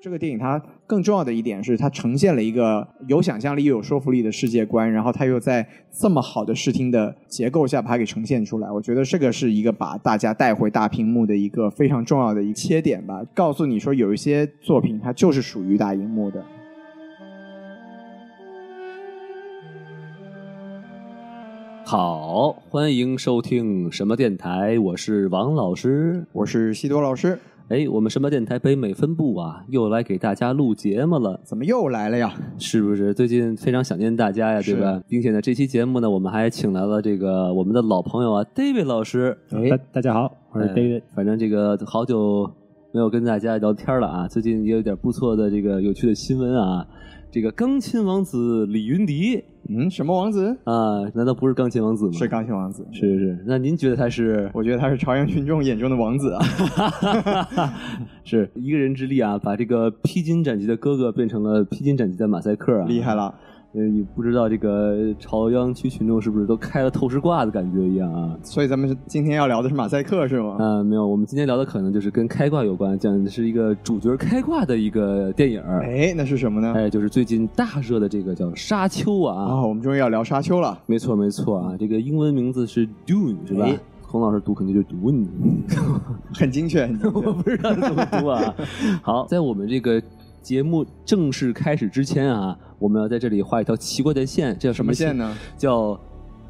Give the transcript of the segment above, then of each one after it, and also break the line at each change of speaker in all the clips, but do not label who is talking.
这个电影它更重要的一点是，它呈现了一个有想象力又有说服力的世界观，然后它又在这么好的视听的结构下把它给呈现出来。我觉得这个是一个把大家带回大屏幕的一个非常重要的一个切点吧，告诉你说有一些作品它就是属于大荧幕的。
好，欢迎收听什么电台，我是王老师。
我是西多老师，
哎，我们什么电台北美分部啊，又来给大家录节目了，
怎么又来了呀？
是不是？最近非常想念大家呀，对吧？并且呢，这期节目呢，我们还请来了这个我们的老朋友啊，David 老师。
大大家好，我是
哎
David。
反正这个好久没有跟大家聊天了啊，最近也有点不错的这个有趣的新闻啊。这个钢琴王子李云迪
嗯，什么王子？
啊，难道不是钢琴王子吗？
是钢琴王子。
是是，那您觉得他是
我觉得他是朝阳群众眼中的王子啊！
是一个人之力啊，把这个披荆斩棘的哥哥变成了披荆斩棘的马赛克啊，
厉害！了，
呃，你不知道这个朝阳区群众是不是都开了透视挂的感觉一样啊？
所以咱们今天要聊的是马赛克是吗？
啊、没有，我们今天聊的可能就是跟开挂有关，讲的是一个主角开挂的一个电影儿，
哎，那是什么呢？
哎，就是最近大热的这个叫《沙丘》啊，
哦，我们终于要聊沙丘了。
没错没错啊，这个英文名字是 Dune 是吧？
哎
孔老师读肯定就读你。
很精确， 很精
我
确。
不知道怎么读 啊。好，在我们这个节目正式开始之前啊，我们要在这里画一条奇怪的线，这叫
什么线？呢？
叫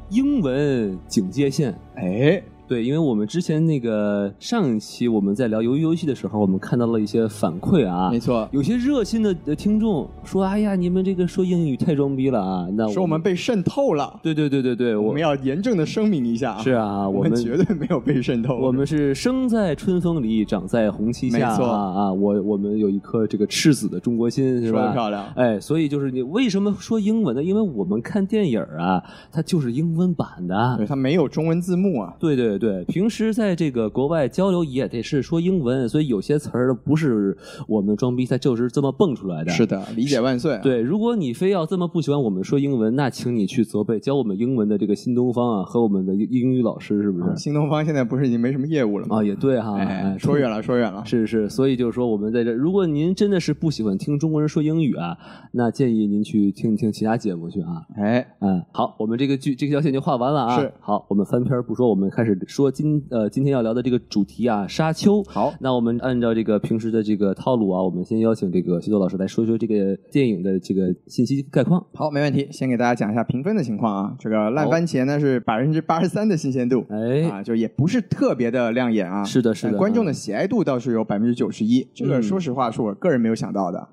英文警戒线。
哎，
对，因为我们之前那个上一期我们在聊鱿鱼游戏的时候，我们看到了一些反馈啊
没，错，
有些热心的呃听众说：“哎呀，你们这个说英语太装逼了啊！”那
说我们被渗透了，
对对对对对，
我
我
们要严正的声明一下啊，
是啊，
我
我
们
们
绝哦对没有被渗透。
我们是生在春风里，长在红旗下
没错
啊啊！我我们有一颗这个赤子的中国心，是
说的
吧？
漂亮，
哎，所以就是你为什么说英文呢？因为我们看电影啊，它就是英文版的
对，。它没有中文字幕啊。
对对对，平时在这个国外交流也得是说英文，所以有些词儿不是我们装逼，它就是这么蹦出来的。
是的，理解万岁啊。
对，如果你非要这么不喜欢我们说英文，那请你去责备教我们英文的这个新东方啊和我们的英英语老师，是不是？
新东方现在不是已经没什么业务了吗？
啊，也对哈，
哦哎，
哎
说远了，说远了。
是是，所以就是说，我们在这，如果您真的是不喜欢听中国人说英语啊，那建议您去听一听其他节目去啊。
哎，
嗯，好，我们这个剧这条线就画完了啊。
是
好，我们翻篇儿不说，我们开始说今呃今天要聊的这个主题啊，沙丘。
好，
那我们按照这个平时的这个套路啊，我们先邀请这个西多老师来说一说这个电影的这个信息概况。
好，没问题。先给大家讲一下评分的情况啊。这个烂番茄呢是百分之八十三的新鲜度。
哎，
啊，就也不是特别的亮眼啊，
是的，是
但
的，
观众
嗯
的喜爱度倒是有百分之九十一，这个
嗯
说实话是我个人没有想到的。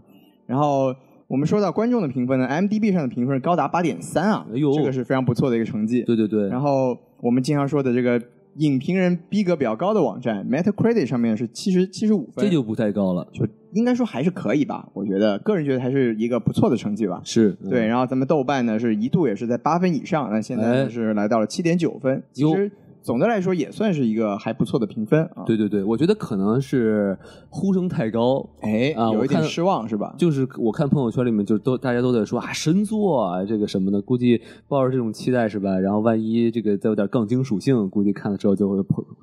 然后我们说到观众的评分呢，IMDB 上的评分高达八点三啊，
哎呦
这个是非常不错的一个成绩。
对对对，
然后我们经常说的这个影评人逼格比较高的网站 Metacritic 上面是七十七十五分，
这就不太高了。
就应该说还是可以吧，我觉得个人觉得还是一个不错的成绩吧。
是，嗯
对，然后咱们豆瓣呢是一度也是在八分以上，那现在呢
哎
是来到了七点九分，其
哟
实总的来说也算是一个还不错的评分啊。
对对对，我觉得可能是呼声太高，
哎，
啊
有
我
一点
看
失望是吧？
就是我看朋友圈里面就都大家都在说啊神作啊这个什么的，估计抱着这种期待是吧？然后万一这个再有点杠精属性，估计看了之后就会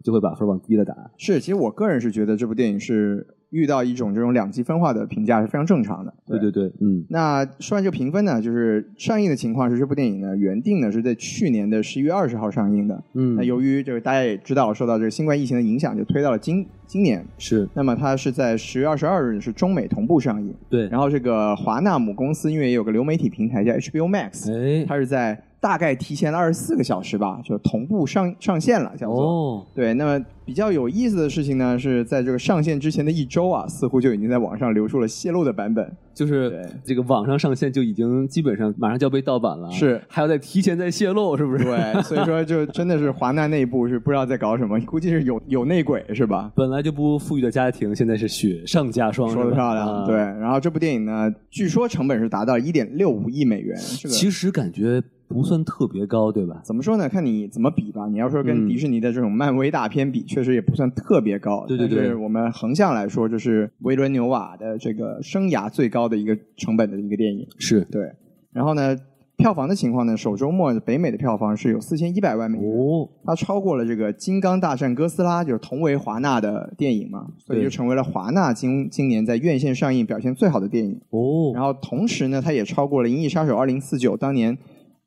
就会把分往低了打。
是，其实我个人是觉得这部电影是遇到一种这种两极分化的评价是非常正常的。
对对对，嗯，
那说完这个评分呢，就是上映的情况是，这部电影呢原定呢是在去年的十一月二十号上映的。
嗯
那由于就是大家也知道，受到这个新冠疫情的影响，就推到了今今年。
是
那么它是在十月二十二日是中美同步上映。
对，
然后这个华纳母公司因为也有个流媒体平台叫 HBO Max，
哎
它是在大概提前了二十四个小时吧，就同步上上线了，叫做。
哦，
对，那么比较有意思的事情呢，是在这个上线之前的一周啊，似乎就已经在网上流出了泄露的版本。
啊就是
对
这个网上上线就已经基本上马上就要被盗版了，
是
还要再提前再泄露，是不是？
对，所以说就真的是华纳内部是不知道在搞什么， 估计是有有内鬼是吧？
本来就不富裕的家庭，现在是雪上加霜，
说
是
的
吧
漂亮，
啊
对。然后这部电影呢，据说成本是达到一点六五亿美元，这个
其实感觉不算特别高，对吧？
怎么说呢？看你怎么比吧。你要说跟
嗯
迪士尼的这种漫威大片比，确实也不算特别高。
对对对
但是我们横向来说，就是维伦纽瓦的这个生涯最高的一个成本的一个电影。
是
对，然后呢，票房的情况呢，首周末北美的票房是有四千一百万美元，
哦，
它超过了这个《金刚大战哥斯拉》，就是同为华纳的电影嘛，所以
对
就成为了华纳今今年在院线上映表现最好的电影。
哦，
然后同时呢，它也超过了《银翼杀手二零四九》当年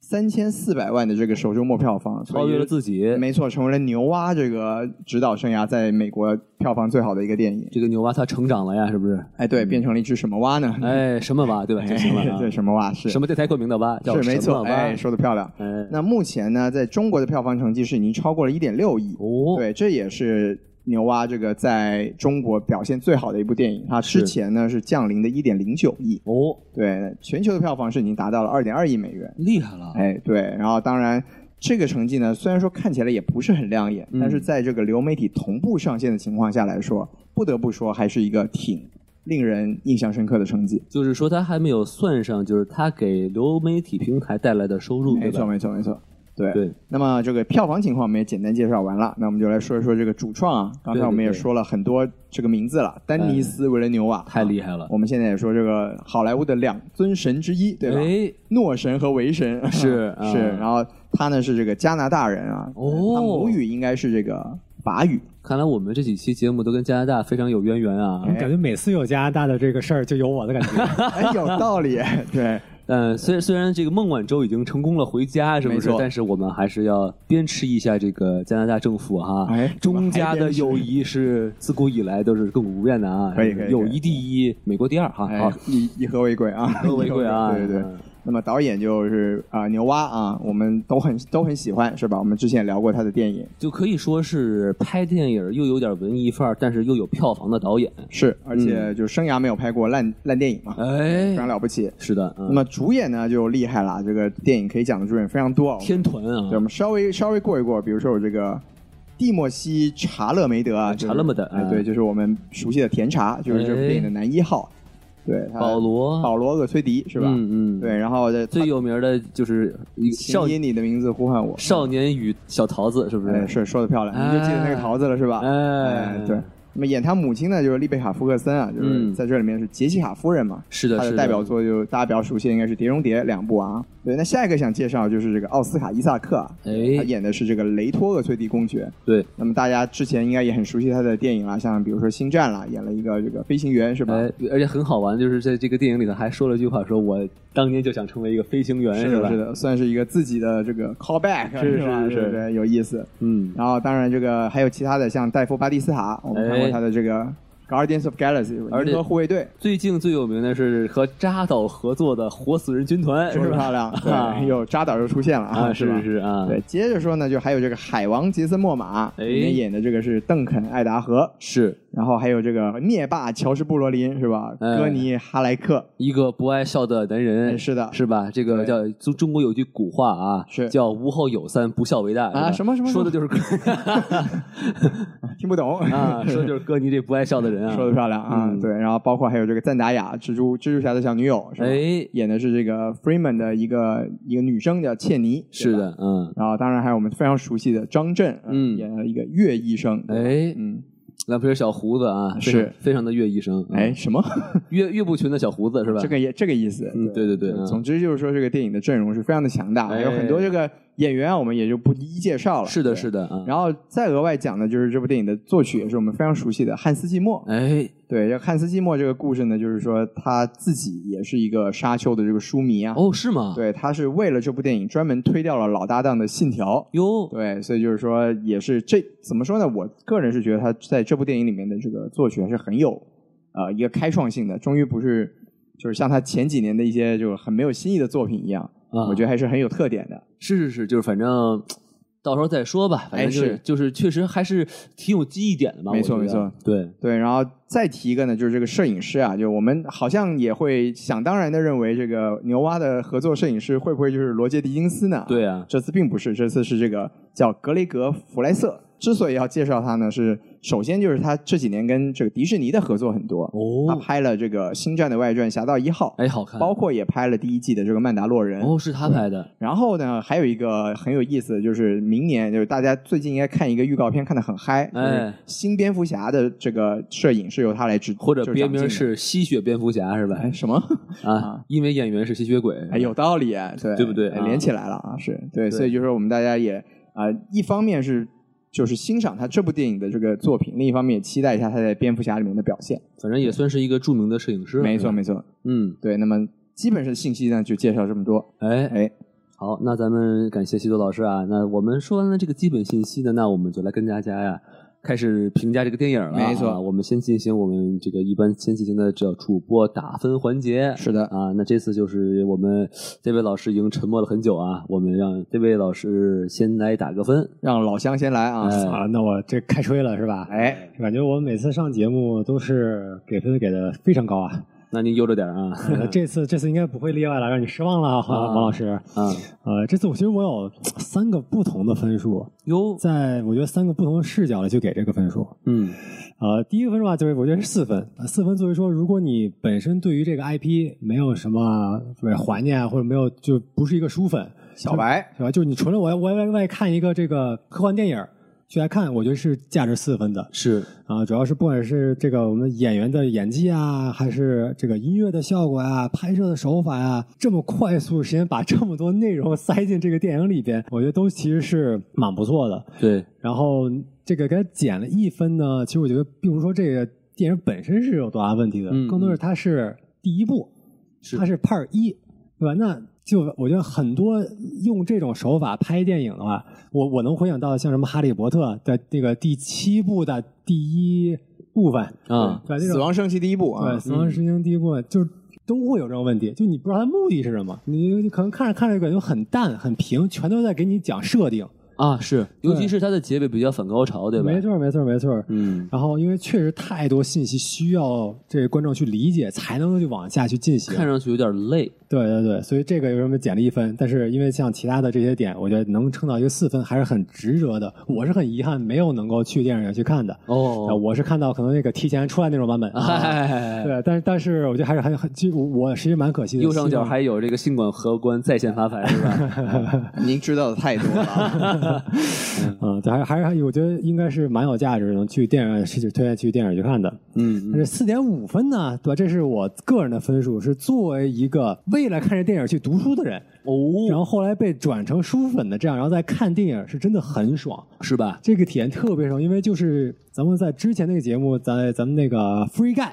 三千四百万的这个首周末票房，
超越了自己。
没错，成为了牛蛙这个指导生涯在美国票房最好的一个电影。
这个牛蛙它成长了呀，是不是？
哎，对，变成了一只什么蛙呢？。
嗯哎，什么蛙对吧？就行了啊
嗯对，什么蛙是
什么电台冠名的蛙叫
是没
什么
错，
蛙？
哎，说的漂亮。
哎
那目前呢，在中国的票房成绩是已经超过了一点六亿，
哦，
对，这也是牛蛙这个在中国表现最好的一部电影。它之
是
前呢是降临的一点零九亿，
哦，
对，全球的票房是已经达到了二点二亿美元。
厉害了！
哎，对，然后当然。这个成绩呢，虽然说看起来也不是很亮眼，
嗯
但是在这个流媒体同步上线的情况下来说，不得不说还是一个挺令人印象深刻的成绩。
就是说它还没有算上，就是它给流媒体平台带来的收入，
没
对
错，哎
吧？
没错，没错。对，
对，
那么这个票房情况我们也简单介绍完了，那我们就来说一说这个主创啊。刚才我们也说了很多这个名字了，丹尼斯·维伦纽瓦，
哎
啊
太厉害了！
我们现在也说这个好莱坞的两尊神之一，对吧？
哎，
诺神和维神啊
是
是，
嗯
然后他呢是这个加拿大人啊，
哦
他母语应该是这个法语，
看来我们这几期节目都跟加拿大非常有渊源啊。
哎
感觉每次有加拿大的这个事儿，就有我 的感觉。
哎，有道 理，对，
嗯，虽虽然这个孟晚舟已经成功了回家，是不
没
是
错？
但是我们还是要鞭笞一下这个加拿大政府哈。
哎
中加
怎么还鞭
的
笞
友谊是自古以来都是亘古不变的啊。
可以可以
友谊第一，美国第二哈。
哎
好，，
以以和为贵啊，
以和为贵啊
对对对
嗯。
那么导演就是啊、牛蛙啊，我们都很都很喜欢，是吧？我们之前也聊过他的电影，
就可以说是拍电影又有点文艺范儿，但是又有票房的导演。
是，而且
嗯
就生涯没有拍过烂烂电影嘛，非
哎，
常了不起。
是的，
那
嗯，
么主演呢就厉害了，这个电影可以讲的主演非常多。
天团啊
对，我，们稍微稍微过一过，比如说有这个蒂莫西·查勒梅德啊，就是
查勒梅德
哎
嗯哎
对，就是我们熟悉的甜茶，就是这部电影的男一号，对，他
保罗，
保罗·厄崔迪是吧？
嗯嗯，，
对，然后这
最有名的就是一个
请
少
以你的名字呼唤我，
少年与小桃子，是不
哎，
是？
是说的漂亮，你就记得那个桃子了是吧？哎
哎，
对。，那么演他母亲呢，就是丽贝卡·福克森啊，就是
嗯
在这里面是杰西卡夫人嘛，
是的，
他
是
的代表作就大家比较熟悉，应该是《碟中谍》两部啊。对，那下一个想介绍就是这个奥斯卡·伊萨克啊，他
哎，
演的是这个雷托厄崔迪公爵。
对，
那么大家之前应该也很熟悉他的电影啦，像比如说《星战》啦，演了一个这个飞行员是吧？
哎，而且很好玩，就是在这个电影里头还说了一句话，说我当年就想成为一个飞行员，
是
吧
的，哎是？的，算是一个自己的这个 callback
是
吧？
是是
对对，有意思。
嗯，
然后当然这个还有其他的，像戴夫·巴蒂斯塔，我们看过
哎
他的这个《Guardians of Galaxy》
而且
银河护卫队，
最近最有名的是和扎导合作的活死人军团，
说
是
的
吧？
漂亮，
啊
对，又扎导又出现了
啊，
是
是
吧
是是啊，
对，接着说呢，就还有这个海王杰森·莫玛，
哎
里面演的这个是邓肯·艾达荷，
是
然后还有这个灭霸乔什·布罗林是吧？
哎
哥尼·哈莱克，
一个不爱笑的男人，
哎是的
是吧？这个
对
叫中中国有句古话啊，
是
叫“无后有三，不孝为大”
啊
是吧
什么什么
说的就是
听不懂
啊，说的就是哥你这不爱笑的人啊，
说的漂亮啊，
嗯
对，然后包括还有这个赞达亚，蜘蛛蜘蛛侠的小女友是吧？
哎，
演的是这个 Freeman 的一个一个女生叫切尼，
是
对吧。
的，嗯，
然后当然还有我们非常熟悉的张震，呃
嗯
演了一个岳医生，对吧
哎，
嗯，
蓝皮儿小胡子啊，非常
是
非常的岳医生，嗯
哎，，什么？
岳岳不群的小胡子是 吧？
这个也这个意思。
嗯对对对嗯
总之就是说，这个电影的阵容是非常的强大，
哎
有很多这个演员啊，我们也就不一一介绍了。
是的，
对
是。的啊，
然后再额外讲的就是这部电影的作曲也是我们非常熟悉的汉斯季默。
哎，
对，这汉斯季默这个故事呢，就是说他自己也是一个沙丘的这个书迷啊。
哦，是吗？，
对，他是为了这部电影专门推掉了老搭档的《信条》。
哟，
对，所以就是说，也是这怎么说呢？我个人是觉得他在这部电影里面的这个作曲还是很有呃一个开创性的，终于不是就是像他前几年的一些就是很没有新意的作品一样，
啊
我觉得还是很有特点的。
是是是，就是反正。到时候再说吧，反
哎
正就是、
是
就是确实还是挺有记忆点的吧，
没错
我觉得
没错，
对，
对，然后再提一个呢，就是这个摄影师啊，就我们好像也会想当然的认为这个牛蛙的合作摄影师会不会就是罗杰·狄金斯呢？
对啊
这次并不是，这次是这个叫格雷格·弗莱瑟。之所以要介绍他呢，是首先就是他这几年跟这个迪士尼的合作很多，他
哦，
拍了这个《星战》的外传《侠盗一号》，
哎，好看，
包括也拍了第一季的这个《曼达洛人》。嗯
哦，是他拍的，
然后呢，还有一个很有意思的就是，明年就是大家最近应该看一个预告片，看的很嗨，就是
哎
新蝙蝠侠的这个摄影是由他来指，
或者
就是
别
掌镜
名
的
是吸血蝙蝠侠是吧？
哎 什么？
啊，因为演员是吸血鬼，
哎，有道理，对
对不对
哎
啊
连起来了啊，是对，
对
所以就是我们大家也啊、呃一方面是就是欣赏他这部电影的这个作品，另一方面也期待一下他在蝙蝠侠里面的表现。
反正也算是一个著名的摄影师，
没
是
错，
吧
没错，
嗯，
对。那么基本上信息呢就介绍这么多，
哎，
哎，
好，那咱们感谢西多老师啊。那我们说完了这个基本信息呢，那我们就来跟大家呀开始评价这个电影了啊。
没错
我们先进行我们这个一般先进行的这主播打分环节。
哎是的
啊，那这次就是我们这位老师已经沉默了很久啊，我们让这位老师先来打个分。
让老乡先来啊，
啊，那我这开吹了是吧？
哎，
感觉我每次上节目都是给分给的非常高啊，
那您悠着点啊。
呃这次这次应该不会例外了，让你失望了，黄、
嗯
啊
黄老师。
啊，
呃，这次我其实我有三个不同的分数，
哟，
在我觉得三个不同的视角里去给这个分数。
嗯，
呃，第一个分数啊，就是我觉得是四分。呃四分作为说，如果你本身对于这个 IP 没有什么对怀念啊，或者没有就不是一个书粉，
小白，
是吧？就是你纯了我我外外看一个这个科幻电影儿去来看，我觉得是价值四分的
是
啊。主要是不管是这个我们演员的演技啊，还是这个音乐的效果啊，拍摄的手法啊，这么快速时间把这么多内容塞进这个电影里边，我觉得都其实是蛮不错的。
对，
然后这个给他减了一分呢，其实我觉得并不是说这个电影本身是有多大问题的，
嗯
更多是它是第一部，
是
它是 Part 一，对吧？那就我觉得很多用这种手法拍电影的话，我我能回想到像什么《哈利波特》的那个第七部的第一部分，
啊，
对吧？那
死
种
亡圣器第一部
对
啊
《死
嗯
亡之星》第一部分，就是都会有这种问题，就你不知道它目的是什么，你你可能看着看着感觉很淡很平，全都在给你讲设定，
啊是，尤其
对
是它的结尾比较反高潮，对吧？
没，错没错没错，
嗯，
然后，因为确实太多信息需要这个观众去理解，才能去往下去进行。
看上去有点累，
对对对，所以这个有什么减了一分，但是因为像其他的这些点，我觉得能撑到一个四分还是很值得的。我是很遗憾没有能够去电影院去看的，啊
哦，
我是看到可能那个提前出来那种 版本。
哎，
对，但是但是我觉得还是很很，其实我我其实蛮可惜的。
右上
希
角
望
还有这个新管荷官在线发牌是 吧？
您知道的太多了啊，
嗯，对，还是还是还是我觉得应该是蛮有价值的，能去电影院是推荐去电影院去看的。
嗯，
但是四点五分呢，对吧？这是我个人的分数，是作为一个为了看这电影去读书的人，然
哦，
后后来被转成书粉的这样，然后再看电影是真的很爽，
是吧？
这个体验特别爽。因为就是咱们在之前那个节目，在咱们那个 Free Guy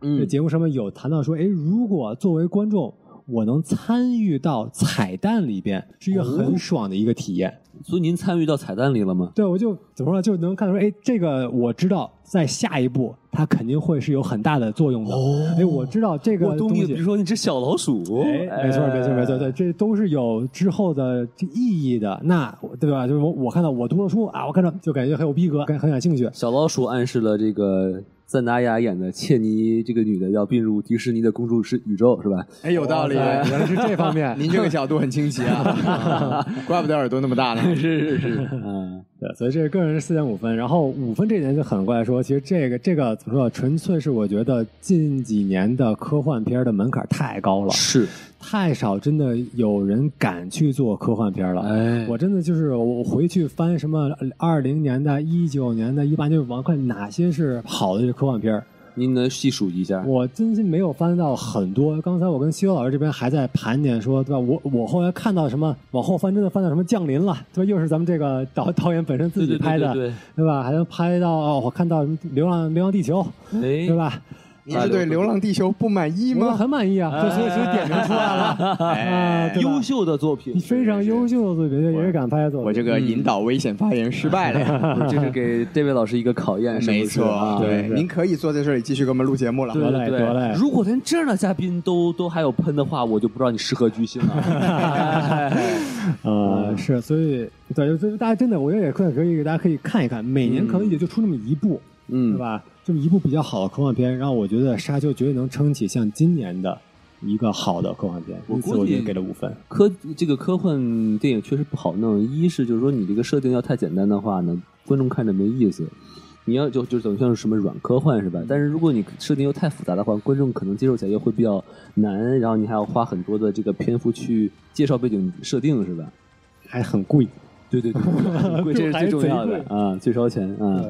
这
嗯，
节目上面有谈到说，哎，如果作为观众。我能参与到彩蛋里边，是
哦
一个很爽的一个体验。
所以您参与到彩蛋里了吗？
对，我就怎么说呢，就能看出，哎，这个我知道，在下一步它肯定会是有很大的作用的。
哦
哎，我知道这个东西，
比如说你只小老鼠，
哎，没错，没错，没错，对，这都是有之后的这意义的。那我对吧？就是我我看到我读了书啊，我看到就感觉很有逼格，感很感兴趣。
小老鼠暗示了这个赞达亚演的切尼这个女的要并入迪士尼的公主是宇宙是吧？
哎，有道理。
哇塞原来是这方面。
您这个角度很清奇啊，怪不得耳朵那么大呢。
是是是，嗯，
对，所以这个人是四点五分，然后五分这一点就很怪说，其实这个这个怎么说，纯粹是我觉得近几年的科幻片的门槛太高了，
是，
太少真的有人敢去做科幻片了。
哎，
我真的就是我我回去翻什么二零年的、一九年的、一八年的，往看哪些是好的科幻片儿
您能细数一下？
我真心没有翻到很多。刚才我跟西游老师这边还在盘点说，对吧？我我后来看到什么，往后翻真的翻到什么降临了，对吧？又是咱们这个导导演本身自己拍的，
对
对吧？还能拍到、哦、我看到什么流浪流浪地球，
对
对
对，哎，
吧？
您是对《流浪地球》不满意
我
吗？哎
很满意啊，就所以所以点名出来 了，啊，对吧
优秀的作品，
非常优秀的作品，也是敢拍的作
我
品。
这个引导危险发言失 败了。
不是这是给这位老师一个考哎验，是不是
没错
啊，
对，
对
您可以坐在这里继续给我们录节目了。
对对对，
得嘞
如果连这样的嘉宾都都还有喷的话，我就不知道你适合居心了。 哦
呃，是，所以对，所以大家真的，我觉得也可以可以给大家可以看一看，每年可能也就出那么一部，
嗯
对吧？这么一部比较好的科幻片，然后我觉得《沙丘》绝对能撑起像今年的一个好的科幻片，
我
因此
估
我觉
计
得给了五分。
科这个科幻电影确实不好弄，一是就是说你这个设定要太简单的话呢，观众看着没意思；你要就就等于像是什么软科幻是吧？但是如果你设定又太复杂的话，观众可能接受起来又会比较难，然后你还要花很多的这个篇幅去介绍背景设定是吧？
还很贵。
对对对，很贵这是最重要的
还贼
啊，最烧钱啊，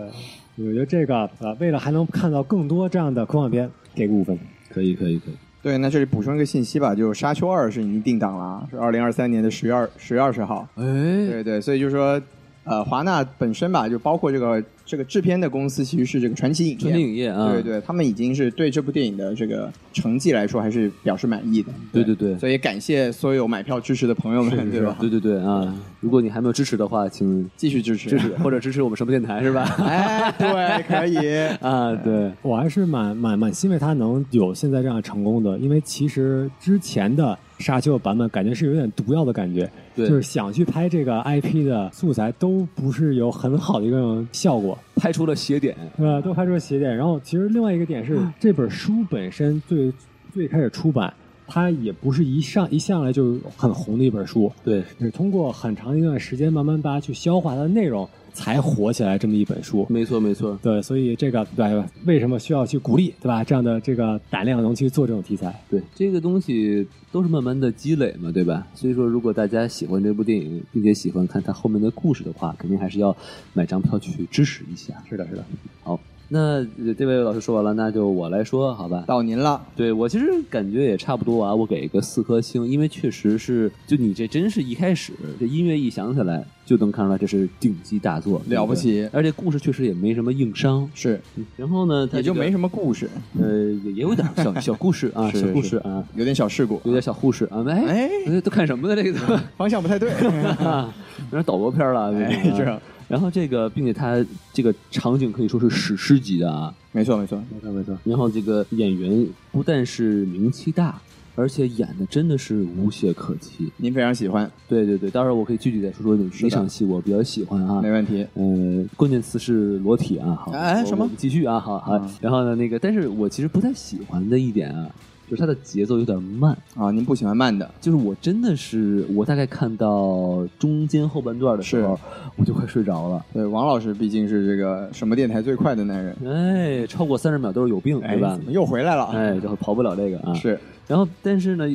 对，我觉得这个呃，为了还能看到更多这样的科幻片，给个五分。
可以可以可以，
对，那这里补充一个信息吧，就《沙丘二》是已经定档了啊，是二零二三年的十月二十月二十号。
哎，
对对，所以就是说，呃，华纳本身吧，就包括这个这个制片的公司，其实是这个传奇影业。
纯影业啊，
对对，他们已经是对这部电影的这个成绩来说还是表示满意的。
对对对
所以感谢所有买票支持的朋友们，对吧？
对对对啊！如果你还没有支持的话，请
继续支持，
支持或者支持我们什么电台是吧？
哎，对，可以。
啊，对，
我还是蛮蛮蛮欣慰他能有现在这样成功的，因为其实之前的沙丘版本感觉是有点毒药的感觉，
对
就是想去拍这个 IP 的素材都不是有很好的一个效果，
拍出了邪点，
对吧？都拍出了邪点。然后其实另外一个点是，这本书本身最最开始出版，它也不是一上一上来就很红的一本书，
对
是通过很长一段时间慢慢把它去消化它的内容，才火起来这么一本书。
没错没错，
对，所以这个对吧？为什么需要去鼓励对吧？这样的这个胆量能去做这种题材，
对这个东西都是慢慢的积累嘛，对吧？所以说，如果大家喜欢这部电影，并且喜欢看它后面的故事的话，肯定还是要买张票去支持一下。
是的，是的，。
好，那呃这位老师说完了，那就我来说好吧。
到您了，
对我其实感觉也差不多啊，我给个四颗星，因为确实是，就你这真是一开始这音乐一响起来就能看出来这是顶级大作，对对
了不起
而且故事确实也没什么硬伤，
是
然后呢，它
也就
这个
没什么故事，
呃也也有点 小小故事啊，
是
小故
是
事啊，
有点小事故，
有点小故事啊，哎
哎，
都看什么呢？这个都
方向不太对。
啊，有点导播片了，这
哎，
个啊
这
然后这个，并且它这个场景可以说是史诗级的啊，
没错没错，
没错没错。然后这个演员不但是名气大，而且演的真的是无懈可击。
您非常喜欢，
对对对，到时候我可以具体再说说哪
的
哪场戏我比较喜欢啊
没。问题。
呃，关键词是裸体啊，好，
哎
我
什么
我们继续啊，好好。
嗯
然后呢，那个，但是我其实不太喜欢的一点啊，就是它的节奏有点慢。
啊，您不喜欢慢的，
就是我真的是，我大概看到中间后半段的时候，我就快睡着了。
对，王老师毕竟是这个什么电台最快的男人，
哎，超过三十秒都是有病，哎对吧
怎？么又回来了？
哎，就跑不了这个啊。
是
然后，但是呢，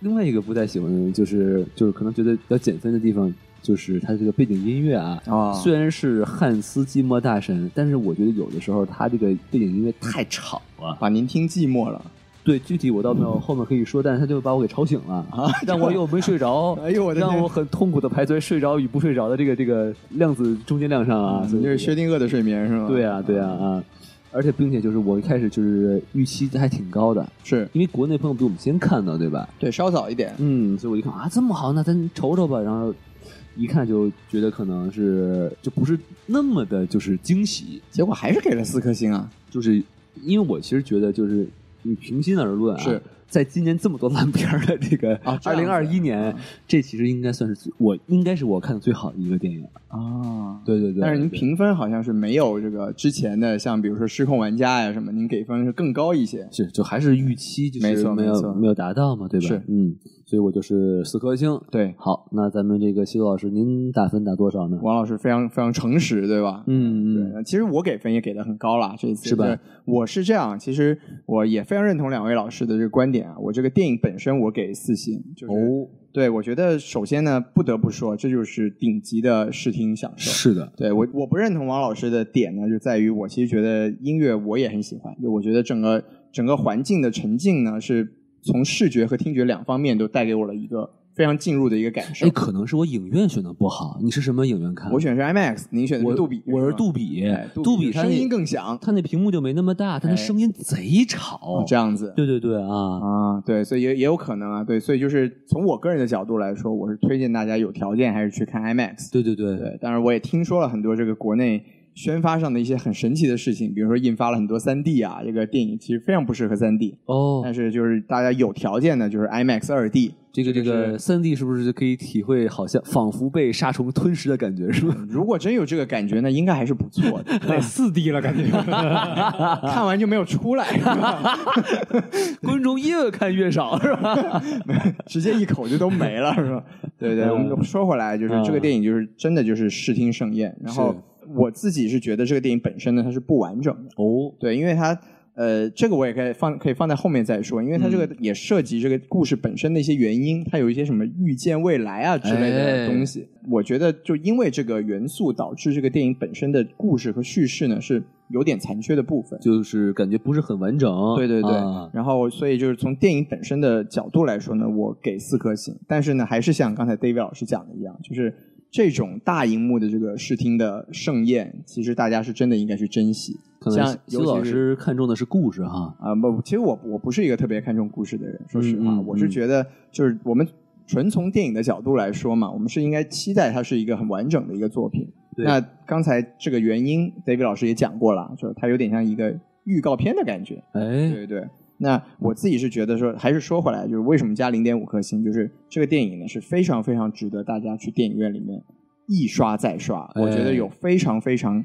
另外一个不太喜欢的就是，就是可能觉得比较减分的地方，就是它这个背景音乐啊。
啊，
虽然是汉斯季默大神，但是我觉得有的时候他这个背景音乐太吵了。
把您听寂寞了。
对，具体我倒没有后面可以说，但是他就把我给吵醒了，
啊
让我又没睡着，
哎呦我的天
让我很痛苦的排在睡着与不睡着的这个这个量子中间量上啊，
啊，
所以
这是薛定谔的睡眠是吗？
对啊，对啊，啊！而且并且就是我一开始就是预期还挺高的，
是
因为国内朋友比我们先看到，对吧？
对，稍早一点，
嗯，所以我一看啊，这么好，那咱瞅瞅吧。然后一看就觉得可能是就不是那么的，就是惊喜，
结果还是给了四颗星啊。
就是因为我其实觉得就是你平心而论啊，
是
在今年这么多烂片儿的这个
啊这
二
样
零
子
二一年，这其实应该算是最我应该是我看的最好的一个电影。
啊，
对对对，
但是您
对
评分好像是没有这个之前的，像比如说《失控玩家》呀什么，您给分是更高一些。
是就还是预期就是
没错
没有
没错
没有达到嘛，对吧？
是
嗯，所以我就是四颗星。
对，
好，那咱们这个西多老师，您打分打多少呢？
王老师非常非常诚实，对吧？
嗯嗯，
对，其实我给分也给的很高了，这一次
是吧？
对我是这样，其实我也非常认同两位老师的这个观点啊。我这个电影本身我给四星，就是、
哦
对我觉得首先呢，不得不说这就是顶级的视听享受。
是的，
对我我不认同王老师的点呢，就在于我其实觉得音乐我也很喜欢，就我觉得整个整个环境的沉浸呢，是从视觉和听觉两方面都带给我了一个非常进入的一个感受
哎，。可能是我影院选的不好。你是什么影院看？
我选的是 IMAX，您选的
我
是杜比，
我是
吧
杜比
哎，
杜
比
比
的
它
声
那
音更响，
它那屏幕就没那么大，但它
哎
声音贼吵
哦。这样子。
对对对啊，
啊，对，所以也也有可能啊，对，所以就是从我个人的角度来说，我是推荐大家有条件还是去看 IMAX。
对对对，
对，当然我也听说了很多这个国内宣发上的一些很神奇的事情，比如说印发了很多 3D 啊，这个电影其实非常不适合 3D，
哦
但，是就是大家有条件的，就是 IMAX 2D。
这个这
这
个
个
三 D 是不是就可以体会好像仿佛被沙虫吞噬的感觉是吧？
如果真有这个感觉呢，应该还是不错的
得四 D 了感觉。
看完就没有出来，是吧
观众越看越少是吧？
直接一口就都没了，是吧？对对，我们说回来，就是这个电影就是真的就是视听盛宴，然后
是
我自己是觉得这个电影本身呢，它是不完整的。
哦，
对，因为它呃，这个我也可以放可以放在后面再说，因为它这个
嗯
也涉及这个故事本身的一些原因，它有一些什么预见未来啊之类
哎
的东西。我觉得就因为这个元素导致这个电影本身的故事和叙事呢是有点残缺的部分。
就是感觉不是很完整。
对对对，
啊
然后所以就是从电影本身的角度来说呢，我给四颗星，但是呢，还是像刚才 David 老师讲的一样，就是这种大荧幕的这个视听的盛宴，其实大家是真的应该去珍惜。
可
像
能
尤
修
其
老
是
师看重的是故事哈。
啊、不，其实我我不是一个特别看重故事的人，说实话，
嗯嗯
我是觉得就是我们纯从电影的角度来说嘛，我们是应该期待它是一个很完整的一个作品。
对
那刚才这个原因，David 老师也讲过了，就是它有点像一个预告片的感觉。
哎，
对对。那我自己是觉得说，还是说回来，就是为什么加零点五颗星，就是这个电影呢是非常非常值得大家去电影院里面一刷再刷。
哎
我觉得有非常非常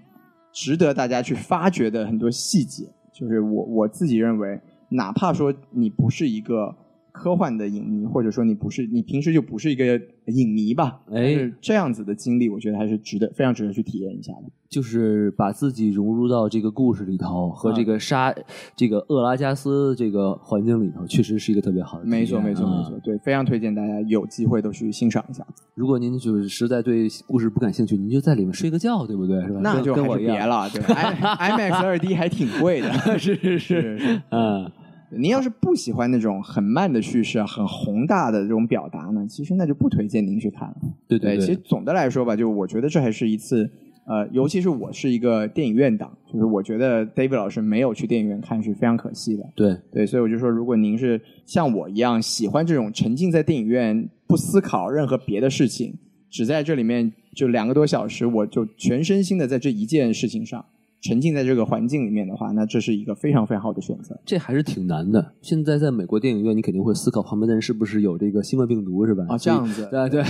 值得大家去发掘的很多细节。就是我我自己认为，哪怕说你不是一个科幻的影迷，或者说你不是你平时就不是一个影迷吧，
哎
但是这样子的经历，我觉得还是值得非常值得去体验一下的。
就是把自己融入到这个故事里头，和
嗯
这个沙、这个厄拉加斯这个环境里头，确实是一个特别好的体验。
没错，没错，
啊
没错，对，非常推荐大家有机会都去欣赏一下。
如果您就是实在对故事不感兴趣，您就在里面睡个觉，对不对？是吧？
那
跟
就
跟
还
我
是
一
别
样。
了，对 ，I IMAX 二 D 还挺贵的。
是是
是是，
嗯，
您要是不喜欢那种很慢的叙事、啊很宏大的这种表达呢，其实那就不推荐您去看了。
对
对，
对，
其实总的来说吧，就我觉得这还是一次，呃，尤其是我是一个电影院党，就是我觉得 David 老师没有去电影院看是非常可惜的。
对
对，所以我就说，如果您是像我一样喜欢这种沉浸在电影院不思考任何别的事情，只在这里面就两个多小时，我就全身心的在这一件事情上沉浸在这个环境里面的话，那这是一个非常非常好的选择
这还是挺难的。现在在美国电影院，你肯定会思考旁边的人是不是有这个新冠病毒，是吧？
啊。这
所以
样子
对对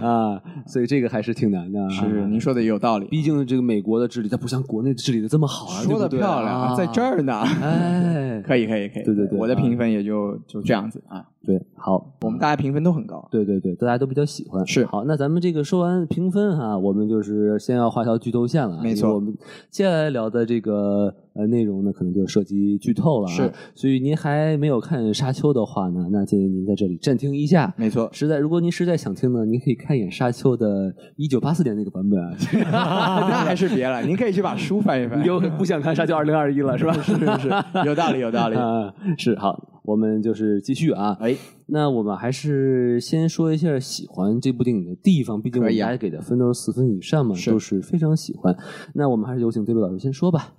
啊，所以这个还是挺难的啊。
是您说的也有道理，
毕竟这个美国的治理，它不像国内治理的这么好啊，
说的
对不对
漂亮啊，在这。儿 呢。
哎，
可以可以可以，
对对对
我的
啊
评分也就就这样子啊，
对，好，
我们大家评分都很高，啊
对对对，大家都比较喜欢。
是
好，那咱们这个说完评分哈、我们就是先要画条剧透线了啊。
没错
因为我们接下来聊的这个呃内容呢，可能就涉及剧透了、啊。
是，
所以您还没有看《沙丘》的话呢，那建议您在这里暂停一下。
没 错，
实在，如果您实在想听呢，您可以看一眼《沙丘》的一九八四年那个版本啊。
那还是别了，您可以去把书翻一翻
你，就不想看《沙丘二零二一》了，是吧？是
是是，有道理有道理，
啊，是好，我们就是继续啊。
哎，
那我们还是先说一下喜欢这部电影的地方，毕竟我
可
们
以啊
大家给的分都是四分以上嘛，
是
都是非常喜欢。那我们还是有请对位老师先说吧。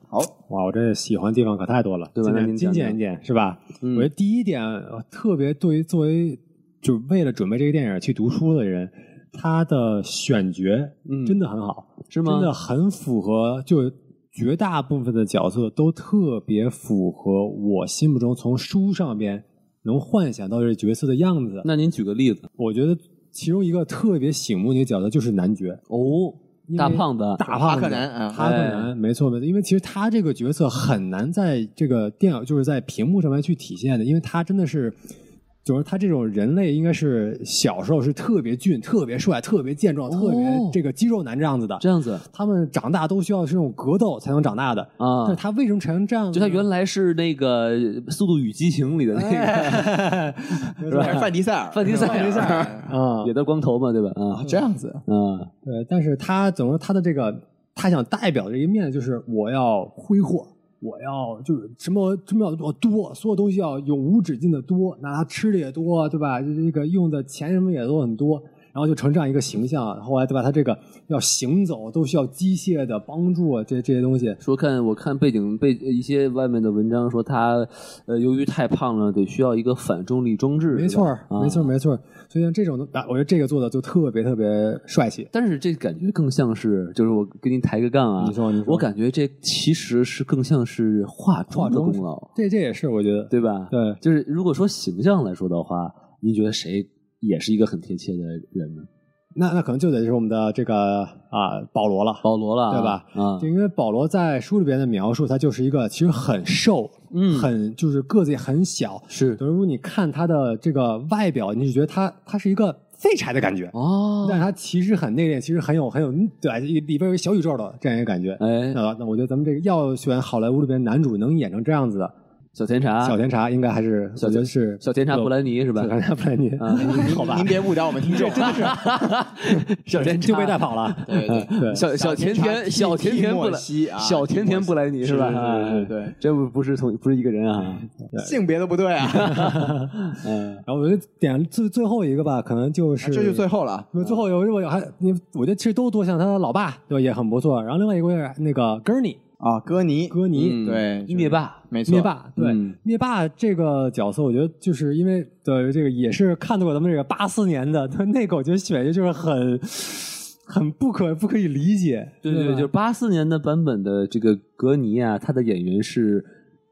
哇，我这喜欢的地方可太多了，
对吧
今
那您
天
讲
精
讲
简一点是吧？
嗯
我觉得第一点，呃特别对于作为就为了准备这个电影去读书的人，他的选角
嗯
真的很好，
是吗
真的很符合，就绝大部分的角色都特别符合我心目中从书上边能幻想到这角色的样子。
那您举个例子
我觉得其中一个特别醒目的一个角色就是男爵，
哦，
因为
大胖子，
大
哈
胖
克
子。
南啊，
哈克
哎
南，没错没错，因为其实他这个角色很难在这个电影，就是在屏幕上面去体现的，因为他真的是，就是他这种人类应该是小时候是特别俊、特别帅、特别健壮、特
哦
别这个肌肉男这样子的
这，样子
他们长大都需要这种格斗才能长大的。但
啊
是，他为什么成这样
就
子呢？
他原来是那个《速度与激情》里的那
哎
个
是吧？范迪塞尔，
范迪塞尔
范迪塞尔
啊
也，都光头嘛，对吧？啊
啊， 这样 子，
啊，
对，呃但是他怎么说？他的这个他想代表的一面就是我要挥霍，我要就是什么什么要多，所有东西要永无止境的多，那他吃的也多，对吧？就是这个用的钱什么也都很多，然后就成这样一个形象。啊后来对吧？他这个要行走都需要机械的帮助啊，这这些东西。
说看，我看背景背一些外面的文章说他，呃，由于太胖了，得需要一个反重力装置。
没错
是吧
儿，没错儿，。
啊
没错儿。所以像这种的，啊我觉得这个做的就特别特别帅气。
但是这感觉更像是，就是我跟您抬个杠啊，
你说你说
我感觉这其实是更像是化妆的
化妆
功劳，
这这也是我觉得，
对吧？
对
就是如果说形象来说的话，您觉得谁也是一个很贴切的人呢？
那那可能就得是我们的这个啊保罗了。
保罗了啊，
对吧
啊
就，因为保罗在书里边的描述，他就是一个其实很瘦，
嗯
很就是个子也很小。
是
比如你看他的这个外表，你就觉得他他是一个废柴的感觉。
哦
但是它其实很内敛，其实很有很有对里边有一小宇宙的这样一个感觉。
哎，
那那我觉得咱们这个要选好莱坞里边男主能演成这样子的
小甜茶，
小甜茶，应该还是
啊小
我觉得是
小甜茶布兰妮是吧
小？甜茶布兰妮，
啊
好吧
您，别误导我们听众，真的是
小甜茶
就被带 跑了。
对对对
对
小小甜甜小甜甜布
莫
兰
西啊，
小甜甜布兰妮
是
吧？
是是是
哎
对，
这不不是同不是一个人啊。
性别都不对啊，
嗯，
然后我觉得点最最后一个吧，可能就 是
啊这就最后了。
那最后有我还你，我觉得其实都多像他的老爸，对吧？也很不错。然后另外一个是那个 Gurney
啊，哥尼，
戈尼，
嗯
对，
灭，霸，
没错，
灭，霸，对、
嗯
灭霸这个角色，我觉得就是因为对这个也是看到过咱们这个八四年的，他那个我觉得选的就是很很不可不可以理解，
对对
吧
对，就是八四年的版本的这个格尼啊，他的演员是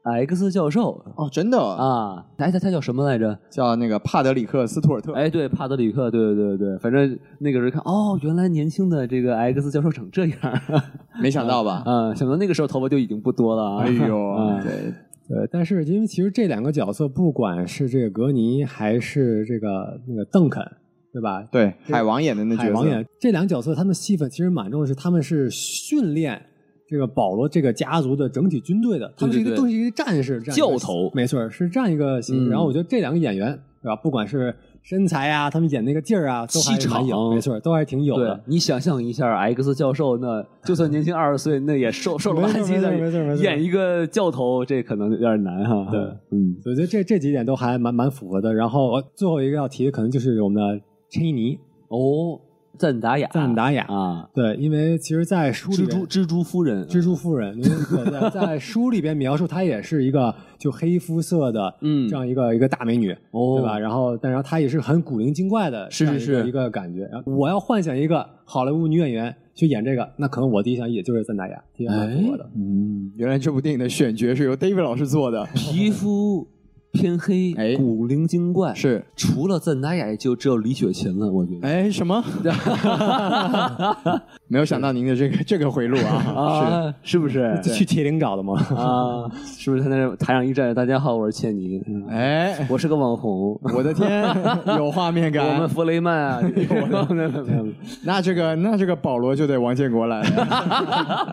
X 教授
哦，真的
啊，哎，他他叫什么来着？
叫那个帕德里克斯图尔特，
哎，对，帕德里克，对对对对，反正那个人看，哦，原来年轻的这个 X 教授长这样，
没想到吧？
啊，想到那个时候头发就已经不多了啊，
哎呦，
啊
对，
对，但是因为其实这两个角色，不管是这个格尼还是这个那个邓肯，对吧？
对，海王演的那角
海
色，
王演这两个角色，他们戏份其实蛮重的是，他们是训练这个保罗这个家族的整体军队的，他们是一
对
个
对
都是一个战士，这样一个
教头
没错，是这样一个戏。
嗯
然后我觉得这两个演员，对吧？不管是身材啊，他们演那个劲儿啊，都还
气
是
场
蛮有，没错，都还挺有
对
的。
你想象一下，X 教授那就算年轻二十岁，那也瘦瘦了吧唧
没错没错没
的，
错
演一个教头，这可能有点难哈。
对，
嗯，
我觉得这这几点都还蛮蛮符合的。然后呃最后一个要提的可能就是我们的陈依妮、
哦，赞达雅，
赞达雅。
啊，
对，因为其实，在书里
蜘
边
蛛蜘蛛夫人，
蜘蛛夫人，因为我在在书里边描述她也是一个就黑肤色的，
嗯
这样一个一个大美女，
哦
对吧？然后，但然后她也是很古灵精怪的，
是
这样
是
一个
是
一个感觉。然后我要幻想一个好莱坞女演员去演这个，那可能我第一想也就是赞达雅，第二
哎
想我的。，
嗯，
原来这部电影的选角是由 David 老师做的，
皮肤偏黑，
哎
古灵精怪，
是，
除了赞达雅，也就只有李雪琴了，我觉得。
哎，什 么？没有想到您的这个这个回路啊，
啊，是不是
去铁岭找的吗？
啊？是不是他那台上一站，大家好，我是倩妮， 嗯
是，哎，
我是个网红，
我的天，有画面
我们
感。
弗雷曼啊， 没有没有没有没有
那这个那这个保罗就得王建国来 了，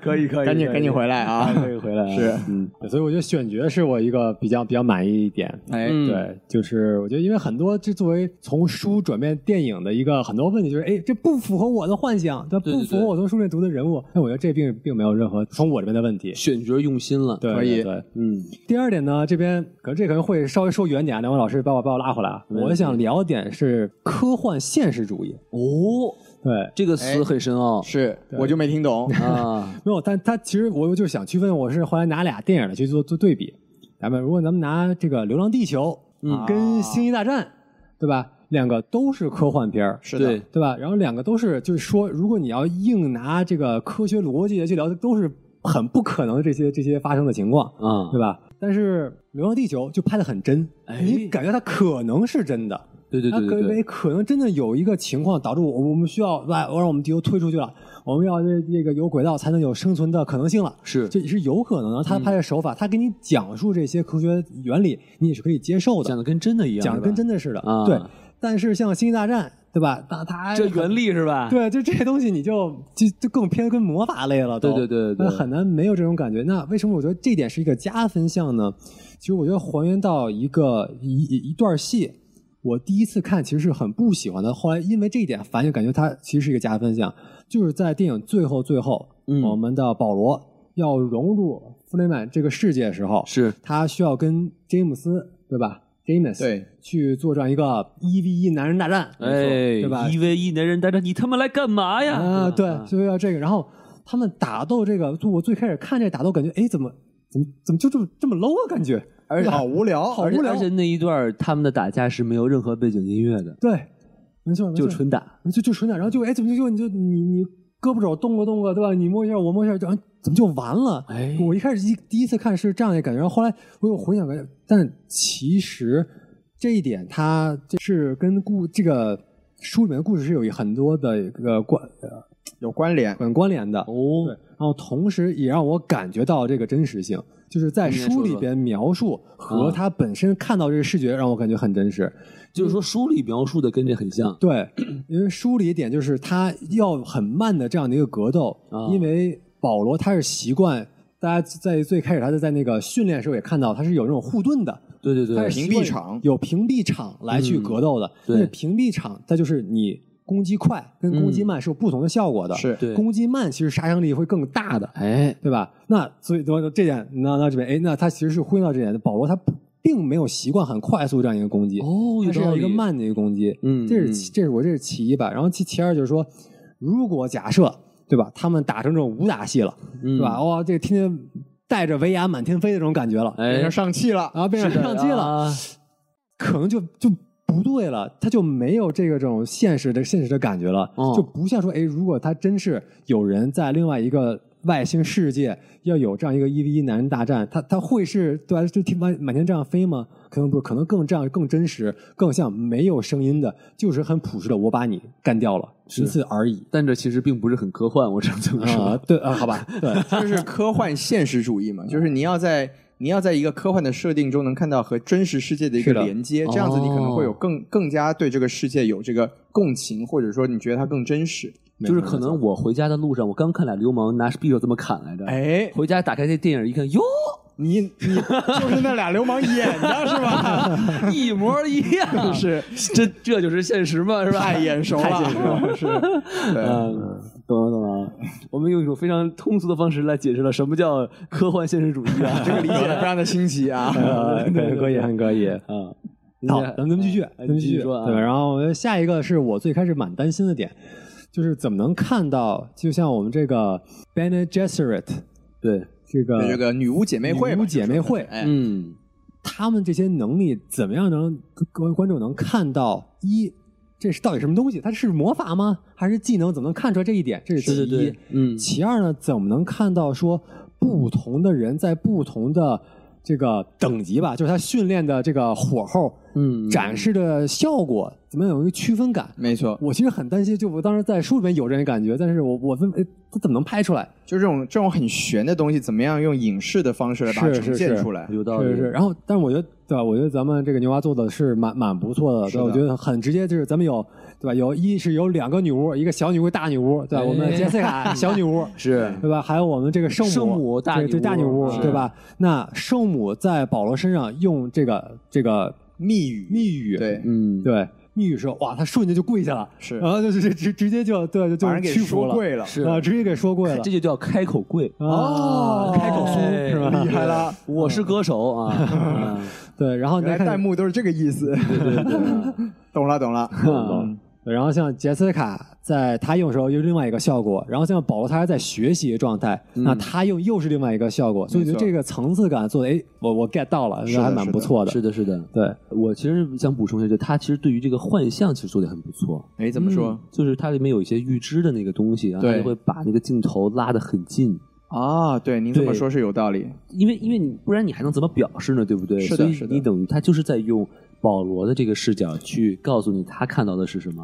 可以可以，
赶紧
可以
赶紧回来啊！
可以回来啊，
是
嗯，
所以我觉得选角是我一个比较比较满意一点。
哎，
嗯
对，就是我觉得，因为很多这作为从书转变电影的一个很多问题，就是哎，这不符合我的幻想，它
对
不
对
符合
对
我从书里读的人物。但我觉得这并并没有任何从我这边的问题。
选角用心了，
对，
可以
对对。
嗯，
第二点呢，这边可能这可能会稍微说远点啊，两位老师把我把我拉回来啊。
没问题
我想聊点是科幻现实主义。
哦，
对，
这个词
哎
很深奥
是我就没听懂，
啊，
没有，但他其实我就想区分，我是后来拿俩电影来去做做对比。咱们如果咱们拿这个《流浪地球》
嗯
跟
啊
《星际大战》，对吧？两个都是科幻片儿，
是
对
的，，
对吧？然后两个都是，就是说，如果你要硬拿这个科学逻辑来去聊，都是很不可能的这些这些发生的情况，
啊
对，吧？但是《流浪地球》就拍的很真，
哎
你感觉它可能是真的，
对对
它
对
可
对对
为，可能真的有一个情况导致我我们需要把我让我们地球推出去了，我们要这这个有轨道才能有生存的可能性了。
是
这是有可能
嗯
的，他拍的手法，他给你讲述这些科学原理，你也是可以接受的。
讲的跟真的一样，
讲的
是
跟
吧
真的似的。
啊
对，但是像《星际大战》，对吧？那它
这原理是吧？
对，就这些东西你就就就更偏跟魔法类了都，
对对对对
那很难没有这种感觉。那为什么我觉得这点是一个加分项呢？其实我觉得还原到一个一一一段戏，我第一次看其实是很不喜欢的，后来因为这一点反而感觉它其实是一个加分项，就是在电影最后最后，
嗯
我们的保罗要融入弗雷曼这个世界的时候，
是
他需要跟詹姆斯，对吧？James
对
去做这样一个一 v 一男人大战，
哎，
对吧
一 v 一男人大战，你他妈来干嘛呀？
啊，
对
对
吧，嗯
所以要这个。然后他们打斗这个，就我最开始看这打斗，感觉哎，怎么怎么怎么就这么这么 low 啊？感觉
而且好无聊，
好
而且哦
无聊
而且那一段他们的打架是没有任何背景音乐的，
对，没错，没
就
错，
纯打。
就就纯点，然后就哎，怎么就就你就你你胳膊肘动个动个，对吧？你摸一下，我摸一下，然后怎么就完了？
哎
我一开始一第一次看是这样的感觉，然后后来我有回想感觉，但其实这一点它这是跟故这个书里面的故事是有很多的一个关呃
有关联。
哎
很关联的。
哦
对，，然后同时也让我感觉到这个真实性，就是在
你也说
书里
说
边描述和
啊
他本身看到这个视觉，让我感觉很真实。
就是说书里描述的跟这很像，
对，因为书里一点就是他要很慢的这样的一个格斗，
啊
因为保罗他是习惯。大家在最开始，他在那个训练时候也看到，他是有那种护盾的，
对对
它
对
是，
屏
习惯
蔽场
有屏蔽场来去格斗的。
嗯对
因为屏蔽场它就是你攻击快跟攻击慢是有不同的效果的。
是
嗯对
攻击慢其实杀伤力会更大的。
哎，
对吧？那所以对吧这点，那那这边，哎，那他其实是呼应到这点的。保罗他不并没有习惯很快速这样一个攻击，
哦，
他
有
是
道
要
理
一个，慢的一个攻击。
嗯
这是
嗯
其这是我这是其一吧。然后其其二就是说，如果假设对吧，他们打成这种武打戏了，
嗯
对吧？哇、这天天带着维亚满天飞的这种感觉了，
变
哎
成，上气了，
然后变成上机了，
啊
可能就就不对了，他就没有这个这种现实的现实的感觉了，
哦
就不像说，哎，如果他真是有人在另外一个外星世界要有这样一个一 v 一男人大战，他他会是对吧？就天满满天这样飞吗？可能不是，可能更这样更真实，更像没有声音的，就是很朴实的，我把你干掉了，仅此而已。
但这其实并不是很科幻，我只能这么
啊、
说。
对啊、好吧，对，
就是科幻现实主义嘛，就是你要在你要在一个科幻的设定中能看到和真实世界的一个
是的
连接，这样子你可能会有
哦
更更加对这个世界有这个共情，或者说你觉得它更真实。
就是可能我回家的路上，我刚看俩流氓拿匕首这么砍来着，，
哎，
回家打开这电影一看， 哟，
你你就是那俩流氓演的是 吧？
一模一样，
是
这这就是现实嘛，是吧？
太眼熟了，
太现实了。
是对。
嗯，懂了懂了。 我们用一种非常通俗的方式来解释了什么叫科幻现实主义啊，
这个理解得非常的新奇啊！
呃， 对，可以，很可以。
啊。
好，咱们咱们继续，咱们继
继
续
续说啊
对，然后下一个是我最开始蛮担心的点，就是怎么能看到，就像我们这个 Bene Gesserit
对，
这个
这个女巫姐妹会嘛，
女巫姐妹会
就是哎，
嗯，
他们这些能力，怎么样能各位观众能看到一？这是到底什么东西？它是魔法吗？还是技能？怎么能看出来这一点？这是
对
其一。
对对，嗯，
其二呢，怎么能看到说不同的人在不同的这个等级吧，就是他训练的这个火候，
嗯
展示的效果，怎么样有一个区分感？
没错，
我其实很担心，就我当时在书里面有这种感觉，但是我我分哎他怎么能拍出来？
就这种这种很玄的东西，怎么样用影视的方式来把它
是
呈
是
现
是
出来？
有道理
是是，然后但是我觉得对吧？我觉得咱们这个牛蛙做的是蛮蛮不错的，
是的
对吧，我觉得很直接，就是咱们有对吧？有一是有两个女巫，一个小女巫，大女巫，对吧？
哎
我们杰西 卡小女巫
是
对吧？还有我们这个圣母，
圣母大
对
女
对
巫
大女巫
是
对吧？那圣母在保罗身上用这个这个
密语，
密语，
对，
嗯，
对密语说哇，他瞬间就跪下了，
是
然后就直直直接就对就
把
就
人给
屈服
说
了。
跪了，
是
啊，直接给说跪了
这。就叫开口跪
哦
啊开口
哦
说
是吧
厉害了
我是歌手啊，啊
对，然后
原
再
来
看
弹幕都是这个意思，
对对对啊，
懂了懂了。
嗯然后像杰斯卡在他用的时候又是另外一个效果，然后像保罗他还在学习的状态，那他用又是另外一个效果，所以我觉
嗯
得
没错
这个层次感做的，哎，我我 get 到了，
是的
还蛮不错的。
是的，是的。
对，
我其实想补充一下，就他其实对于这个幻象其实做的很不错。嗯
哎，怎么说
就是它里面有一些预知的那个东西，然后
对
它就会把那个镜头拉得很近，
啊？对，您这么
对
说是有道理，
因为因为你不然你还能怎么表示呢？对不对？
是的
所以
是的
你等于他就是在用保罗的这个视角去告诉你他看到的是什么。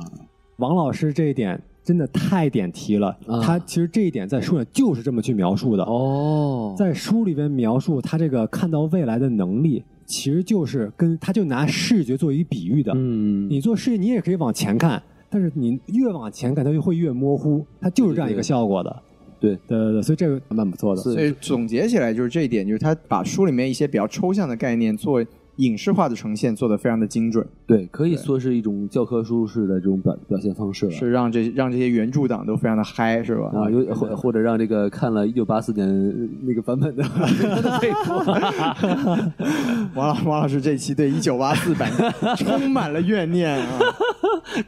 王老师这一点真的太点题了，
啊
他其实这一点在书里就是这么去描述的。
哦
在书里边描述他这个看到未来的能力，其实就是跟他就拿视觉做一比喻的，
嗯，
你做视觉你也可以往前看，但是你越往前看，它就会越模糊，它就是这样一个效果的。
对对
对对对，所以这个蛮不错的。
是
所以总结起来就是这一点，就是他把书里面一些比较抽象的概念做影视化的呈现，做得非常的精准，
对，可以说是一种教科书式的这种表表现方式了。
是让这让这些原著党都非常的嗨，是吧？
啊，有或或者让这个看了一九八四年呃那个版本的佩服，
王老王老师这期对一九八四版 充满了怨念啊，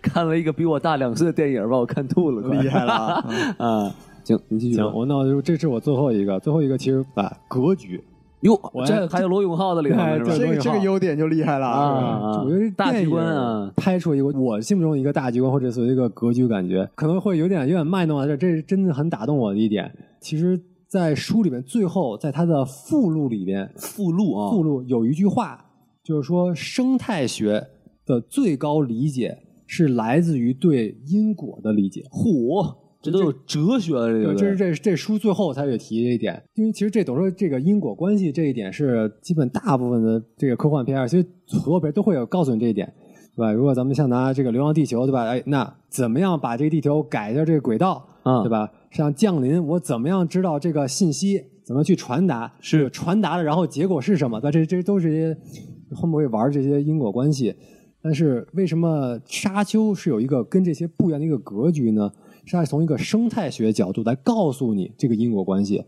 看了一个比我大两岁的电影，把我看吐了，快
厉害了 啊！嗯
啊！行，您继续吧。
行，我那我就这是我最后一个，最后一个其实啊，格局，
哟
我，
这还有罗永浩的里头呢
哎
是吧？
对
这个这个优点就厉害了啊！
啊，
我觉得
大局观啊，，
拍出一个我心目中一个大局观或者所谓一个格局感觉，可能会有点有点卖弄啊，这这是真的很打动我的一点。其实，在书里面最后，在它的附录里边，
附录啊，
附录有一句话，就是说生态学的最高理解是来自于对因果的理解。
虎这都有哲学了，这
对，
个
这是这这书最后他也提这一点，因为其实这等于说这个因果关系这一点是基本大部分的这个科幻片儿，其实所有片儿都会有告诉你这一点，对吧？如果咱们像拿这个《流浪地球》，对吧？哎，那怎么样把这个地球改一下这个轨道，
啊
对吧？像降临，我怎么样知道这个信息怎么去传达？
是
传达了，然后结果是什么？那这这都是一些会不会玩这些因果关系？但是为什么沙丘是有一个跟这些不一样的一个格局呢？是它从一个生态学角度来告诉你这个因果关系。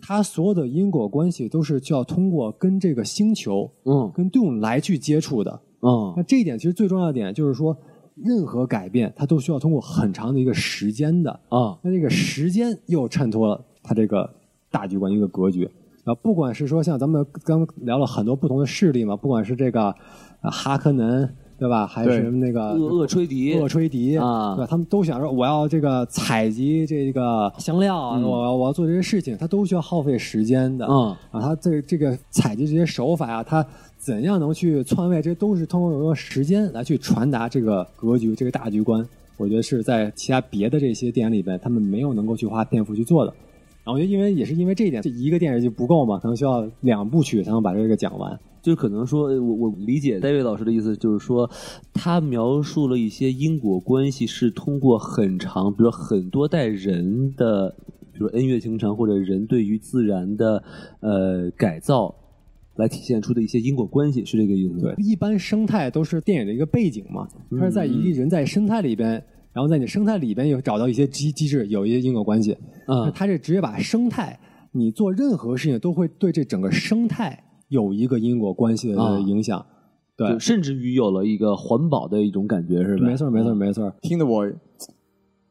它所有的因果关系都是需要通过跟这个星球、
嗯
跟动物来去接触的。
嗯
那这一点其实最重要的点就是说，任何改变它都需要通过很长的一个时间的。
啊
那这个时间又衬托了它这个大局观一个格局。啊，不管是说像咱们刚聊了很多不同的势力嘛，不管是这个、啊哈克南对吧，还
对
是那个
厄厄吹笛
厄吹笛
啊
对吧？他们都想说我要这个采集这个香料啊，我要我要做这些事情，它都需要耗费时间的。
嗯
啊，它这这个采集这些手法啊，它怎样能去篡位，这都是通过时间来去传达这个格局、这个大局观。我觉得是在其他别的这些电影里边，他们没有能够去花篇幅去做的。然后因为也是因为这一点，这一个电影就不够嘛，可能需要两部曲才能把这个讲完。
就是可能说，呃我我理解戴维老师的意思，就是说，他描述了一些因果关系是通过很长，比如很多代人的，比如恩怨情长或者人对于自然的呃改造，来体现出的一些因果关系，是这个意思吗？
对，一般生态都是电影的一个背景嘛，它是在一个人在生态里边，然后在你生态里边有找到一些机机制，有一些因果关系。
啊
嗯
它这直接把生态，你做任何事情都会对这整个生态有一个因果关系
啊
的影响。
就
对，
甚至于有了一个环保的一种感觉，是吧？
没错，没
嗯
错，没错。
听得我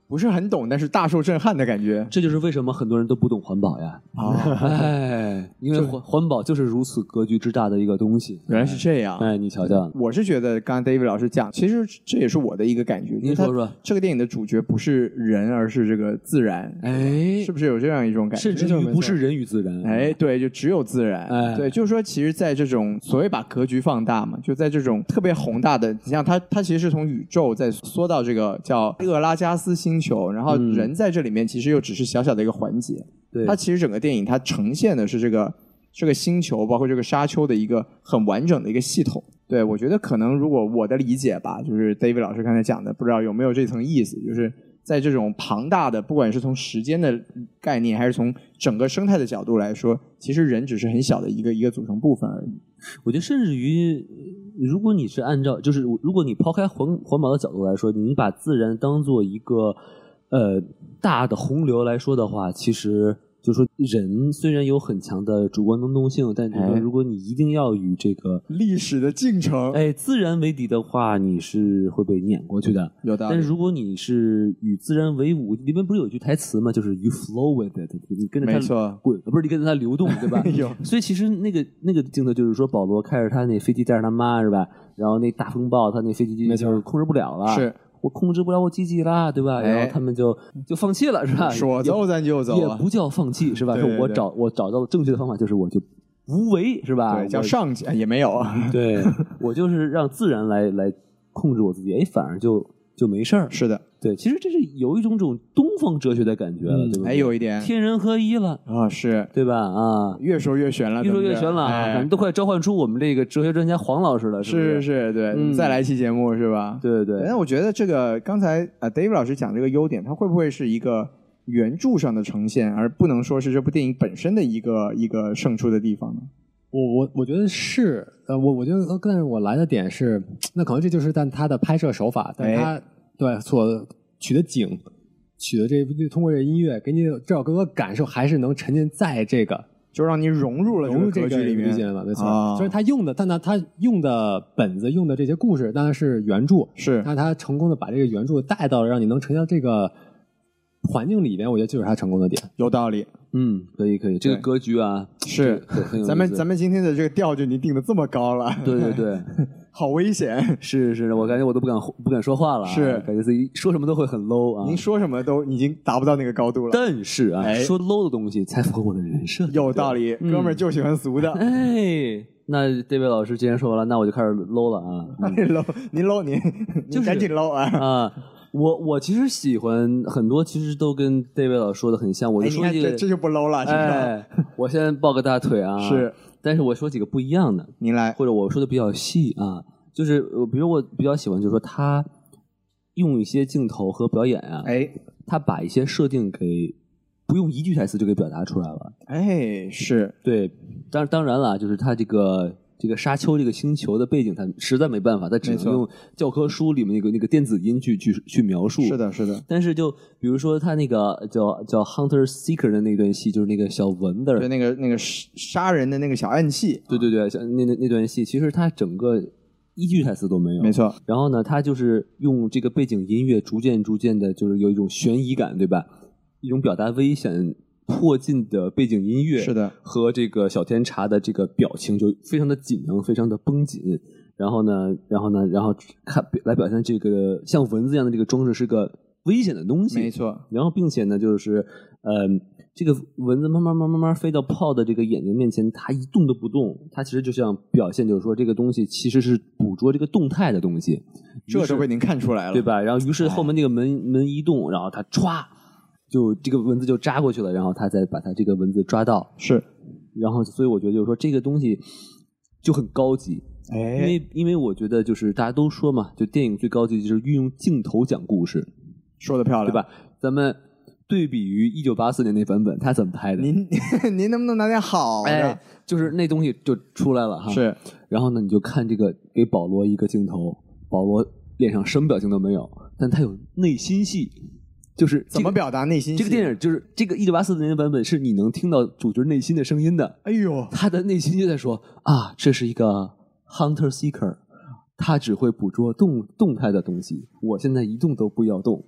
不是很懂，但是大受震撼的感觉
这就是为什么很多人都不懂环保呀。
啊！
哎，因为环环保就是如此格局之大的一个东西。
原来是这样，
哎，你瞧瞧，
我是觉得刚刚 David 老师讲，其实这也是我的一个感觉。因为他
说说
这个电影的主角不是人，而是这个自然，
哎
是，不是有这样一种感觉？
甚至于不是人与自然。
哎，对，就只有自然。
哎
对，就是说，其实，在这种所谓把格局放大嘛，就在这种特别宏大的，你像它，它其实是从宇宙再缩到这个叫厄拉加斯星球，然后
嗯
人在这里面其实又只是小小的一个环节。
对，
它其实整个电影它呈现的是这个这个星球，包括这个沙丘的一个很完整的一个系统。对我觉得可能如果我的理解吧，就是 David 老师刚才讲的，不知道有没有这层意思，就是在这种庞大的，不管是从时间的概念，还是从整个生态的角度来说，其实人只是很小的一个一个组成部分而已。
我觉得甚至于，呃如果你是按照就是如果你抛开环环保的角度来说，你把自然当做一个呃大的洪流来说的话，其实。就说人虽然有很强的主观能动性，但你说
哎
如果你一定要与这个
历史的进程，
哎自然为敌的话，你是会被碾过去的。
有道理。
但是如果你是与自然为伍，里面不是有一句台词吗？就是 “you flow with it”，你跟着
没
它
错
滚，呃不是你跟着它 流动，对吧？
有
所以其实那个那个镜头就是说，保罗开着他那飞机带着他妈是吧？然后那大风暴，他那飞机
没
就是控制不了了，
是
我控制不了我机器啦，对吧？
哎
然后他们就就放弃了，是吧？
说
啊也
走咱就走
也
啊，
不叫放弃，是吧？
对
说
对
我
对
找我找到了正确的方法，就是我就无为，是吧？
对，叫
啊 我
上级哎也没有啊。
对我就是让自然来来控制我自己，哎，反而就就没事儿。
是的，
对，其实 这是有一种种东方哲学的感觉了，
嗯
对不对？
还有一点
天人合一了，
啊、是
对吧？啊，
越说越悬了，
越说
咱们
越
这
玄了，啊，
哎
感觉都快召唤出我们这个哲学专家黄老师了，不
是哎
是？
是，对，
嗯
再来一期节目是吧？
对对
但我觉得这个刚才啊、呃、，Dave 老师讲这个优点，它会不会是一个原著上的呈现，而不能说是这部电影本身的一个一个胜出的地方呢？
我我我觉得是，呃，我我觉得，但是我来的点是，那可能这就是但它的拍摄手法，
哎
但它、对所取的景，取的这就通过这音乐给你至少给我感受，还是能沉浸在这个
就让你融入了
融入
这
这
个
个
格局里
理解
面，
了嘛，没错。
啊
虽然他用的，但他他用的本子用的这些故事当然是原著，
是
但他成功的把这个原著带到了让你能呈现这个环境里边，我觉得就是他成功的点。
有道理。
嗯，可以可以，这个
对
格局啊，
是
对很有
咱们咱
们
们今天的这个调就已经定的这么高了，
对对对，
好危险！
是是，我感觉我都不敢不敢说话了啊，
是
感觉自己说什么都会很 low 啊。
您说什么都已经达不到那个高度了，
但是啊，
哎
说 low 的东西才符合我的 人设，
有道理，
嗯
哥们儿就喜欢俗的。
哎，那这位 老师既然说完了，那我就开始 low 了啊。嗯
搂您搂您，
就 是
您赶紧搂啊！
啊，我我其实喜欢很多，其实都跟 David 老师说的很像。我
哎，
就
你
说
看
几
这这
个，
就不 low 了，是不是？
哎，我先抱个大腿啊。
是，
但是我说几个不一样的，
您来，
或者我说的比较细啊，就是呃比如我比较喜欢，就是说他用一些镜头和表演啊，
哎
他把一些设定给不用一句台词就给表达出来了。
哎，是
对，当当然了，就是他这个这个沙丘这个星球的背景，他实在没办法，他只
没
能
错
用教科书里面那个那个电子音去去去描述。
是。的，是的，
但是就比如说他那个叫叫 Hunter Seeker 的那段戏，就是那个小蚊子儿，
就那个那个杀杀人的那个小暗器，
对对对，像那那那段戏，其实他整个一句台词都没有。
没。错，
然后呢，他就是用这个背景音乐，逐渐逐渐的，就是有一种悬疑感，对吧？一种表达危险、迫近的背景音乐，
是的，
和这个小天茶的这个表情就非常的紧张，非常的绷紧。然后呢，然后呢，然后看来表现这个像蚊子一样的这个装置是个危险的东西，
没错，
然后并且呢，就是嗯，这个蚊子慢慢慢慢慢飞到炮的这个眼睛面前，它一动都不动，它其实就像表现，就是说这个东西其实是捕捉这个动态的东西，于
这
是
都被您看出来了，
对？吧？然后于是后门那个门门一动，然后它歘，就这个蚊子就扎过去了，然后它再把它这个蚊子抓到，
是，
然后所以我觉得就是说这个东西就很高级。因
哎，
为，因为我觉得就是大家都说嘛，就电影最高级就是运用镜头讲故事。
说的漂亮，
对？吧？咱们对比于一九八四年那版本，他怎么拍的？
您 您能不能拿点好
哎
的？，
就是那东西就出来了哈。。
是
然后呢，你就看这个给保罗一个镜头，保罗脸上什么表情都没有，但他有内心戏，就是、这个、
怎么表达内心？
这个电
影，
影就是这个一九八四年的版本，是你能听到主角内心的声音的。
哎 呦，
他的内心就在说啊，这是一个 hunter seeker，他只会捕捉动动态的东西，我现在一动都不要动。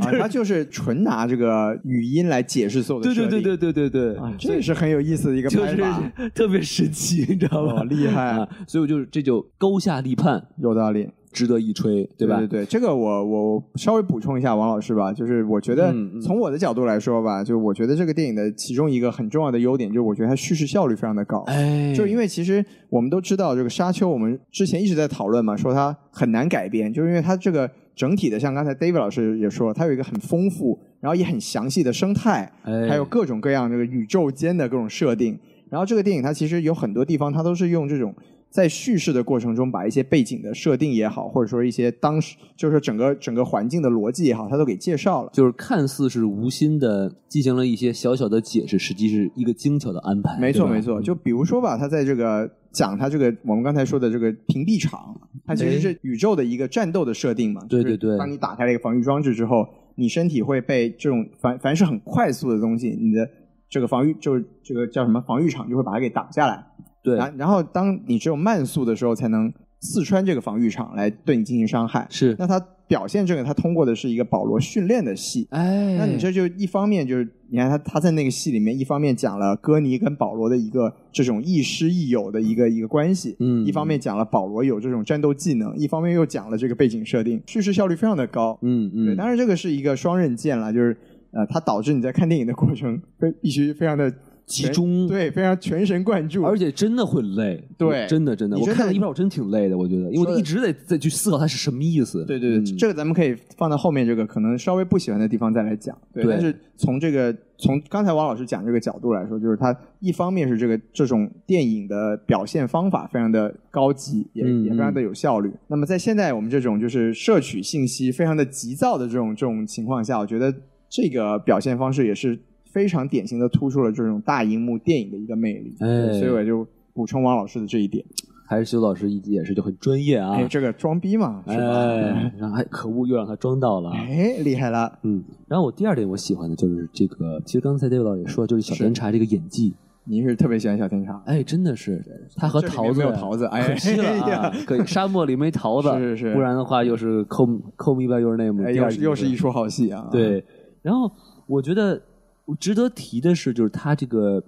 啊，他就是纯拿这个语音来解释所有的
对
设定，
对对对对对对，
啊，这也是很有意思的一个
就
拍
是
法，
特别神奇，你知道吗？
哦厉害
啊！所以我就是这就高下立判，
有道理。
值得一吹，对吧？
对对，这个我我稍微补充一下王老师吧，就是我觉得
嗯嗯
从我的角度来说吧，就我觉得这个电影的其中一个很重要的优点，就是我觉得它叙事效率非常的高。
哎，
就是因
为
为其实我们都知道这个《沙丘》，我们之前一直在讨论嘛，说它很难改编，就是因为它这个整体的，像刚才 David 老师也说，它有一个很丰富，然后也很详细的生态，
哎
还有各种各样这个宇宙间的各种设定。然后这个电影它其实有很多地方，它都是用这种在叙事的过程中，把一些背景的设定也好，或者说一些当时就是说整个整个环境的逻辑也好，它都给介绍了。
就是看似是无心的进行了一些小小的解释，实际是一个精巧的安排。
没错
对吧嗯
没错，就比如说吧，他在这个讲他这个我们刚才说的这个屏蔽场，它其实是宇宙的一个战斗的设定嘛。
哎对对
就是
对
当你打开了一个防御装置之后，你身体会被这种凡凡是很快速的东西，你的这个防御就是这个叫什么防御场就会把它给挡下来。
对，
然然后当你只有慢速的时候，才能刺穿这个防御场来对你进行伤害。
是
那他表现这个，他通过的是一个保罗训练的戏，
哎，
那你这就一方面就是，你看他他在那个戏里面，一方面讲了哥尼跟保罗的一个这种亦师亦友的一个一个关系，
嗯
一方面讲了保罗有这种战斗技能，一方面又讲了这个背景设定，叙事效率非常的高。
嗯嗯，
对，当然这个是一个双刃剑了，就是呃，它导致你在看电影的过程非必须非常的
集中
对，非常全神贯注，
而且真的会累，
对
我真的真的，
你
我
真的
看了一半，我真挺累的，我觉得，因
说
为我
的
一直在在去思考它是什么意思。
对对对，
嗯
这个咱们可以放到后面这个可能稍微不喜欢的地方再来讲。对，
对
但是从这个从刚才王老师讲这个角度来说，就是它一方面是这个这种电影的表现方法非常的高级，也
嗯
也非常的有效率。那么在现在我们这种就是摄取信息非常的急躁的这种这种情况下，我觉得这个表现方式也是非常典型的突出了这种大荧幕电影的一个魅力。
哎
对所以我就补充王老师的这一点。
还是修老师一也是就很专业啊
哎，，这个装逼嘛，是吧？
哎，然后还可恶又让他装到了。
哎，厉害了。
嗯，然后我第二点我喜欢的就是这个，其实刚才 David 老师也说，就是小天茶这个演技，
您是特别喜欢小天茶，
哎，真的是他和
这里
桃
面
子
没有桃子哎
可惜 了
哎
啊
呀，
可沙漠里没桃子，
是是是
不然的话又是 Come Come Me By Your Name，、
哎，又是又是一出好戏啊！，
对。然后我觉得值得
哎
提的是，就是他这个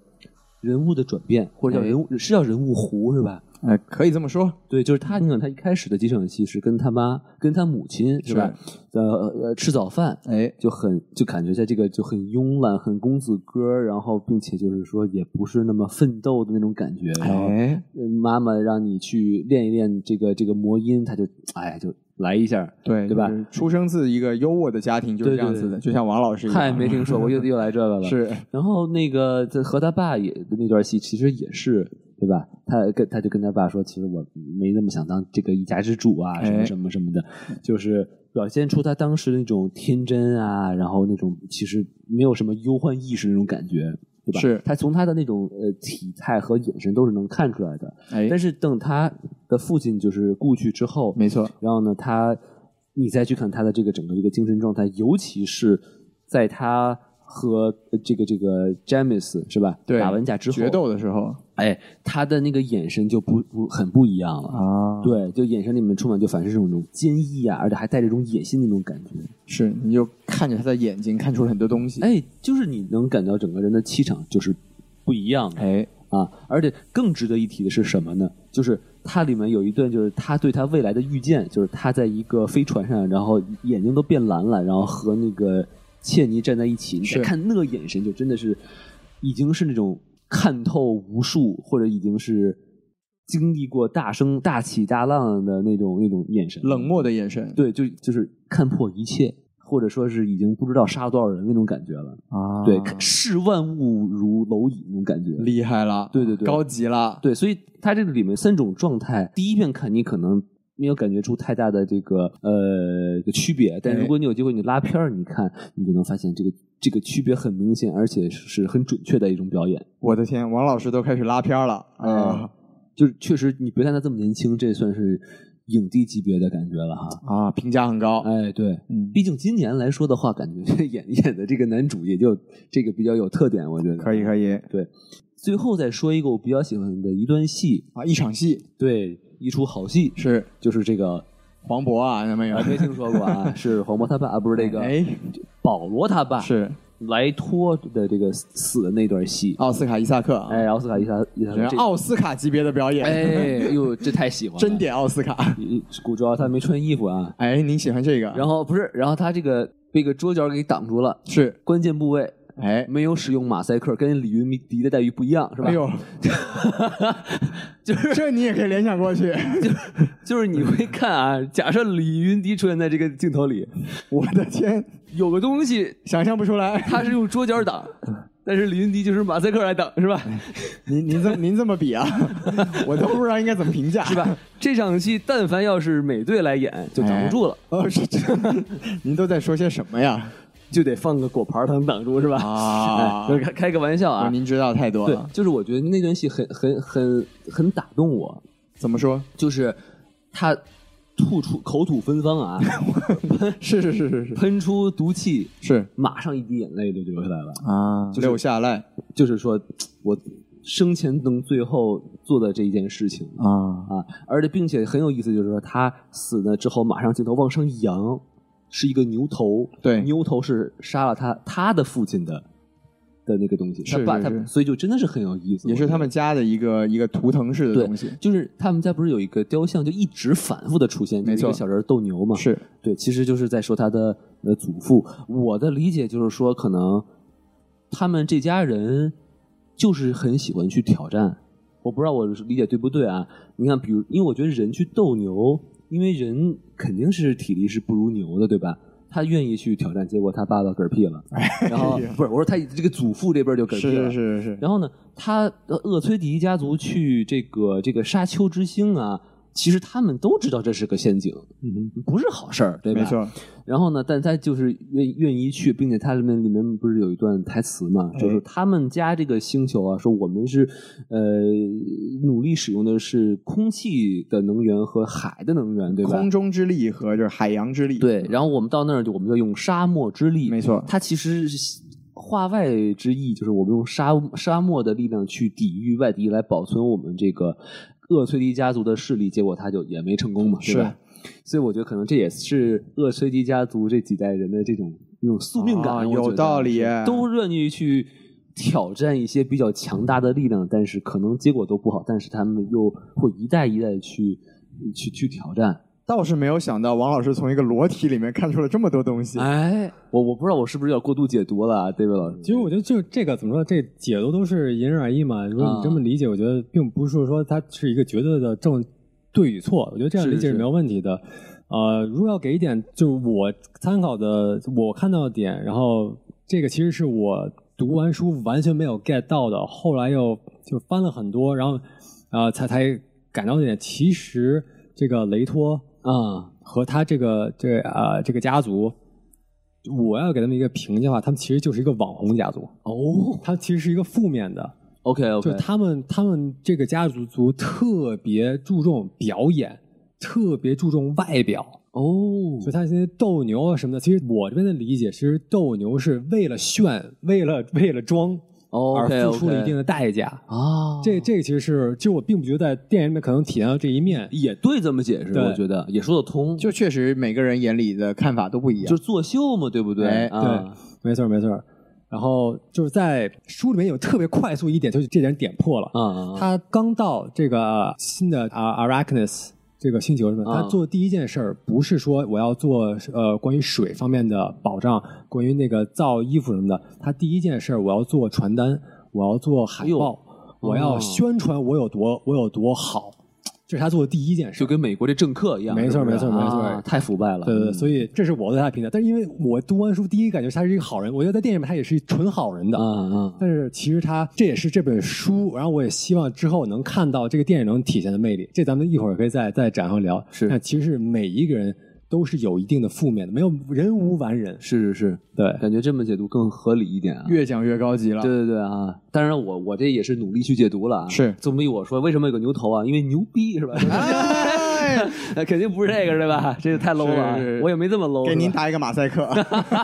人物的转变，或者叫人物、是叫人物弧是吧？
呃，可以这么说，
对，就是他，你看他一开始的几场戏是跟他妈、跟他母亲是吧？呃呃，吃早饭，
哎，
就很就感觉在这个就很慵懒、很公子哥，然后并且就是说也不是那么奋斗的那种感觉。然后
哎，
呃妈妈让你去练一练这个这个魔音，他就哎就来一下，
对
对吧？？
就是出生自一个优渥的家庭就是这样子
对对
的，
对
就像王老师一样，啊
嗨，没听说 过，又又来这个了。
是
然后那个在和他爸也那段戏，其实也是对吧？他跟他就跟他爸说，其实我没那么想当这个一家之主啊，
哎
什么什么什么的，就是表现出他当时那种天真啊，然后那种其实没有什么忧患意识那种感觉。对吧？
是
他从他的那种呃体态和眼神都是能看出来的。
哎
但，是等他的父亲就是故去之后，
没错，
然后呢，他你再去看他的这个整个这个精神状态，尤其是在他和呃这个这个詹姆斯是吧？
对
打完架之后，
决，斗的时候
哎，他的那个眼神就不不很不一样了。
啊，
对，就眼神里面充满就凡是这种这种坚毅啊，而且还带着这种野心的那种感觉。
是，你就看着他的眼睛，看出了很多东西，
哎，就是你能感到整个人的气场就是不一样的。
哎，
啊，而且更值得一提的是什么呢？就是它里面有一段，就是他对他未来的预见，就是他在一个飞船上，然后眼睛都变蓝了，然后和那个切尼站在一起，你
是
再看那个眼神，就真的是已经是那种看透无数，或者已经是经历过大升大起大浪的那种那种眼神，
冷，漠的眼神，
对，就就是看破一切，或者说是已经不知道杀了多少人那种感觉了，
啊
对，看视万物如蝼蚁那种感觉，
厉害了，
对对对
高级了，
对，所以它这个里面三种状态，第一遍看你可能没有感觉出太大的这个呃这个区别，但
哎
如果你有机会你拉片儿你看，你就能发现这个这个区别很明显，而且是很准确的一种表演。
我的天，王老师都开始拉片儿了
嗯
啊
就是确实，你别看他这么年轻，这算是影帝级别的感觉了哈。
啊，评价很高，
哎，对，
嗯，
毕竟今年来说的话，感觉演演的这个男主也就这个比较有特点，我觉得
可以可
以。
以
最后再说一个我比较喜欢的一段戏，
啊，一场戏
对，一出好戏，
是
就是这个
黄渤啊，有没有
啊，？没听说过 啊，是黄渤他爸啊，不是这个
哎，
保罗他爸，
是
莱托的这个死的那段戏，
奥斯卡伊萨克啊，
哎，奥斯卡伊萨伊萨
人
这，
奥斯卡级别的表演，
哎呦，这太喜欢了，
真，点奥斯卡。
古主要他没穿衣服啊，
哎，您喜欢这个？
然后不是，然后他这个被个桌角给挡住了，
是
关键部位
哎，
没有使用马赛克，跟李云迪的待遇不一样，是吧？
哎 呦，
就是
这你也可以联想过 去。
就是你会看啊，假设李云迪出现在这个镜头里，
我的天，
有个东西
想象不出来。
他是用桌角挡，但是李云迪就是马赛克来挡，是吧？
哎您您这您这么比啊， 我都不知道应该怎么评价，
是？吧？这场戏但凡要是美队来演，就挡不住了，
哦，是这，您都在说些什么呀？
就得放个果盘儿才能挡住，是吧？
啊
哎就是开开个玩笑
哦
啊。
您知道太多
对
了，。
就是我觉得那段戏很很很很打动我，
怎么说？
就是他吐出口吐芬芳啊，
是是是是是
喷出毒气，
是
马上一滴眼泪就流下来了。
啊，
就是
六下烂
就是说我生前能最后做的这一件事情
啊，
啊，而且并且很有意思，就是说他死了之后，马上镜头往上扬，是一个牛头，
对
牛头是杀了他他的父亲的的那个东西，
是
他爸
是
他，
是
所以就真的是很有意思，
也是他
我觉
们家的一个一个图腾式的
对
东西
得。。就是他们家不是有一个雕像，就一直反复的出现，
没错
就是一个小人斗牛嘛。
是
对，其实就是在说他的呃祖父。我的理解就是说，可能他们这家人就是很喜欢去挑战。我不知道我理解对不对啊？你看，比如，因为我觉得人去斗牛，因为人肯定是体力是不如牛的，对吧？他愿意去挑战，结果他爸爸嗝屁了，然后不是我说他这个祖父这边就嗝
是
屁了，
是是是，
然后呢，他呃厄崔迪家族去这个这个沙丘之星啊，其实他们都知道这是个陷阱，
嗯
不是好事儿，对吧？
没。错，
然后呢，但他就是愿愿意去，并且他里面里面不是有一段台词嘛，
哎
就是他们家这个星球啊，说我们是呃努力使用的是空气的能源和海的能源，对吧？
空中之力和就是海洋之力。
对，然后我们到那儿就我们就用沙漠之力，
没错
它其实是话外之意就是我们用沙沙漠的力量去抵御外敌，来保存我们这个厄崔迪家族的势力。结果他就也没成功嘛，对吧？所以我觉得可能这也是厄崔迪家族这几代人的这种那种宿命感，
啊
我觉得
有道理
是都愿意去挑战一些比较强大的力量，但是可能结果都不好，但是他们又会一代一代地去去去挑战。
倒是没有想到王老师从一个裸体里面看出了这么多东西。
哎，我我不知道我是不是有点过度解读了啊，David 老师。
其实我觉得就这个怎么说，这解读都是因人而异嘛。如
啊
果你这么理解，我觉得并不是说它是一个绝对的正对与错，我觉得这样
是
理解
是
是没有问题的。呃，如果要给一点，就是我参考的，我看到的点，然后这个其实是我读完书完全没有 get 到的，后来又就翻了很多，然后啊、呃才才感到一点，其实这个雷托
啊、
和他这个这啊、这个家族，我要给他们一个评价的话，他们其实就是一个网红家族，
哦
他其实是一个负面的，
，OK
就
OK，
他们他们这个家族族特别注重表演，特别注重外表。
哦
所以他现在斗牛啊什么的，其实我这边的理解，其实斗牛是为了炫，为了为了装而
，OK
付出了一
OK，
定的代价。
哦啊，
这这个其实是，其实我并不觉得在电影里面可能体验到这一面，
也对，这么解释，
对
我觉得也说得通，
就确实每个人眼里的看法都不一样。
就作秀嘛，对不对？
哎
啊、
没错儿没错儿。然后就是在书里面有特别快速一点，就是这点点破了。
啊，
他刚到这个新的啊 Arachnis 这个星球什么，
啊
他做第一件事儿不是说我要做呃关于水方面的保障，关于那个造衣服什么的，他第一件事儿我要做传单，我要做海
哎呦
报，我要宣传我有多我有多好，这是他做的第一件事
就
儿。
跟美国这政客一样，
没错
是不是
没错没错
啊太腐败了，
对对，对
嗯
所以这是我对他的评价。但是因为我读完书，第一感觉他是一个好人，我觉得在电影里面他也是一纯好人的。
啊啊，
但是其实它这也是这本书，然后我也希望之后能看到这个电影能体现的魅力。这咱们一会儿可以再再展开聊。
是
但其实每一个人都是有一定的负面的，没有人无完人。
是是是，
对，
感觉这么解读更合理一点啊。
越讲越高级了
对。对对啊！当然我，我这也是努力去解读了啊。
是
总比我说为什么有个牛头啊？因为牛逼是吧？
哎
肯定不是这个对吧？这个太 low 了啊，
是是是
我也没这么 low 是
给
吧。
您打一个马赛 克。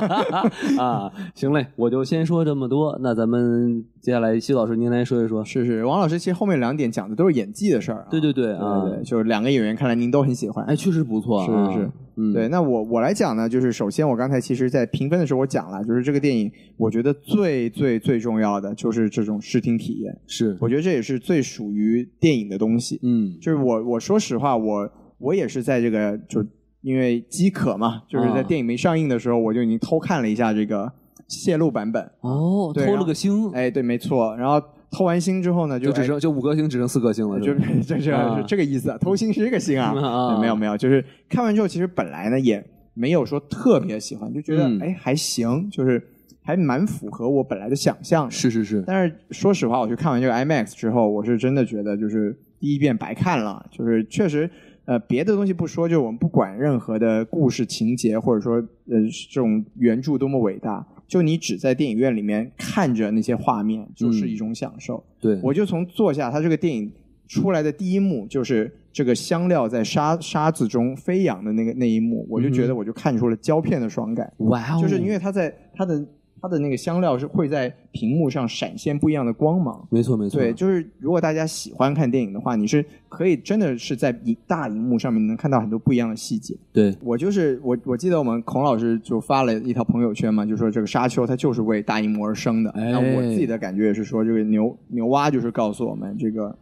啊，行嘞，我就先说这么多。那咱们接下来，西老师您来说一说。
是是，王老师其实后面两点讲的都是演技的事儿、啊。
对对对
对
啊
对，对，就是两个演员，看来您都很喜欢。
哎，确实不错、啊，
是是是，
嗯，
对，，那我我来讲呢，就是首先我刚才其实，在评分的时候我讲了，就是这个电影，我觉得最最最重要的就是这种视听体验，
是，
我觉得这也是最属于电影的东西。
嗯，
就是我我说实话，我我也是在这个就因为饥渴嘛，就是
啊
在电影没上映的时候，我就已经偷看了一下这个泄露版本。
哦，
对
偷
然
了
后
个星，
哎，对，没错。然后偷完星之后呢，
就
就
只剩就五颗星，只剩四颗星了，
哎
是
就
吧
是这是
啊
是这个意思，偷星是这个星 啊。
啊
对没有没有，就是看完之后，其实本来呢也没有说特别喜欢，就觉得
嗯
哎还行，就是还蛮符合我本来的想象的。
是是是，
但是说实话，我去看完这个 IMAX 之后，我是真的觉得就是第一遍白看了，就是确实，呃，别的东西不说，就我们不管任何的故事情节，或者说呃这种原著多么伟大，就你只在电影院里面看着那些画面，就是一种享受。
对，
我就从坐下，它这个电影出来的第一幕就是这个香料在沙沙子中飞扬的那个那一幕，我就觉得我就看出了胶片的爽感。
哇哦，
就是因为它在它的它的那个香料是会在屏幕上闪现不一样的光芒。
没错没错，
对，就是如果大家喜欢看电影的话，你是可以真的是在一大荧幕上面能看到很多不一样的细节。
对，
我就是我，我记得我们孔老师就发了一条朋友圈嘛，就说这个沙丘它就是为大荧幕而生的。
哎
那我自己的感觉也是说，这个牛牛蛙就是告诉我们，这个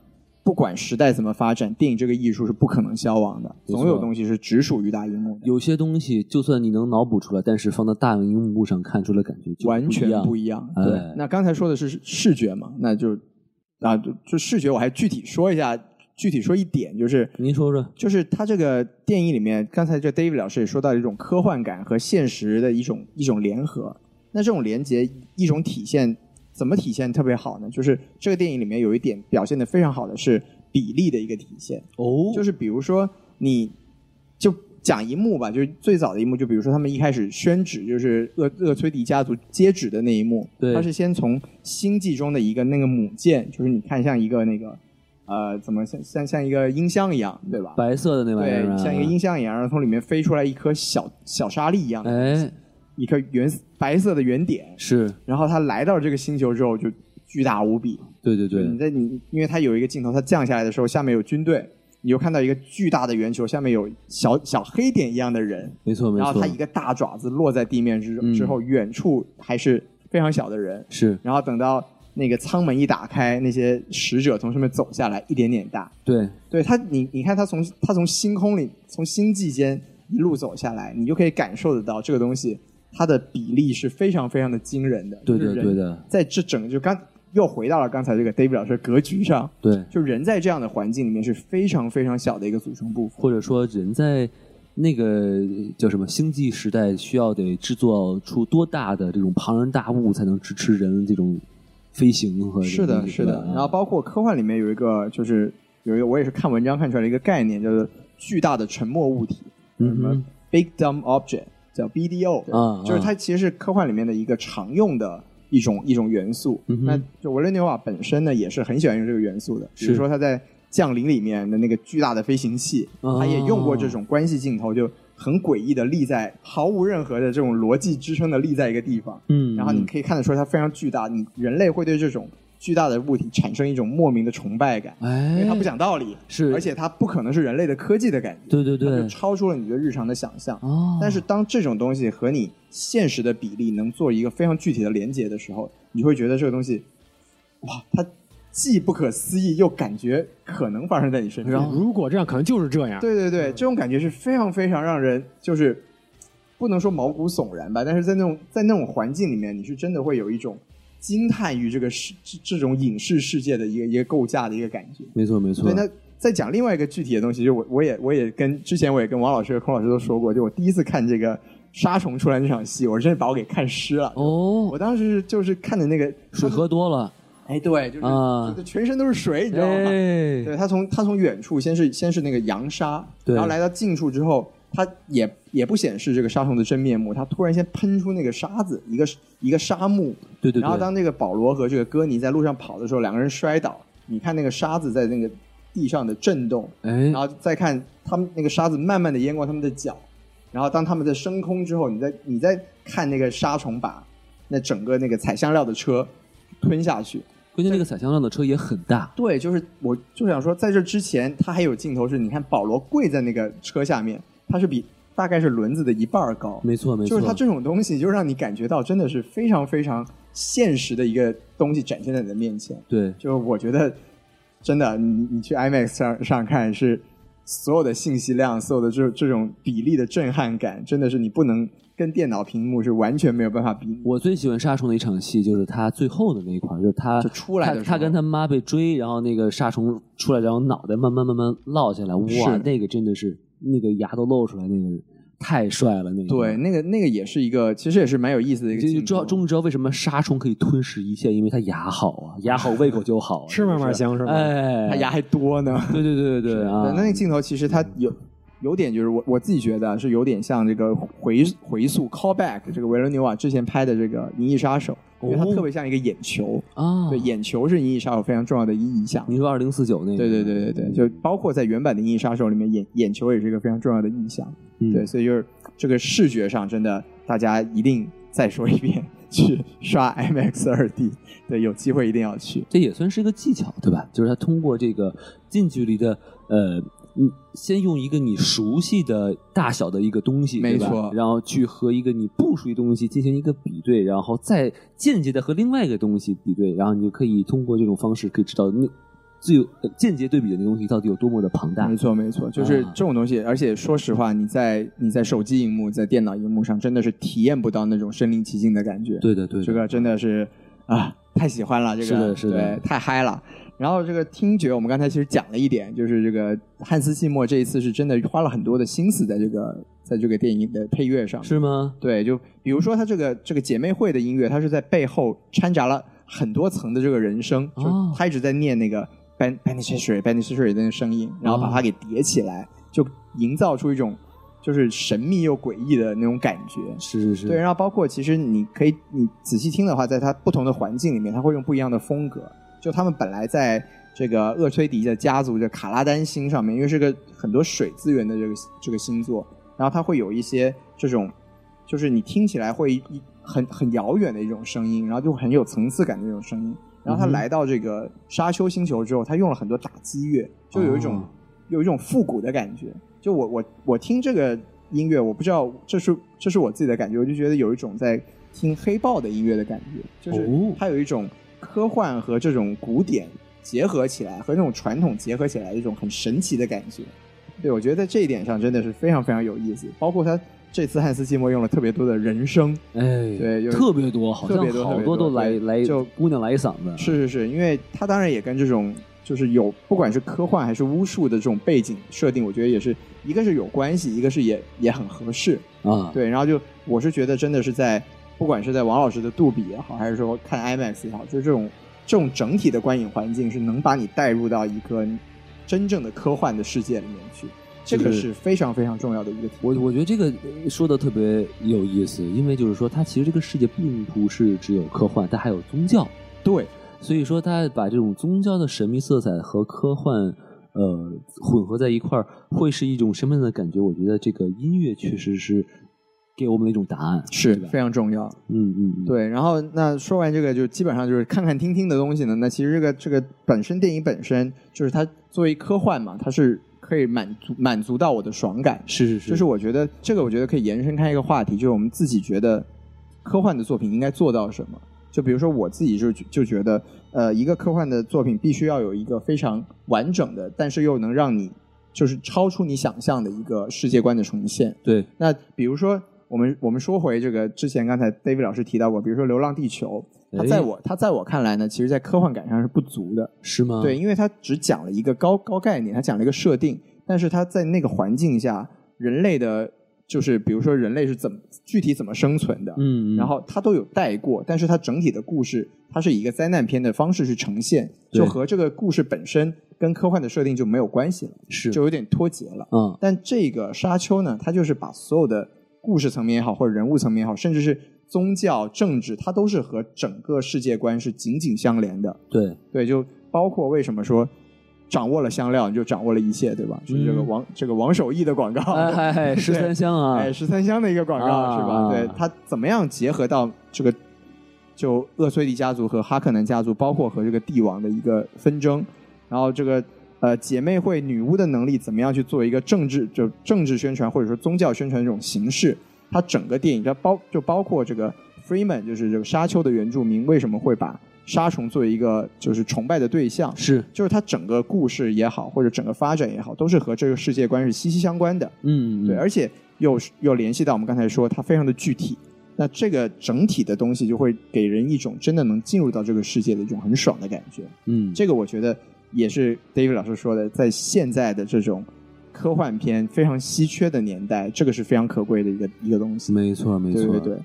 不管时代怎么发展，电影这个艺术是不可能消亡的，
没错
总有东西是只属于大荧幕的，
有些东西就算你能脑补出来，但是放到大荧幕上看出来，感觉就
完全
不
不
一样。
一样。
哎
对，那刚才说的是视觉嘛，那就啊就就视觉，我还具体说一下，具体说一点就是
您说说，
就是它这个电影里面，刚才这 David 老师也说到一种科幻感和现实的一种一种联合。那这种连接一种体现，怎么体现特别好呢？就是这个电影里面有一点表现的非常好的是比例的一个体现，
哦
就是是比如说你就讲一幕吧，就是最早的一幕，就比如说他们一开始宣旨，就是厄厄崔迪家族接旨的那一幕，
对
他是先从星际中的一个那个母舰，就是你看像一个那个。呃，怎么像像像一个音箱一样，对吧？
白色的那玩意儿啊，
对，像一个音箱一样，然后从里面飞出来一颗小小沙粒一样的，
哎，
一颗圆白色的圆点。
是
然后它来到这个星球之后就巨大无比。
对对
你
对，
在你，因为它有一个镜头，它降下来的时候，下面有军队，你就看到一个巨大的圆球，下面有小小黑点一样的人，
没错没
然后
错
它，一个大爪子落在地面之
嗯
之后，远处还是非常小的人。
是
然后等到那个舱门一打开，那些使者从上面走下来，一点点大。
对，
对他，你你看他从他从星空里从星际间一路走下来，你就可以感受得到这个东西它的比例是非常非常的惊人的。
对
就是
的，
人
对的，
在这整个就刚又回到了刚才这个 David 老师的格局上，
对。
就人在这样的环境里面是非常非常小的一个组成部分。
或者说人在那个叫什么星际时代，需要得制作出多大的这种庞然大物才能支持人这种飞行和
是的，是的。然后包括科幻里面有一个，就是有一个我也是看文章看出来的一个概念，叫做巨大的沉没物体，
嗯
什么 Big Dumb Object，叫 BDO，
啊
就是它其实是科幻里面的一个常用的。一种一种元素，
嗯哼
那就维伦纽瓦本身呢也是很喜欢用这个元素的，比如
是
说他在《降临》里面的那个巨大的飞行器，
哦
他也用过这种关系镜头，就很诡异的立在毫无任何的这种逻辑支撑的立在一个地方，
嗯，
然后你可以看得出来它非常巨大，你人类会对这种巨大的物体产生一种莫名的崇拜感，因为
哎，
它不讲道理，
是，
而且它不可能是人类的科技的感觉，
对对
它
对
就，超出了你对日常的想象。
哦，
但是当这种东西和你现实的比例能做一个非常具体的连接的时候，你会觉得这个东西，哇，它既不可思议又感觉可能发生在你身
然
上
后。如果这样，可能就是这样。
对对对，这种感觉是非常非常让人就是不能说毛骨悚然吧，但是在那种在那种环境里面，你是真的会有一种惊叹于这个世这这种影视世界的一个一个构架的一个感觉。
没错没错
对，，那再讲另外一个具体的东西，就我我也我也跟之前我也跟王老师和孔老师都说过，就我第一次看这个杀虫出来那场戏，我真是把我给看湿了。
哦，
我当时就是看的那个
水，喝多了，
哎，对，就是、
啊
就是全身都是水，你知道吗？
哎，
对他从他从远处先是先是那个扬沙，
对
然后来到近处之后，他也也不显示这个沙虫的真面目，他突然先喷出那个沙子，一个一个沙漠。
对对
然后
对，
当这个保罗和这个哥尼在路上跑的时候，两个人摔倒，你看那个沙子在那个地上的震动，
哎
然，后再看他们那个沙子慢慢的淹过他们的脚，然后当他们在升空之后，你再你再看那个沙虫把那整个那个采香料的车吞下去，
关键那个采香料的车也很大，
对，就是我就想说，在这之前，他还有镜头是，你看保罗跪在那个车下面，他是比大概是轮子的一半儿高，
没错没
就
错
是，他这种东西，就让你感觉到真的是非常非常现实的一个东西展现在你的面前。
对，
就是我觉得，真的，你你去 IMAX 上上看是所有的信息量，所有的这这种比例的震撼感，真的是你不能跟电脑屏幕是完全没有办法比拟。
我最喜欢沙虫的一场戏就是他最后的那一块儿，就是他
就出来的时候
他，他跟他妈被追，然后那个沙虫出来，然后脑袋慢慢慢慢落下来，哇
是，
那个真的是那个牙都露出来，那个太帅了，那个
对，。那个那个也是一个，其实也是蛮有意思的一个
就
镜
就
头。
知道终于知道为什么沙虫可以吞噬一切，因为它牙好啊，牙好胃口就好、啊，
吃嘛嘛香是吧？
哎，
他牙还多呢。
对对对对对啊
对，
嗯
那个镜头其实它有有点就是我我自己觉得啊是有点像这个回回溯 callback 这个维伦纽瓦之前拍的这个《银翼杀手》，因为它
哦
特别像一个眼球，
啊，
对，眼球是《银翼杀手》非常重要的一意象。
你说二零四九那个，
对对对对对，就包括在原版的《银翼杀手》里面，眼眼球也是一个非常重要的意象。
嗯
对，所以就是这个视觉上，真的大家一定再说一遍，去刷 IMAX 二 D，对，有机会一定要去。
这也算是一个技巧，对吧？就是他通过这个近距离的，呃，嗯先用一个你熟悉的大小的一个东西，
没
对吧
错
然后去和一个你不熟悉的东西进行一个比对，然后再间接的和另外一个东西比对，然后你就可以通过这种方式可以知道那最有呃间接对比的那东西到底有多么的庞大
没。错，没错，就是
啊
这种东西。而且说实话，你在你在手机荧幕、在电脑荧幕上，真的是体验不到那种身临其境的感觉。
对的，对
这
的，
个真的是啊，太喜欢了，这个
是的是的
对，太嗨了。然后这个听觉，我们刚才其实讲了一点，就是这个汉斯季默这一次是真的花了很多的心思在这个在这个电影的配乐上。
是吗？
对，就比如说他这个这个姐妹会的音乐，它是在背后掺杂了很多层的这个人声，
哦
就他一直在念那个 ban beneficiary beneficiary 的那个声音，然后把
哦
它给叠起来，就营造出一种就是神秘又诡异的那种感觉。
是是是，
对，然后包括其实你可以，你仔细听的话，在它不同的环境里面，它会用不一样的风格。就他们本来在这个厄崔迪的家族的卡拉丹星上面，因为是个很多水资源的这个这个星座，然后它会有一些这种，就是你听起来会一很很遥远的一种声音，然后就很有层次感的一种声音。然后他
嗯哼
来到这个沙丘星球之后，他用了很多打击乐，就有一种、
哦
有一种复古的感觉。就我我我听这个音乐，我不知道这是这是我自己的感觉，我就觉得有一种在听黑豹的音乐的感觉，就是
哦
它有一种科幻和这种古典结合起来，和那种传统结合起来，一种很神奇的感觉。对，我觉得在这一点上真的是非常非常有意思。包括他这次汉斯季默用了特别多的人声，
哎，
对有
特别多，好像
特别多
好
特别多
都来
对
来
就
姑娘来一嗓子，
是是是，因为它当然也跟这种就是有不管是科幻还是巫术的这种背景设定，我觉得也是一个是有关系，一个是也也很合适。
啊，
对，然后就我是觉得真的是在不管是在王老师的杜比也好，还是说看 IMAX 也好，就是这种这种整体的观影环境是能把你带入到一个真正的科幻的世界里面去，这个
就是
是非常非常重要的一个体
我我觉得这个呃说的特别有意思，因为就是说，它其实这个世界并不是只有科幻，它还有宗教，
对，
所以说它把这种宗教的神秘色彩和科幻呃混合在一块儿，会是一种什么样的感觉？我觉得这个音乐确实是给我们的一种答案，
是
对吧
非常重要。
嗯嗯，嗯，
对，然后那说完这个，就基本上就是看看听听的东西呢。那其实这个这个本身电影本身就是它作为科幻嘛，它是可以满足满足到我的爽感。
是是是，
就是我觉得这个，我觉得可以延伸开一个话题，就是我们自己觉得科幻的作品应该做到什么。就比如说我自己就就觉得，呃，一个科幻的作品必须要有一个非常完整的，但是又能让你就是超出你想象的一个世界观的重现。
对
那比如说，我们我们说回这个之前，刚才 David 老师提到过，比如说《流浪地球》，它
哎
在我它在我看来呢，其实在科幻感上是不足的。
是吗？
对，，因为它只讲了一个高高概念，它讲了一个设定，但是它在那个环境下，人类的就是比如说人类是怎么具体怎么生存的，
嗯，嗯
然后它都有带过，但是它整体的故事，它是以一个灾难片的方式去呈现，
对
就和这个故事本身跟科幻的设定就没有关系了，
是
就有点脱节了。
嗯
但这个《沙丘》呢，它就是把所有的故事层面也好，或者人物层面也好，甚至是宗教、政治，它都是和整个世界观是紧紧相连的。
对
对，就包括为什么说掌握了香料，你就掌握了一切，对吧？就是这个
嗯
王、这个王守义的广 告，
哎哎哎，十三香啊，
哎，十三香的一个广告、
啊
是
啊
吧？对，它怎么样结合到这个就厄崔迪家族和哈克南家族，包括和这个帝王的一个纷争，然后这个呃姐妹会女巫的能力怎么样去做一个政治就政治宣传或者说宗教宣传这种形式？它整个电影它包就包括这个 Freeman 就是这个沙丘的原住民为什么会把沙虫作为一个就是崇拜的对象，
是，
就是它整个故事也好，或者整个发展也好，都是和这个世界观是息息相关的。
嗯，嗯
对，，而且又是又联系到我们刚才说，它非常的具体。那这个整体的东西就会给人一种真的能进入到这个世界的一种很爽的感觉。
嗯，
这个我觉得也是 David 老师说的，在现在的这种科幻片非常稀缺的年代，这个是非常可贵的一个一个东西。
没错没错，
对对对，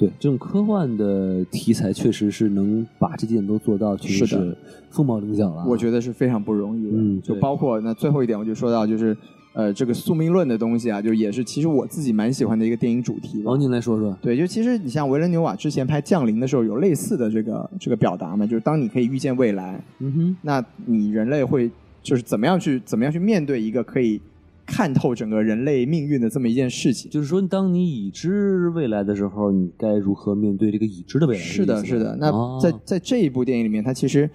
对，这种科幻的题材确实是能把这几点都做到，确实
是的
是凤毛麟角了。
我觉得是非常不容易的。
啊嗯
就
对
包括那最后一点，我就说到就是呃这个宿命论的东西啊，就也是其实我自己蛮喜欢的一个电影主题吧。
王您来说说，
对，就其实你像维伦纽瓦之前拍《降临》的时候，有类似的这个这个表达嘛，就是当你可以预见未来，
嗯哼，
那你人类会就是怎么样去怎么样去面对一个可以看透整个人类命运的这么一件事情。
就是说，当你已知未来的时候，你该如何面对这个已知的未来？
是的，是的。那
哦
在在这一部电影里面，他其实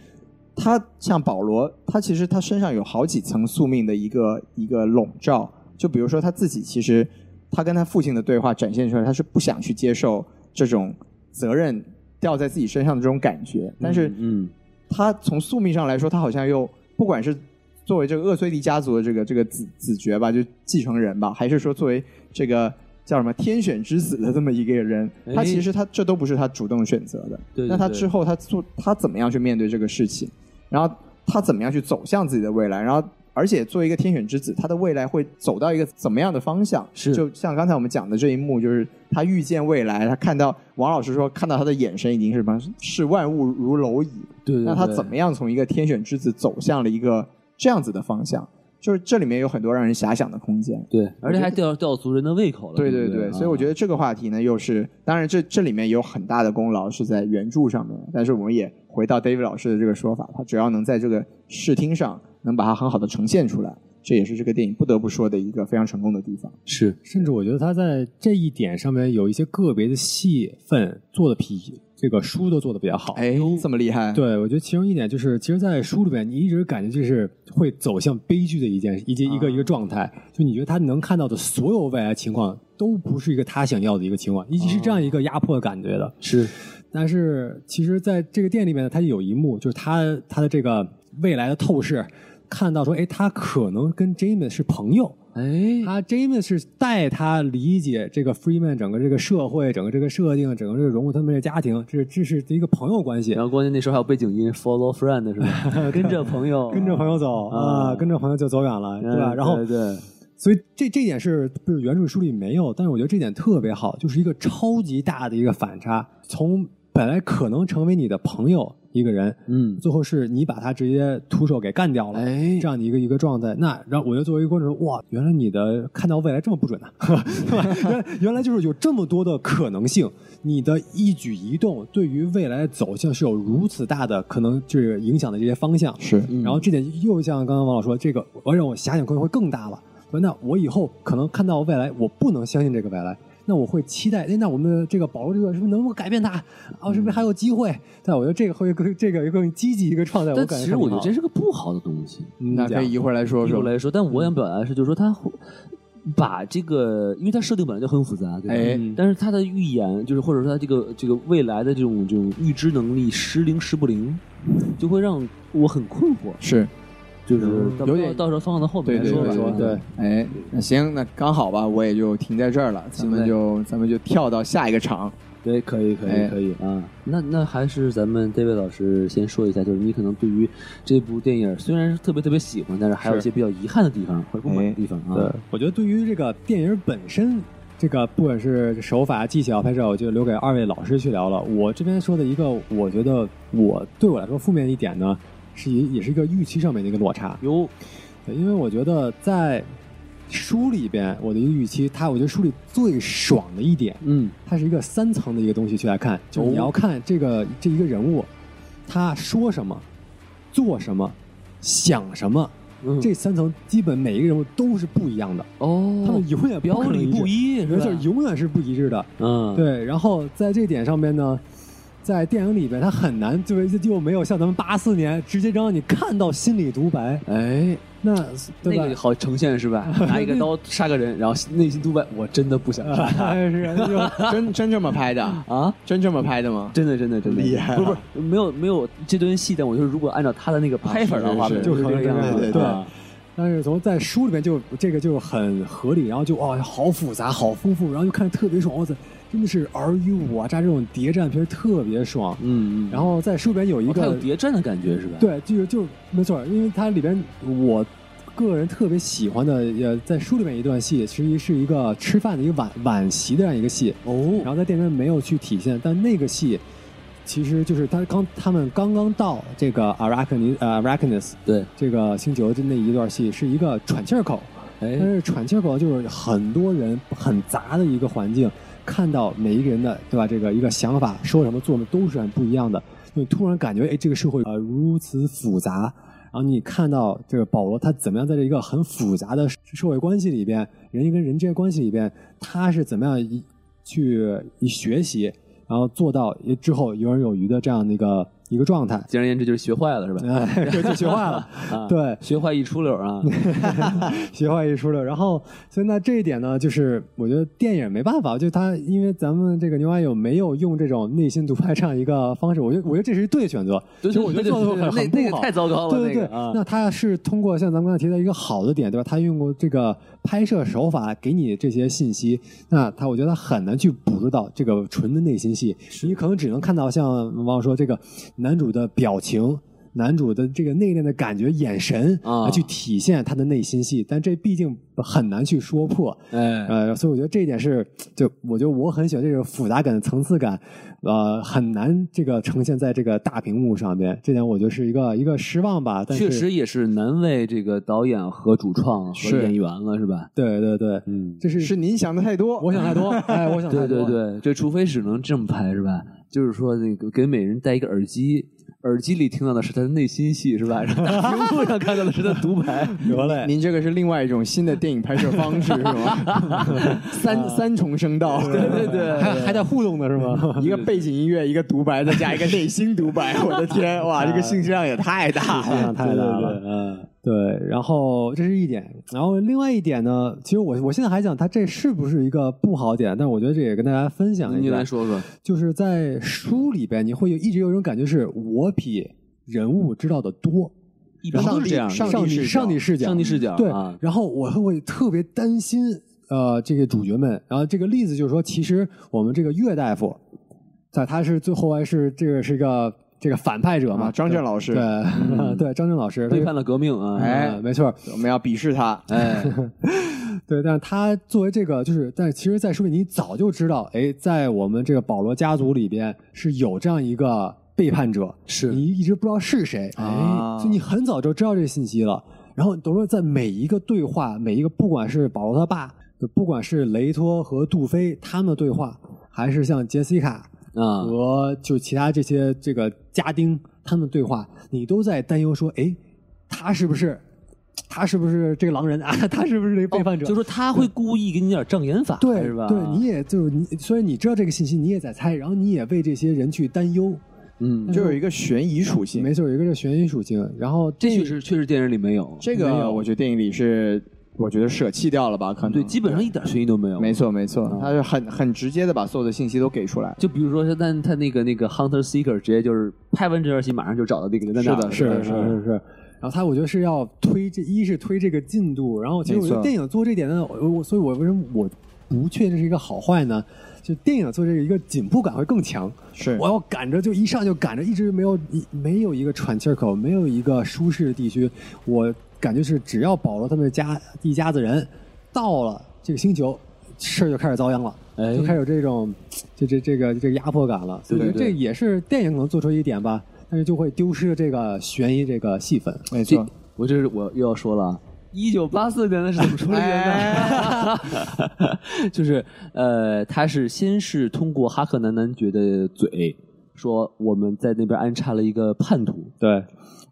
他像保罗，他其实他身上有好几层宿命的一个一个笼罩。就比如说他自己，其实他跟他父亲的对话展现出来，他是不想去接受这种责任掉在自己身上的这种感觉，但是
嗯，
他从宿命上来说，他好像又不管是作为这个厄崔迪家族的这个这个子子爵吧，就继承人吧，还是说作为这个叫什么天选之子的这么一个人
哎，
他其实他这都不是他主动选择的。
对对
那他
对
之后他做他怎么样去面对这个事情，然后他怎么样去走向自己的未来，然后。而且作为一个天选之子，他的未来会走到一个怎么样的方向？
是
就像刚才我们讲的这一幕，就是他遇见未来，他看到王老师说，看到他的眼神已经是什么？视万物如蝼蚁，
对对对。
那他怎么样从一个天选之子走向了一个这样子的方向？就是这里面有很多让人遐想的空间。
对？而
我觉
且
得
还吊吊足人的胃口了。
对
对啊
对嗯
不
对，所以我觉
得
得这个话题呢，又是当然这这里面有很大的功劳是在原著上面，但是我们也回到 David 老师的这个说法，他只要能在这个视听上能把它很好的呈现出来，这也是这个电影不得不说的一个非常成功的地方。
是
甚至我觉得他在这一点上面有一些个别的戏份做的比这个书都做的比较好。
哎，这么厉害？
对，我觉得其中一点就是，其实，在书里面，你一直感觉就是会走向悲剧的一件一件一个一个状态，就你觉得他能看到的所有未来情况，都不是一个他想要的一个情况，一直是这样一个压迫的感觉的。
是，
但是其实在这个店里面呢，它有一幕就是他他的这个未来的透视，看到说，哎，他可能跟 James 是朋友。
哎，
他 James 是带他理解这个 Freeman 整个这个社会、整个这个设定、整个这个融入他们这家庭，这这是一个朋友关系
然。后关键那时候还有背景音 Follow Friend 是吧？跟着 朋友，
跟着朋友走
啊
啊，跟着朋友就走远了，
嗯，
对吧？然后
对，对
所以这这点是不是原著书里没有，但是我觉得这点特别好，就是一个超级大的一个反差，从本来可能成为你的朋友一个人，
嗯，
最后是你把他直接徒手给干掉了。
哎
这样的一个一个状态，那然后我就作为一个观众说，哇，原来你的看到未来这么不 准呢、对吧？原来原来就是有这么多的可能性，你的一举一动对于未来的走向是有如此大的可能，就是影响的这些方向。
是
嗯
然后这点又像刚刚王老说，这个而让我遐想空间会更大了。那我以后可能看到未来，我不能相信这个未来，那我会期待，哎，那我们的这个保罗这个是不是能够改变它？啊，
嗯
是不是还有机会？但我觉得这个会更这个更积极一个状态。
但
感
其
觉嗯
实我觉得这
是
是个不好的东西。
那可以一会儿来说
一会
说
儿。来说，但
嗯
我想表达的是，就是说他会把这个，因为它设定本来就很复杂，对吧？
哎
嗯但是他的预言，就是或者说他这个这个未来的这种这种预知能力时灵时不灵，就会让我很困惑，
是，
就是
嗯
到
有点
到时候放到后面
对
来
对对
说吧。
对
哎，那行，那刚好吧，我也就停在这儿了，咱
行
们
嘞
就咱们就跳到下一个 场。
对，可以，可
以哎
可以啊。那那还是咱们 David 老师先说一下，就是你可能对于这部电影虽然是特别特别喜欢，但是还有一
是
些比较遗憾的地方或者不满
哎
的地方啊。
对，我觉得对于这个电影本身，这个不管是手法、技巧、拍摄，我就留给二位老师去聊了。我这边说的一个，我觉得我对我来说负面一点呢，是也也是一个预期上面的一个落差。
哟，
对因为我觉得在书里边，我的一个预期，它我觉得书里最爽的一点，
嗯，
它是一个三层的一个东西去来看，就是你
哦
要看这个、这一个人物，他说什么，做什么，想什么，
嗯
这三层基本每一个人物都是不一样的，
哦，
他们永远
表
不可能
里
致
不，一，是
没
吧
错，永远是不一致的。
嗯，
对，然后在这点上面呢，在电影里边，他很难就是又没有像咱们八四年直接让你看到心理独白，
哎，
那对吧？
那个好呈现 是吧？拿一个刀杀个人，然后内心独白：我真的不想杀他
是又
真真这么拍的？
啊！
真这么拍的 吗？
真的，真的，真的
厉害了
不是不是，没有没有这段戏，但我就是如果按照他的那个拍法的话，
啊是是
就是这个样子，
对对
对
啊
但是从在书里面就这个就很合理，然后就哇、好复杂，好丰富，然后就看着特别爽，哇塞，真的是尔虞我诈这种谍战片特别爽。
嗯嗯，
然后在书里边有一
哦
个、
他有谍战的感觉是吧？，
对，就是就没错，因为它里边我个人特别喜欢的，呃，在书里面一段戏，其实是一个吃饭的一个晚晚席的这样一个戏，
哦
然，后在电影里面没有去体现，但那个戏其实就是他刚他们刚刚到这个 Arachnis 呃 Arachnis
对，
这个星球的那一段戏是一个喘气儿口，但
哎，
是喘气儿口就是很多人很杂的一个环境，看到每一个人的对吧？这个一个想法、说什么、做什么都是很不一样的。你突然感觉，哎，这个社会呃如此复杂。然后你看到这个保罗他怎么样在这一个很复杂的社会关系里边，人跟人之间关系里边，他是怎么样一去一学习，然后做到一之后游刃有余的这样的一个一个状态。
简而言之就是学坏了是吧？
哎，就学坏了，
啊，
对，
学坏一出溜 啊，
学坏一出溜。然后，所以那这一点呢，就是我觉得电影没办法，就它因为咱们这个牛蛙友没有用这种内心独白这样一个方式，我觉得我觉得这是对的选择。
对
其实我觉
对
得
对
做的
对
很
那
很
那
不
个
好
太。糟糕了，
对
那
对对
个，啊，
那他是通过像咱们刚才提到一个好的点，对吧？他用过这个拍摄手法给你这些信息，那他我觉得他很难去捕捉到这个纯的内心戏，你可能只能看到像王老师说这个男主的表情。男主的这个内敛的感觉、眼神
啊
去体现他的内心戏，但这毕竟很难去说破。
哎，
呃，所以我觉得这一点是，就我觉得我很喜欢这种复杂感的层次感，呃，很难这个呈现在这个大屏幕上边，这点我觉得是一个一个失望吧。但是
确，实也是难为这个导演和主创和
是
演员了是吧？
对对对，
嗯，
这是
是您想的太多。
我想 太多，哎，我想
对
太多，
对对，这除非只能这么拍是吧？就是说那个给每人戴一个耳机，耳机里听到的是他的内心戏是吧？ 然后大屏幕上看到的是他的独白。
得嘞，
您这个是另外一种新的电影拍摄方式是 吗？
啊
三三重声道，对
对对，
还还在互动呢是 吗？
一个背景音乐，一个独白，再加一个内心独白，我的天，哇，这个信息量也太大了。
太大了，
嗯，
对，然后这是一点，然后另外一点呢，其实我我现在还想，它这是不是一个不好点？但是我觉得这也跟大家分享一下。
你来说说，
就是在书里边，你会有一直有一种感觉，是我比人物知道的多。
一
上
般都是
帝
这样的，
上
上
帝
帝
视角
上帝视角，嗯
上帝视角
对
啊，
然后我会特别担心呃这个主角们。然后这个例子就是说，其实我们这个岳大夫，在他是最后来是这个是一个这个反派者嘛，
啊张震老师嗯
对、对 张震老师
背
他
叛了革命啊！
哎
呃没错，
我们要鄙视他。
哎，
对，但是他作为这个，就是，但是其实，在书里你早就知道，哎，在我们这个保罗家族里边是有这样一个背叛者，
是
你一直不知道是谁，哎，
啊
所以你很早就知道这个信息了。然后等于说，在每一个对话，每一个不管是保罗他爸，不管是雷托和杜菲他们的对话，还是像杰西卡
啊，
和就其他这些这个家丁他们的对话，你都在担忧说，哎，他是不是？他是不是这个狼人啊？他是不是这个 背叛者？
哦就说他会故意给你点障眼法，
对
是吧？
对，你也就是你，虽然你知道这个信息，你也在猜，然后你也为这些人去担忧。
嗯，
就有一个悬疑属性。
没错，有一个是悬疑属性，然后
这确实确实电影里没有，
这
没
个
有
我觉得电影里是，我觉得舍弃掉了吧，可能
对，基本上一点悬疑都没有。
没错没错，他是很很直接的把所有的信息都给出来。
就比如说，但他那个那个 Hunter Seeker 直接就是拍完这段戏，马上就找到那个人在那儿了。
是
是是是是。然后他，我觉得是要推这，一是推这个进度，然后其实
没
我觉得
错
电影做这点呢，我我所以，我为什么我不确定这是一个好坏呢？就电影做这个一个紧迫感会更强，
嗯
是
我要赶着就一上就赶着，一直没有一没有一个喘气儿口，没有一个舒适的地区。我感觉是只要保罗他们家一家子人到了这个星球，事儿就开始遭殃了，
哎
就开始有这种这这这个这个压迫感了。所以我觉得
对对
这也是电影可能做出一点吧，但是就会丢失这个悬疑这个戏份。
没
这
错，
我这是我又要说了啊。一九八四年的是怎么出 来的呢？ 就是呃，他是先是通过哈克南男爵的嘴说我们在那边安插了一个叛徒，
对，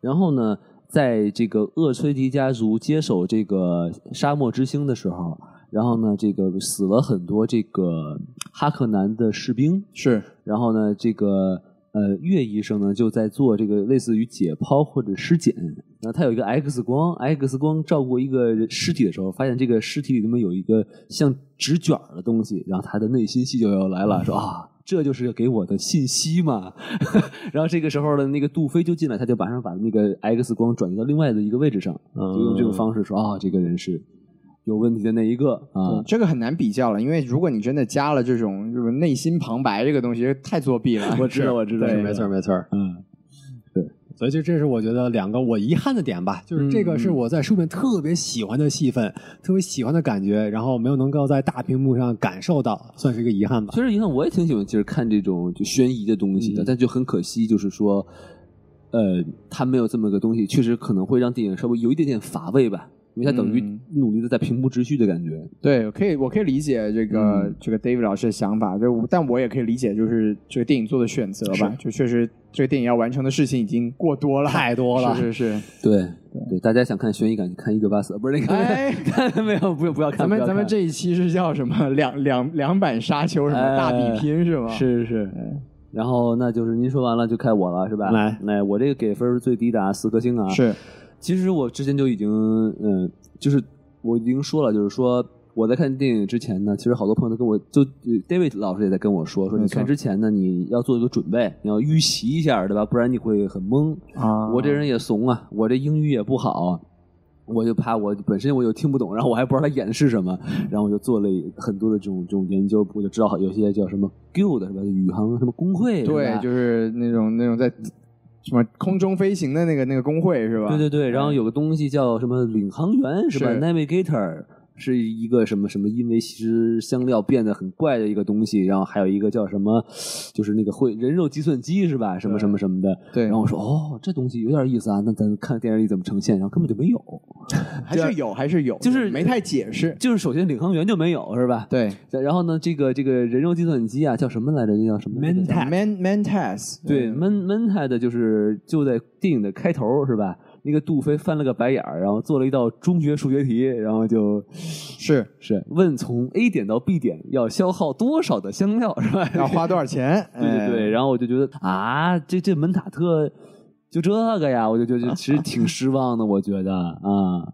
然后呢，在这个厄崔迪家族接手这个沙漠之星的时候，然后呢，这个死了很多这个哈克南的士兵，
是
然后呢，这个呃岳医生呢就在做这个类似于解剖或者尸检，然后他有一个 X 光，X 光照过一个人尸体的时候，发现这个尸体里面有一个像纸卷儿的东西，然后他的内心戏就要来了，说啊。这就是给我的信息嘛， 然后这个时候呢，那个杜飞就进来，他就马上把那个 X 光转移到另外的一个位置上，就用这种方式说啊，这个人是有问题的那一个啊，
嗯这个很难比较了，因为如果你真的加了这种这种内心旁白这个东西，太作弊了。
我知道
是
我知道
对
是
没错没错。
嗯，
所以就这是我觉得两个我遗憾的点吧，就是这
嗯
个是我在书里面特别喜欢的戏份，特别喜欢的感觉，然后没有能够在大屏幕上感受到，算是一个遗憾吧。
其实你看，我也挺喜欢，就是看这种就悬疑的东西的，
嗯
但就很可惜，就是说，呃，它没有这么个东西，确实可能会让电影稍微有一点点乏味吧，因为它等于
嗯
努力的在平铺直叙的感觉。
对，可以，我可以理解这个、
嗯
这个 David 老师的想法，就我但我也可以理解，就是这个电影做的选择吧，就确实这个电影要完成的事情已经过多了，
太多了
是是是。
对对，大家想看悬疑感，看一个八四，不是那个，
哎
看 没有，不用不要看，
咱
不
们
要
咱们
看
这一期是叫什么？两两两版沙丘什么
哎
大比拼呃是吗？
是是是。然后那就是您说完了就该我了是吧？
来
来，我这个给分儿最低的啊，四颗星啊，
是
其实我之前就已经，嗯，就是我已经说了，就是说我在看电影之前呢，其实好多朋友都跟我，就呃 David 老师也在跟我说，说你
没错
看之前呢，你要做一个准备，你要预习一下，对吧？不然你会很懵。
啊
我这人也怂啊，我这英语也不好。我就怕我本身我就听不懂，然后我还不知道他演的是什么，然后我就做了很多的这种这种研究，我就知道有些叫什么 guild 是吧？宇航什么工会是吧
对，就是那种那种在什么空中飞行的那个那个工会是吧？
对对对，然后有个东西叫什么领航员是吧
是
？Navigator 是一个什么什么，因为吸食香料变得很怪的一个东西，然后还有一个叫什么，就是那个会人肉计算机是吧？什么什么什么的。
对
然后我说哦，这东西有点意思啊，那咱看电影里怎么呈现，然后根本就没有。
还是有还是有，
就是
没太解释。
就是首先领航员就没有是吧？
对
对。然后呢，这个这个人肉计算机啊，叫什么来着？那叫什么
Mentat
，Man Man Test，
对，Man Mentat 就是就在电影的开头是吧？那个杜飞翻了个白眼儿，然后做了一道中学数学题，然后就是
嗯
是问从 A 点到 B 点要消耗多少的香料是吧？
要花多少钱？
对对对，
哎，
然后我就觉得啊，这这门塔特就这个呀，我就觉得其实挺失望的，我觉得啊。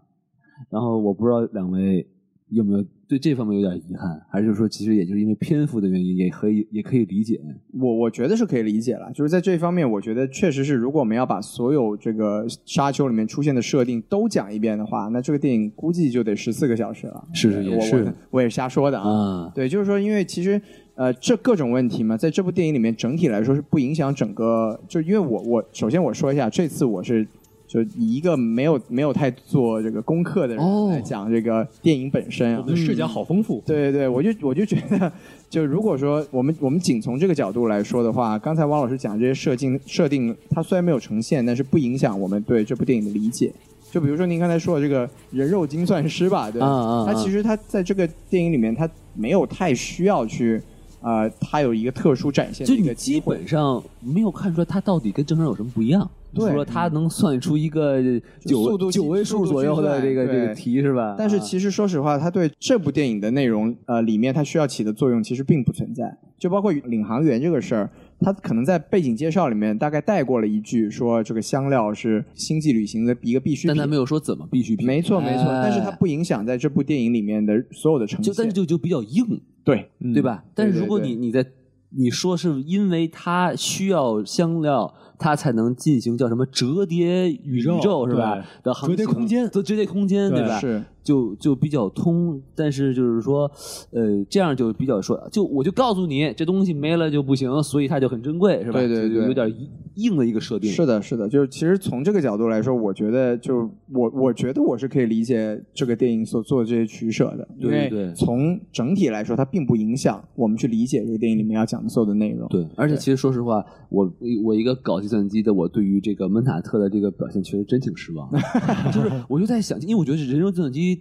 然后我不知道两位有没有对这方面有点遗憾，还是说其实也就是因为篇幅的原因，也可以也可以理解。
我我觉得是可以理解了，就是在这方面，我觉得确实是，如果我们要把所有这个沙丘里面出现的设定都讲一遍的话，那这个电影估计就得十四个小时了。
是是
我
也是
我我也是瞎说的啊。
啊，
对，就是说，因为其实呃，这各种问题嘛，在这部电影里面整体来说是不影响整个，就因为我我首先我说一下，这次我是。就以一个没有没有太做这个功课的人
哦
来讲这个电影本身啊，
我们的视角好丰富，
对对，我就我就觉得，就如果说我们我们仅从这个角度来说的话，刚才汪老师讲这些设定设定，它虽然没有呈现，但是不影响我们对这部电影的理解。就比如说您刚才说的这个人肉精算师吧，对吧？
啊啊啊
他其实他在这个电影里面，他没有太需要去，呃，他有一个特殊展现的
就
一
你
个
基
机会。
本上没有看出来他到底跟正常人有什么不一样。
对
除了他能算出一个
速
九
度计
九位数左右的这个
速度计算
这个
对
题是吧？
但是
啊
其实说实话，它对这部电影的内容，呃，里面它需要起的作用其实并不存在。就包括领航员这个事儿，它可能在背景介绍里面大概带过了一句，说这个香料是星际旅行的一个必需
但
品。
他没有说怎么必须品，
没错，没错，
哎
但是它不影响在这部电影里面的所有的呈
就
现。
但是就就比较硬，
对，
对吧？但是如果
嗯对
你你在你说是因为它需要香料，它才能进行叫什么折叠宇
宙
是吧
对？
的航
折叠
行
空间
折折叠空间
对
吧？
嗯是
就就比较通，但是就是说，呃，这样就比较说，就我就告诉你这东西没了就不行，所以它就很珍贵，是吧？
对对
就
对
有点硬的一个设定。
是的，是的，就是其实从这个角度来说，我觉得就我我觉得我是可以理解这个电影所做的这些取舍的，因
对
为
对对
从整体来说，它并不影响我们去理解这个电影里面要讲的所有的内容。
对，而且其实说实话，我我一个搞计算机的，我对于这个门塔特的这个表现确实真挺失 望。就是我就在想，因为我觉得人肉计算机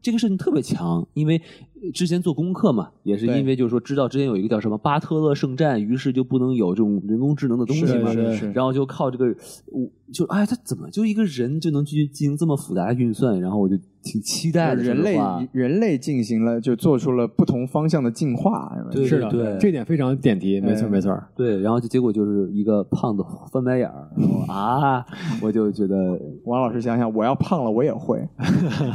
这个事情特别强，因为呃之前做功课嘛，也是
对
因为就是说知道之前有一个叫什么巴特勒圣战，于是就不能有这种人工智能的东西
是
嘛，
的是的是的
然后就靠这个，我就哎，他怎么就一个人就能去进行这么复杂的运算？然后我就挺期待的，
人类
说实话
人类进行了就做出了不同方向的进化，是吧
嗯对
是的，
对
这点非常点题，没错
哎
没错。
对，然后就结果就是一个胖子翻白眼儿， 然后啊，我就觉得
王老师想想，我要胖了我也 会，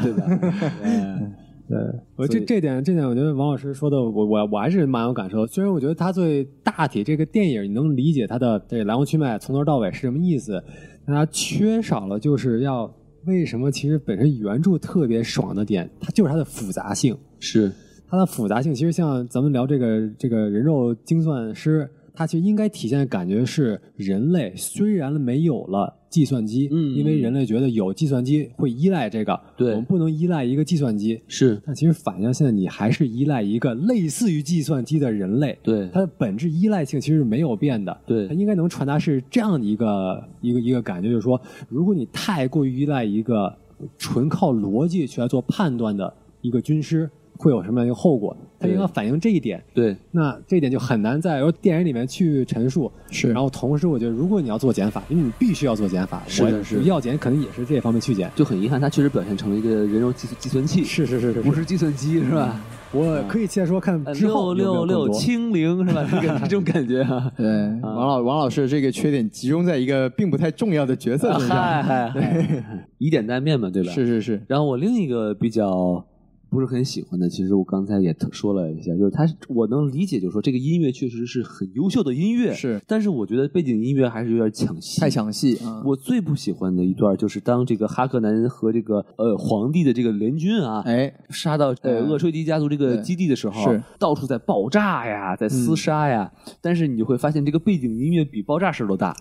对吧？ 哎
对，我
所
这
以
这点这点，我觉得王老师说的，我我我还是蛮有感受的。虽然我觉得他对大体这个电影，你能理解他的这个来龙去脉，从头到尾是什么意思，但他缺少了就是要为什么其实本身原著特别爽的点，它就是它的复杂性。
是
它的复杂性，其实像咱们聊这个这个人肉精算师，它其实应该体现的感觉是人类虽然没有了计算机，
嗯
因为人类觉得有计算机会依赖这个，
对
我们不能依赖一个计算机。
是，
但其实反向现在你还是依赖一个类似于计算机的人类，
对
它的本质依赖性其实是没有变的。
对
它应该能传达是这样的一个一个一个感觉，就是说，如果你太过于依赖一个纯靠逻辑去来做判断的一个军师，会有什么样的一个后果？它
对
应该反映这一点。
对
那这一点就很难在由电影里面去陈述。
是
然后同时，我觉得如果你要做减法，因为你必须要做减法，
是的
我
是的
要减肯定也是这方面去减。
就很遗憾，他确实表现成了一个人肉计计算器，
是是是是，
不是计算机是吧？
我可以期待说看
呃
嗯之
六
后有没
六
有更多
六清零是吧？这 个这种感觉啊，
对，王老王老师这个缺点集中在一个并不太重要的角色身
嗨
上，
嗨嗨，以点带面嘛，对吧？
是是是，
然后我另一个比较不是很喜欢的，其实我刚才也特说了一下，就是他我能理解，就是说这个音乐确实是很优秀的音乐，
是，
但是我觉得背景音乐还是有点抢戏，
太。详细啊，
我最不喜欢的一段就是当这个哈克南和这个呃皇帝的这个联军啊，
哎，
杀到呃
嗯
厄崔迪家族这个
对
基地的时候，
是嗯
到处在爆炸呀，在厮杀呀，但是你就会发现这个背景音乐比爆炸声儿 都大，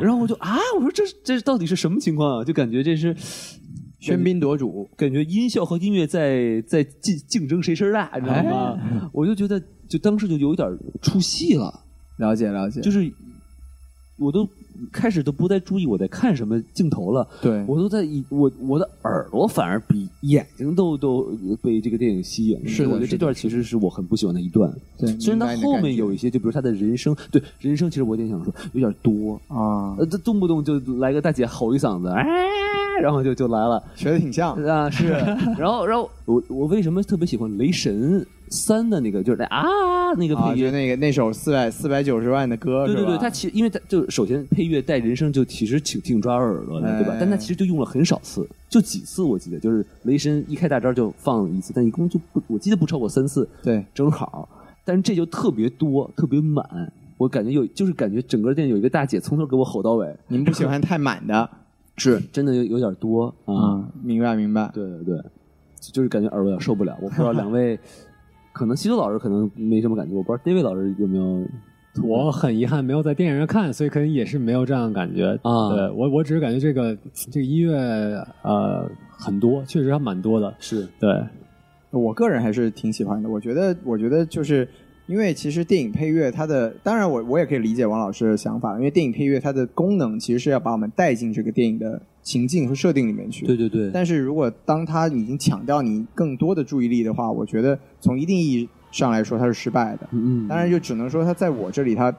然后我就啊，我说这这到底是什么情况啊？就感觉这是
喧宾夺主，
感觉音效和音乐在在竞竞争谁声儿大，你知道吗？
哎
我就觉得就当时就有一点出戏了，
了解了解，
就是我都开始都不再注意我在看什么镜头了，
对，
我都在以我我的耳朵反而比眼睛都都被这个电影吸引，
是的
我觉得
是的
这段其实是我很不喜欢的一段。
对，
虽
明
然
白
他
你的
后
感
面
觉
有一些，就比如他的人生，对人生，其实我有点想说有点多，
啊，
呃，这动不动就来个大姐吼一嗓子，哎，然后就就来了
学的挺像，
啊，是，然后然后我我为什么特别喜欢雷神？三的那个，就是那啊那个
啊，
配
就，
乐
那个那首四百四百九十万的歌，
对对对，
是吧
它其实因为它就首先配乐带人声就其实挺挺抓耳朵的，对吧
哎？
但它其实就用了很少次，就几次我记得，就是雷神一开大招就放一次，但一共就不我记得不超过三次，
对
正好。但是这就特别多，特别满，我感觉有就是感觉整个店有一个大姐从头给我吼到尾，
你们不喜欢太满 的，
是真的有有点多啊。
嗯，明白明白。
对对对，就就是感觉耳朵有点受不了。我不知道 两位，可能西多老师可能没什么感觉，我不知道 David 老师有没有
我很遗憾没有在电影院看，所以可能也是没有这样的感觉
啊
对我，我只是感觉这个这个音乐呃很多，确实还蛮多的。
是
对，
我个人还是挺喜欢的。我觉得，我觉得就是因为其实电影配乐它的，当然我我也可以理解王老师的想法，因为电影配乐它的功能其实是要把我们带进这个电影的情境和设定里面去。
对对对，
但是如果当它已经抢掉你更多的注意力的话，我觉得从一定意义上来说它是失败的。
嗯嗯，
当然，就只能说它在我这里它，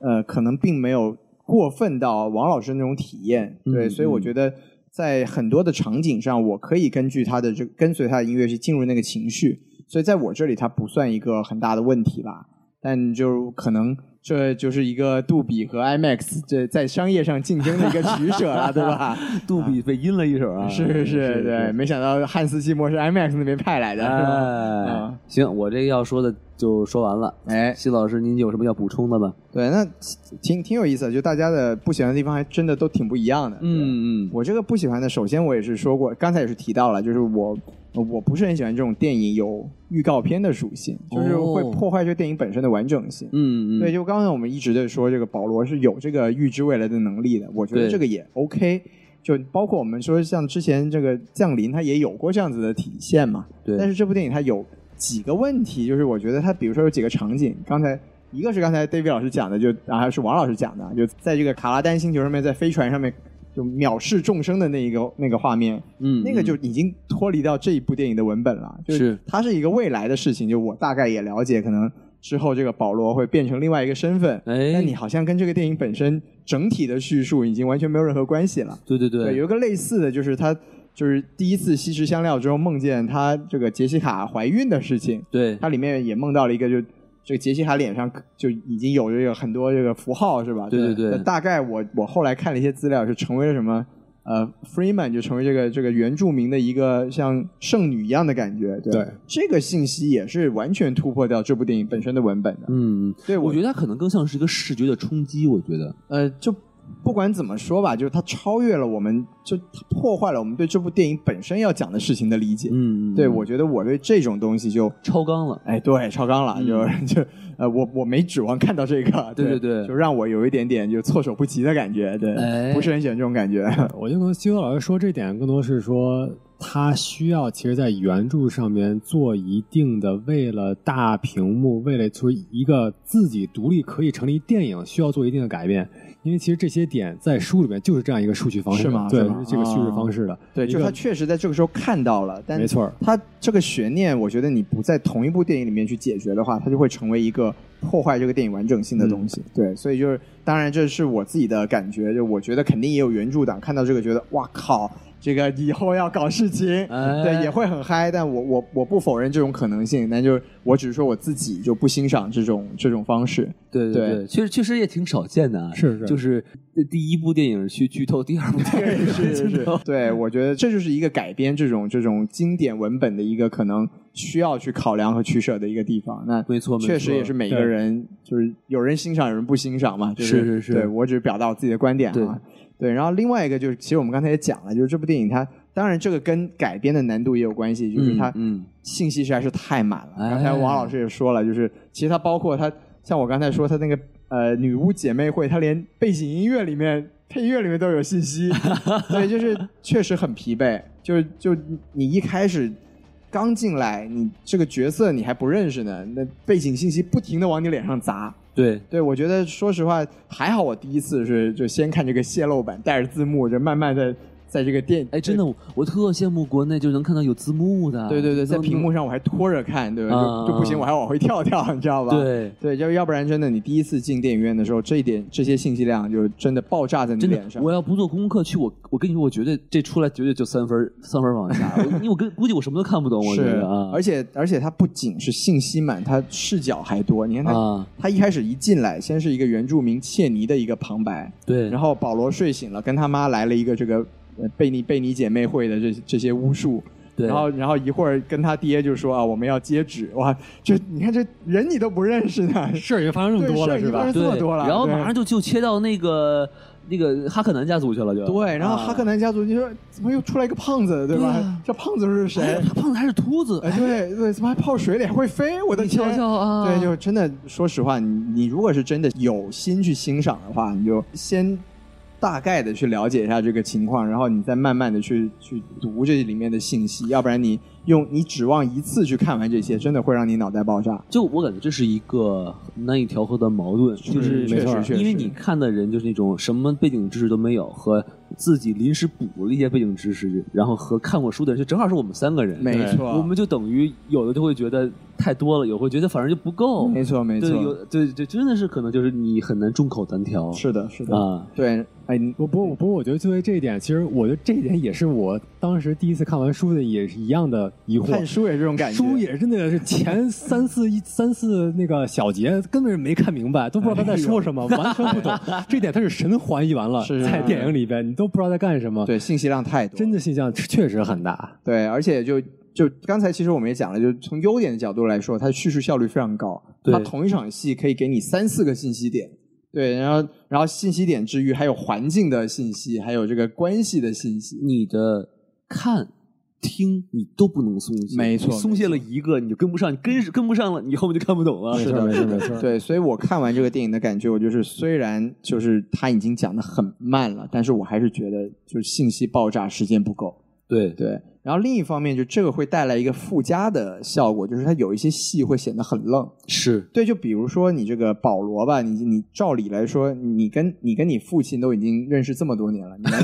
呃，可能并没有过分到王老师那种体验。对，
嗯
所以我
嗯
觉得在很多的场景上，我可以根据他的这跟随他的音乐去进入那个情绪，所以在我这里它不算一个很大的问题吧。但就可能这就是一个杜比和 IMAX 这在商业上竞争的一个取舍了，对吧？
杜比被阴了一手 啊，
是是是，对，，没想到汉斯季默是 IMAX 那边派来的，是吧？
哎
嗯，
行，我这要说的就说完了。
哎，
西老师，您有什么要补充的吗？
对，那挺挺有意思的，就大家的不喜欢的地方还真的都挺不一样的。对，
嗯嗯，
我这个不喜欢的，首先我也是说过，刚才也是提到了，就是我呃我不是很喜欢这种电影有预告片的属性，就是会
哦
破坏这个电影本身的完整性。
嗯嗯，
对，就刚才我们一直在说，这个保罗是有这个预知未来的能力的，我觉得
对
这个也 OK。就包括我们说，像之前这个《降临》，它也有过这样子的体现嘛。
对
但是这部电影它有几个问题，就是我觉得它，比如说有几个场景，刚才一个是刚才 David 老师讲的，就啊还是王老师讲的，就在这个卡拉丹星球上面，在飞船上面就藐视众生的那一个那个画面，
嗯
那个就已经脱离到这一部电影的文本了，就是它是一个未来的事情，就我大概也了解，可能之后这个保罗会变成另外一个身份，
哎
但你好像跟这个电影本身整体的叙述已经完全没有任何关系了。
对对
对，有一个类似的就是他就是第一次吸食香料之后梦见他这个杰西卡怀孕的事情，
对
它里面也梦到了一个就。这个杰西卡脸上就已经有这个很多这个符号是吧？
对对对
那大概我我后来看了一些资料，是成为了什么呃，Freeman 就成为这个这个原住民的一个像圣女一样的感觉。对
对
这个信息也是完全突破掉这部电影本身的文本的。
嗯，嗯
对，
我
我
觉得它可能更像是一个视觉的冲击，我觉得
呃，就不管怎么说吧，就是它超越了我们，就它破坏了我们对这部电影本身要讲的事情的理解。
嗯嗯
对，我觉得我对这种东西就
超纲了。
哎，对，超纲了，就 就呃，我我没指望看到这个，
对
对
对对
就让我有一点点就措手不及的感觉，对，
哎
不是很喜欢这种感觉，
我觉得可能西多老师说这点更多是说，他需要其实在原著上面做一定的，为了大屏幕，为了做一个自己独立可以成立电影，需要做一定的改变。因为其实这些点在书里面就是这样一个数据方式的，
是吗
对，
是吗啊
这个叙事方式的，
对，就
一个
他确实在这个时候看到了，但
没错儿。
他这个悬念，我觉得你不在同一部电影里面去解决的话，它就会成为一个破坏这个电影完整性的东西。对，所以就是，当然这是我自己的感觉，就我觉得肯定也有原著党看到这个觉得，哇靠，这个以后要搞事情，
哎
对，也会很嗨。但我我我不否认这种可能性，但就是我只是说我自己就不欣赏这种这种方式。
对
对
对，确实确实也挺少见的啊。
是是
就是呃第一部电影去剧透，第二部电 影去剧透。
对，我觉得这就是一个改编这种这种经典文本的一个可能需要去考量和取舍的一个地方。那
没错，没错
确实也是每个
对
人，就是有人欣赏，有人不欣赏嘛。就是
是是
对我只是表达我自己的观点啊。对，然后另外一个就是，其实我们刚才也讲了，就是这部电影它当然这个跟改编的难度也有关系，就是它
嗯
信息实在是太满了。
哎
刚才王老师也说了，就是其实它包括它，像我刚才说它那个呃女巫姐妹会，它连背景音乐里面配乐里面都有信息， 对，就是确实很疲惫。就是就你一开始刚进来，你这个角色你还不认识呢，那背景信息不停的往你脸上砸。
对，
对，我觉得说实话还好，我第一次是就先看这个泄露版，带着字幕，就慢慢的在这个电
哎，真的，我特羡慕国内就能看到有字幕的。
对对对，在
能
屏幕上我还拖着看，对吧？
啊
就就不行，我还往回跳跳，你知道吧？
对
对，要要不然真的，你第一次进电影院的时候，这一点这些信息量就真的爆炸在你
真
脸
的，
上。
我要不做功课去，我我跟你说，我绝对这出来绝对就三分儿三分儿往下，我因为我跟估计我什么都看不懂，我觉
是
得啊，，
而且而且它不仅是信息满，它视角还多。你看它，
啊，
它一开始一进来，先是一个原住民切尼的一个旁白，
对，
然后保罗睡醒了，跟他妈来了一个这个呃贝尼贝尼姐妹会的这这些巫术，
对，
然后然后一会儿跟他爹就说啊，我们要接旨，哇，这
嗯
你看这人你都不认识呢，
事儿已经发生这么多了，
对
是吧
是？
对
这么多了
然后
对
马上就就切到那个那个哈克南家族去了，就啊
对，然后哈克南家族，你说怎么又出来一个胖子，对吧？
对啊
这胖子是谁？
哎，他胖子还是秃子，
哎，对对，怎么还泡水里还会飞？我的
你
天！
瞧瞧啊，
对，就真的，说实话，你你如果是真的有心去欣赏的话，你就先大概的去了解一下这个情况，然后你再慢慢的去去读这里面的信息，要不然你用你指望一次去看完这些，真的会让你脑袋爆炸。
就我感觉这是一个难以调和的矛盾，就是
确
没错
实确实，
因为你看的人就是那种什么背景知识都没有，和自己临时补了一些背景知识，然后和看过书的人，就正好是我们三个人，
没错，
我们就等于有的就会觉得太多了，有会觉得反正就不够，
没错没
对，有
错，
对对，真的是可能就是你很难众口难调，
是的是的，
啊，
对，哎，你
我不过不过，我觉得作为这一点，其实我觉得这一点也是我当时第一次看完书的，也是一样的疑惑
看。书也是这种感觉，
书也真的是前三四一三四那个小节根本是没看明白，都不知道他在说什么，完全不懂。这点他是神还原了
是，
在电影里边你都不知道在干什么，
对信息量太多了，
真的信息量确实很大。
对，而且就就刚才其实我们也讲了，就从优点的角度来说，它的叙事效率非常高，
对
它同一场戏可以给你三四个信息点。对，然后然后信息点之余，还有环境的信息，还有这个关系的信息。
你的看。听你都不能松懈，
没错
你松懈了一个你就跟不上，你跟跟不上了，你后面就看不懂了。
没错，没错，没错。
对，所以我看完这个电影的感觉，我就是虽然就是它已经讲的很慢了，但是我还是觉得就是信息爆炸时间不够。
对
对，然后另一方面，就这个会带来一个附加的效果，就是它有一些戏会显得很愣。
是，
对，就比如说你这个保罗吧，你你照理来说，你跟你跟你父亲都已经认识这么多年了，你 们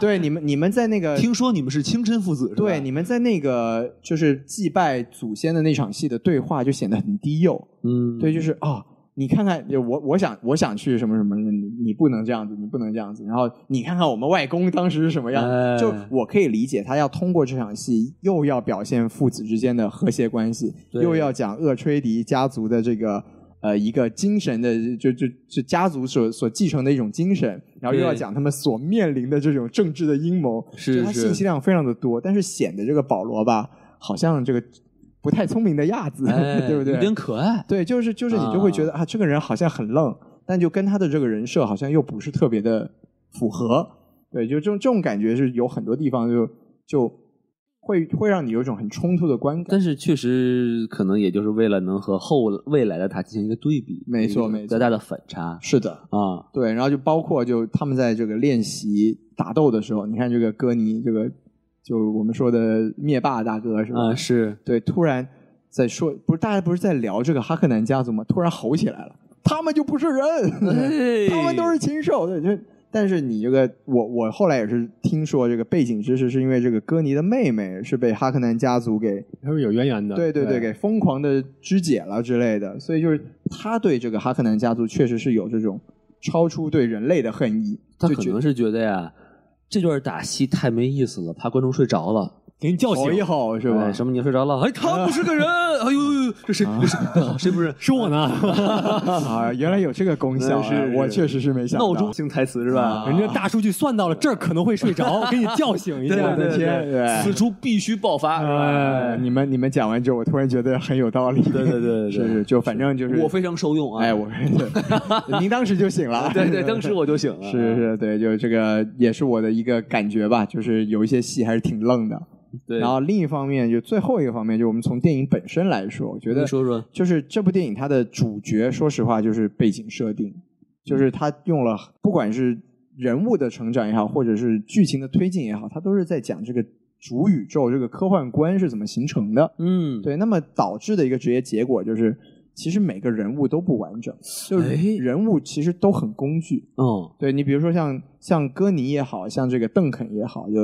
对你们你们在那个
听说你们是亲生父子，是吧
对你们在那个就是祭拜祖先的那场戏的对话就显得很低幼，
嗯，
对，就是啊、你看看我我想我想去什么什么，你你不能这样子，你不能这样子，然后你看看我们外公当时是什么样子，
哎
就我可以理解他要通过这场戏又要表现父子之间的和谐关系，
对
又要讲厄吹迪家族的这个呃一个精神的就就就家族所所继承的一种精神，然后又要
对
讲他们所面临的这种政治的阴谋，
是
就他
是
信息量非常的多，但是显得这个保罗吧，好像这个不太聪明的样子，
哎
对不对？
有点可爱，
对，就是就是你就会觉得啊这个人好像很愣，但就跟他的这个人设好像又不是特别的符合。对，就这种这种感觉是有很多地方就就会会让你有一种很冲突的观感。
但是确实可能也就是为了能和后未来的他进行一个对比，
没错
一个
没错
比较大的反差
是的，
啊，
对，然后就包括就他们在这个练习打斗的时候，你看这个戈尼这个就我们说的灭霸大哥是吧？
啊是
对，突然在说，不是大家不是在聊这个哈克南家族吗？突然吼起来了，他们就不是 人，
哎
他们都是禽兽。对，就但是你这个，我我后来也是听说这个背景知识，是因为这个戈尼的妹妹是被哈克南家族给
他是有渊源的。哎
对对对给疯狂的肢解了之类的，所以就是他对这个哈克南家族确实是有这种超出对人类的恨意。
他
就
可
觉
能是觉得呀，这段打戏太没意思了，怕观众睡着了。
给你叫
吼一
醒，
吼是吧？
哎什么？你睡着了？哎，他不是个人！哎呦呦，呦这谁？这谁？ 谁不是？
啊是我 呢。
啊，原来有这个功效、啊，
是是
我确实是没想到。
闹钟型台词是
啊
吧？
人家大数据算到了这儿可能会睡 着，我给你叫醒一下。
我的天对
此处必须爆发！是吧
哎，你们你们讲完之后，我突然觉得很有道理。对
对对对 对
是是，就反正就是
我非常受用啊！
哎，我 您当时就醒了。
对对，当时我就醒了。
是是，对，就这个也是我的一个感觉吧，就是有一些戏还是挺愣的。
对，
然后另一方面，就最后一个方面，就我们从电影本身来说，我觉
你
得
说说，
就是这部电影它的主角，说实话就是背景设定，就是它用了不管是人物的成长也好，或者是剧情的推进也好，它都是在讲这个主宇宙这个科幻观是怎么形成的。
嗯，
对，那么导致的一个直接结果就是，其实每个人物都不完整，就是
哎
人物其实都很工具。
嗯，
对你比如说像像歌尼也好像这个邓肯也好，就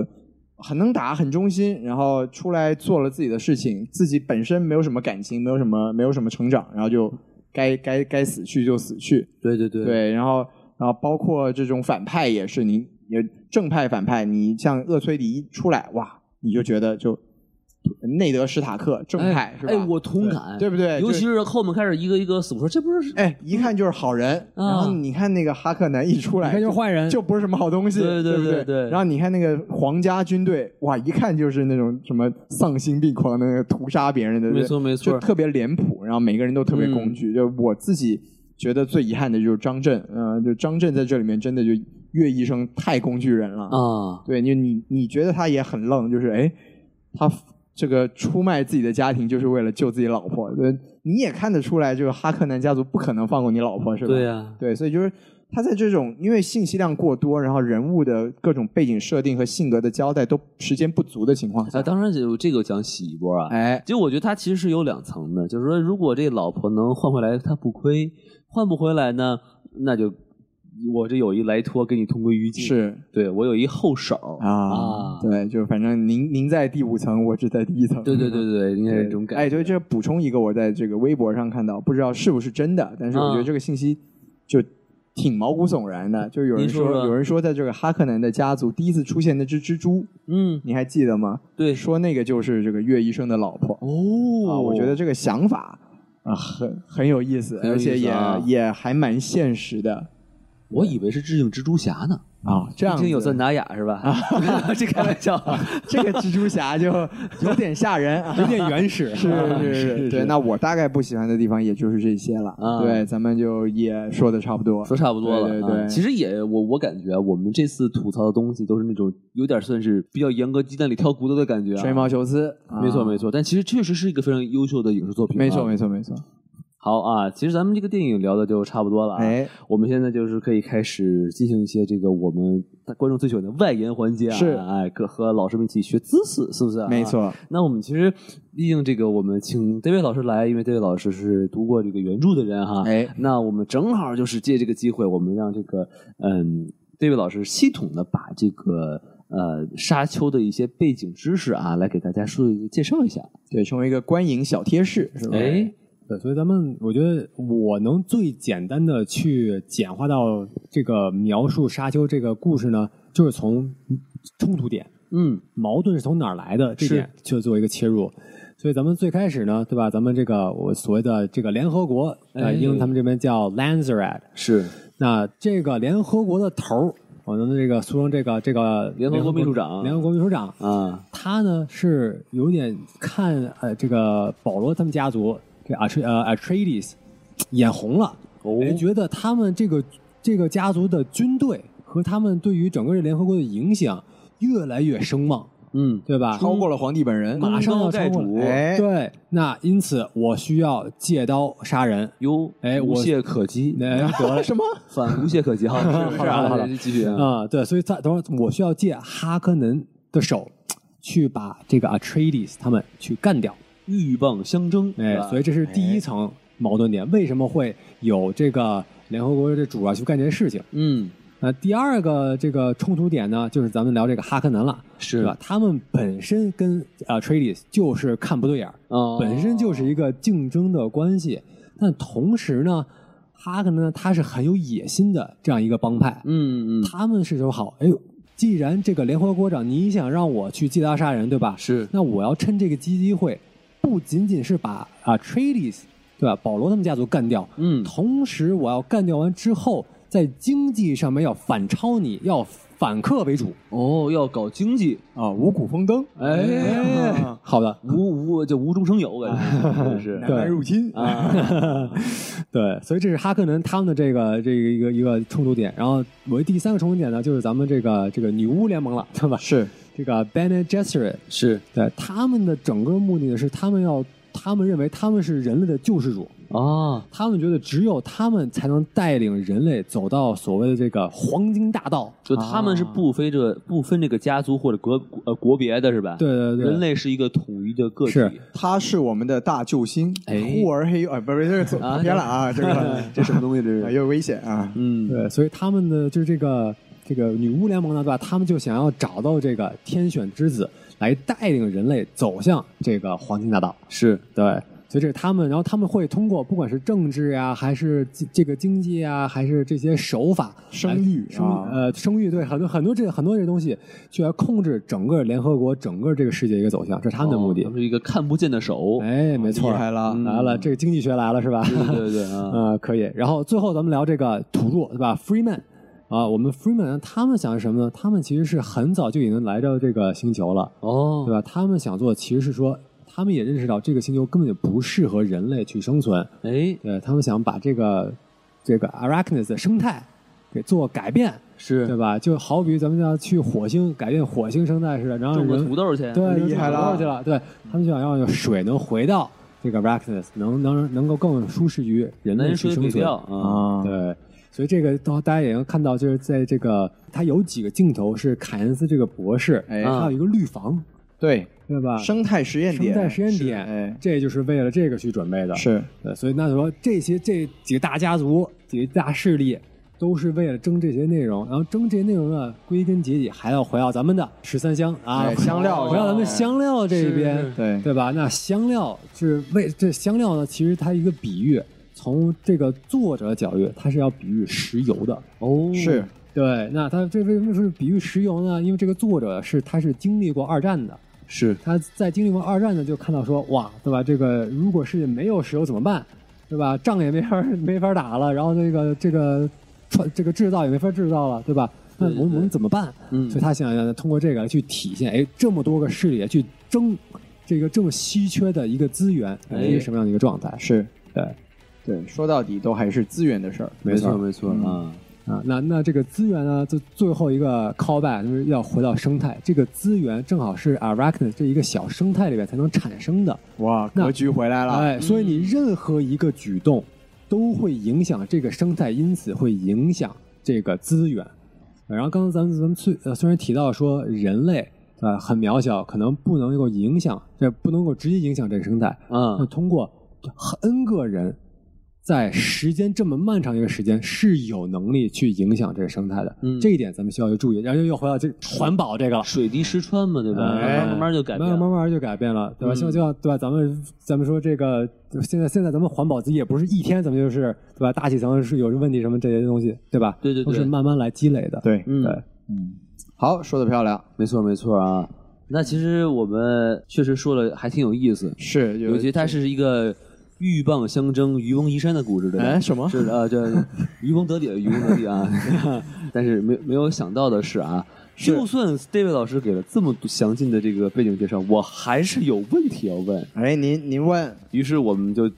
很能打，很忠心，然后出来做了自己的事情，自己本身没有什么感情，没有什么没有什么成长，然后就该该该死去就死去，
对对对，
对，然后然后包括这种反派也是，你也正派反派，你像厄崔迪一出来，哇，你就觉得就内德史塔克正派、
哎
是吧？
哎，我同感，
对对不对？
尤
哎就
其是后面开始一个一个死，我说这不是，
哎，一看就是好人，
啊
然后你看那个哈克南一出来，
你看就是坏人，
就不是什么好东西，
对对
对不
对对
然后你看那个皇家军队，哇，一看就是那种什么丧心病狂的那个屠杀别人的，
没错没错嗯
就特别脸谱，然后每个人都特别工具。就我自己觉得最遗憾的就是张震，呃，就张震在这里面真的就岳医生太工具人了。
啊，
对，你你你觉得他也很愣，就是哎，他 f- 这个出卖自己的家庭就是为了救自己老婆，对，你也看得出来，就是哈克南家族不可能放过你老婆，是吧？
对呀，
对，所以就是他在这种因为信息量过多，然后人物的各种背景设定和性格的交代都时间不足的情况下，
啊，当然有这个想洗一波啊，
哎，
就我觉得他其实是有两层的，就是说，如果这老婆能换回来，他不亏；换不回来呢，那就我这有一来托，给你同归于尽。，
是
对我有一后手
啊，对，就反正您您在第五层，我只在第一层，
对对对对，应该是这种感觉。
哎，对，这补充一个，我在这个微博上看到，不知道是不是真的，但是我觉得
嗯
这个信息就挺毛骨悚然的。就有人
您说说
有人说，在这个哈克南的家族第一次出现那只蜘蛛，
嗯，
你还记得吗？
对，
说那个就是这个岳医生的老婆。啊，
哦
我觉得这个想法啊很很有意思，
很有
而
意思
且也、
啊
也还蛮现实的
我以为是致敬蜘蛛侠呢，
啊。这样
听有
子啊
赞达雅是吧？ 这开玩笑，啊
这个蜘蛛侠 就有点吓人啊。
有点原始， 啊
是
啊
是
是
是，对，那我大概不喜欢的地方也就是这些了。
啊
对，咱们就也说的差不多。
说差不多了。
对对对
啊其实也我我感觉啊我们这次吐槽的东西都是那种有点算是比较严格鸡蛋里挑骨头的感觉啊。
吹毛求疵，啊
没错没错，但其实确实是一个非常优秀的影视作品、啊
没错。没错没错。
好啊，其实咱们这个电影聊的就差不多了、啊。
哎，
我们现在就是可以开始进行一些这个我们观众最喜欢的外延环节啊，
是
哎，和和老师们一起学姿势，是不是、
没。错，
那我们其实，毕竟这个我们请 David 老师来，因为 David 老师是读过这个原著的人哈。
哎
那我们正好就是借这个机会，我们让这个嗯，David 老师系统的把这个呃沙丘的一些背景知识啊，来给大家说介绍一下。
对，成为一个观影小贴士，是吧？
哎，
对，所以咱们我觉得我能最简单的去简化到这个描述沙丘这个故事呢，就是从冲突点、
嗯，
矛盾是从哪儿来的这
是
点去做一个切入。所以咱们最开始呢，对吧？咱们这个我所谓的这个联合国，
哎
呃，英文他们这边叫 Lanzaret，
是
那这个联合国的头儿，我们的这个俗称这个这个
联合国秘书长
联合国秘书长，
啊，
他呢是有点看呃这个保罗他们家族这 Atre 呃 Atreides 眼红了，
哦
哎觉得他们这个这个家族的军队和他们对于整个联合国的影响越来越声望，
嗯，
对吧？
超过了皇帝本人，
马上要
功高盖
超过
主
了
哎
对，那因此我需要借刀杀人。
哟，
哎
无
我
懈可击，
哎，得了，
什么？
反无懈可击，好，是
好了好了好了
继续啊，
啊、对，所以在等会儿我需要借哈克南的手去把这个 Atreides 他们去干掉。
鹬蚌相争，
哎
是，吧
所以这是第一层矛盾点，为什么会有这个联合国这主啊去干这些事情？
嗯，
那第二个这个冲突点呢，就是咱们聊这个哈克南了，
是
对吧？？他们本身跟 Atreides 就是看不对眼儿，
哦
本身就是一个竞争的关系，但同时呢，哈克南他是很有野心的这样一个帮派，
嗯嗯，
他们是说好，哎呦，既然这个联合国长你想让我去借刀杀人，对吧？
是
那我要趁这个机机会，不仅仅是把啊 Trades 对吧，保罗他们家族干掉，
嗯
同时我要干掉完之后，在经济上面要反超你，要反客为主。
哦，要搞经济，
啊，五谷丰登，
哎，
啊
好的，
无无就无中生有，我感觉真是
南蛮入侵
啊，
对，所以这是哈克南他们的这个这个一个一个冲突点。然后我的第三个冲突点呢，就是咱们这个这个女巫联盟了，对吧？
是
这个 Bene Gesserit
是
对，他们的整个目的呢是他们要，他们认为他们是人类的救世主，
啊，
他们觉得只有他们才能带领人类走到所谓的这个黄金大道。
就他们是
哦
不分这不分这个家族或者国呃国别的是吧？
对对对，
人类是一个统一的个体。
是
他是我们的大救星，
哎
忽而黑啊，不是这个走
啊
偏了啊，这个
这什么东西？这
啊
是？
有危险啊。
嗯，
对，所以他们的就是这个这个女巫联盟呢，对吧？他们就想要找到这个天选之子，来带领人类走向这个黄金大道。
是
对，所以这是他们，然后他们会通过不管是政治呀、还是这这个经济啊，还是这些手法，
生育
哎
生
啊
呃生育对很多很多这很多这东西，去来控制整个联合国整个这个世界一个走向，这是他们的目的
哦他。们是一个看不见的手。
哎，没错，
厉害嗯了
来了，这个经济学来了是吧？
对对对 对啊，
呃，可以。然后最后咱们聊这个土著，对吧？Freeman 啊，我们 Freeman 他们想是什么呢？他们其实是很早就已经来到这个星球了，
哦，
对吧？他们想做的其实是说，他们也认识到这个星球根本就不适合人类去生存，
哎，
对他们想把这个这个 Arachnis 的生态给做改变，
是
对吧？就好比咱们要去火星改变火星生态似的，然后
种个
人
土豆去，
对，
厉害了
了，去了，对他们就想要水能回到这个 Arachnis，能能能够更舒适于人类
南
去
水
生
北
存
调。啊，
啊，
对，所以这个到大家也能看到，就是在这个它有几个镜头是凯恩斯这个博士，
哎
还有一个绿房，
对，
对吧？
生态实验点，
生态实验
是
点
哎，，
这就是为了这个去准备的。
哎
是
对，所以那就说这些这几个大家族、几个大势力，都是为了争这些内容，然后争这些内容呢，归根结底还要回到咱们的十三香啊
哎，香料
回到咱们
哎
香料这一边，
是是
对
对吧？那香料是为这香料呢，其实它一个比喻，从这个作者的角度，它是要比喻石油的哦
嗯
是。
对，那它这为什么是比喻石油呢？因为这个作者是他是经历过二战的，
是
他在经历过二战呢，就看到说，哇，对吧？这个如果世界没有石油怎么办，对吧？仗也没法没法打了，然后这个这个创这个制造也没法制造了，对吧？那
对对
我们
对
我们怎么办？
嗯
所以他想要通过这个来去体现，哎，这么多个势力去争这个这么稀缺的一个资源，
哎
哎，什么样的一个状态？
是，
对
对，说到底都还是资源的事儿，嗯
没错
儿，
没错啊，
啊，那那这个资源呢，就最后一个 callback 就是要回到生态，这个资源正好是 Arachne 这一个小生态里面才能产生的。
哇，
那
格局回来了，
哎，所以你任何一个举动都会影响这个生态，因此会影响这个资源。然后刚才咱们咱们虽呃虽然提到说人类呃很渺小，可能不能够影响，这不能够直接影响这个生态。那
嗯，
通过 n 个呃人在时间这么漫长一个时间是有能力去影响这个生态的，
嗯
这一点咱们需要去注意。然后又回到这个环保这个了，
水滴石穿嘛，对吧？
哎
慢慢就改变
慢慢
了，
慢慢就改变了，对吧？
嗯
像就像对吧？咱们咱们说这个，现在现在咱们环保自己也不是一天，咱们就是对吧？大气层是有问题什么这些东西，对吧？
对对
都是
对
慢慢来积累的。
对，
嗯，
对
好，说的漂亮，
没错没错啊。那其实我们确实说了还挺有意思，
是
尤其它是一个鹬蚌相争、渔翁移山的故事，对吧？
哎什么
是的，呃这渔翁得利，渔翁得利啊！ 但是没没有想到的是啊，
是
就算 David 老师给了这么详尽的这个背景介绍，我还是有问题要问。
哎，您您问，
于是我们就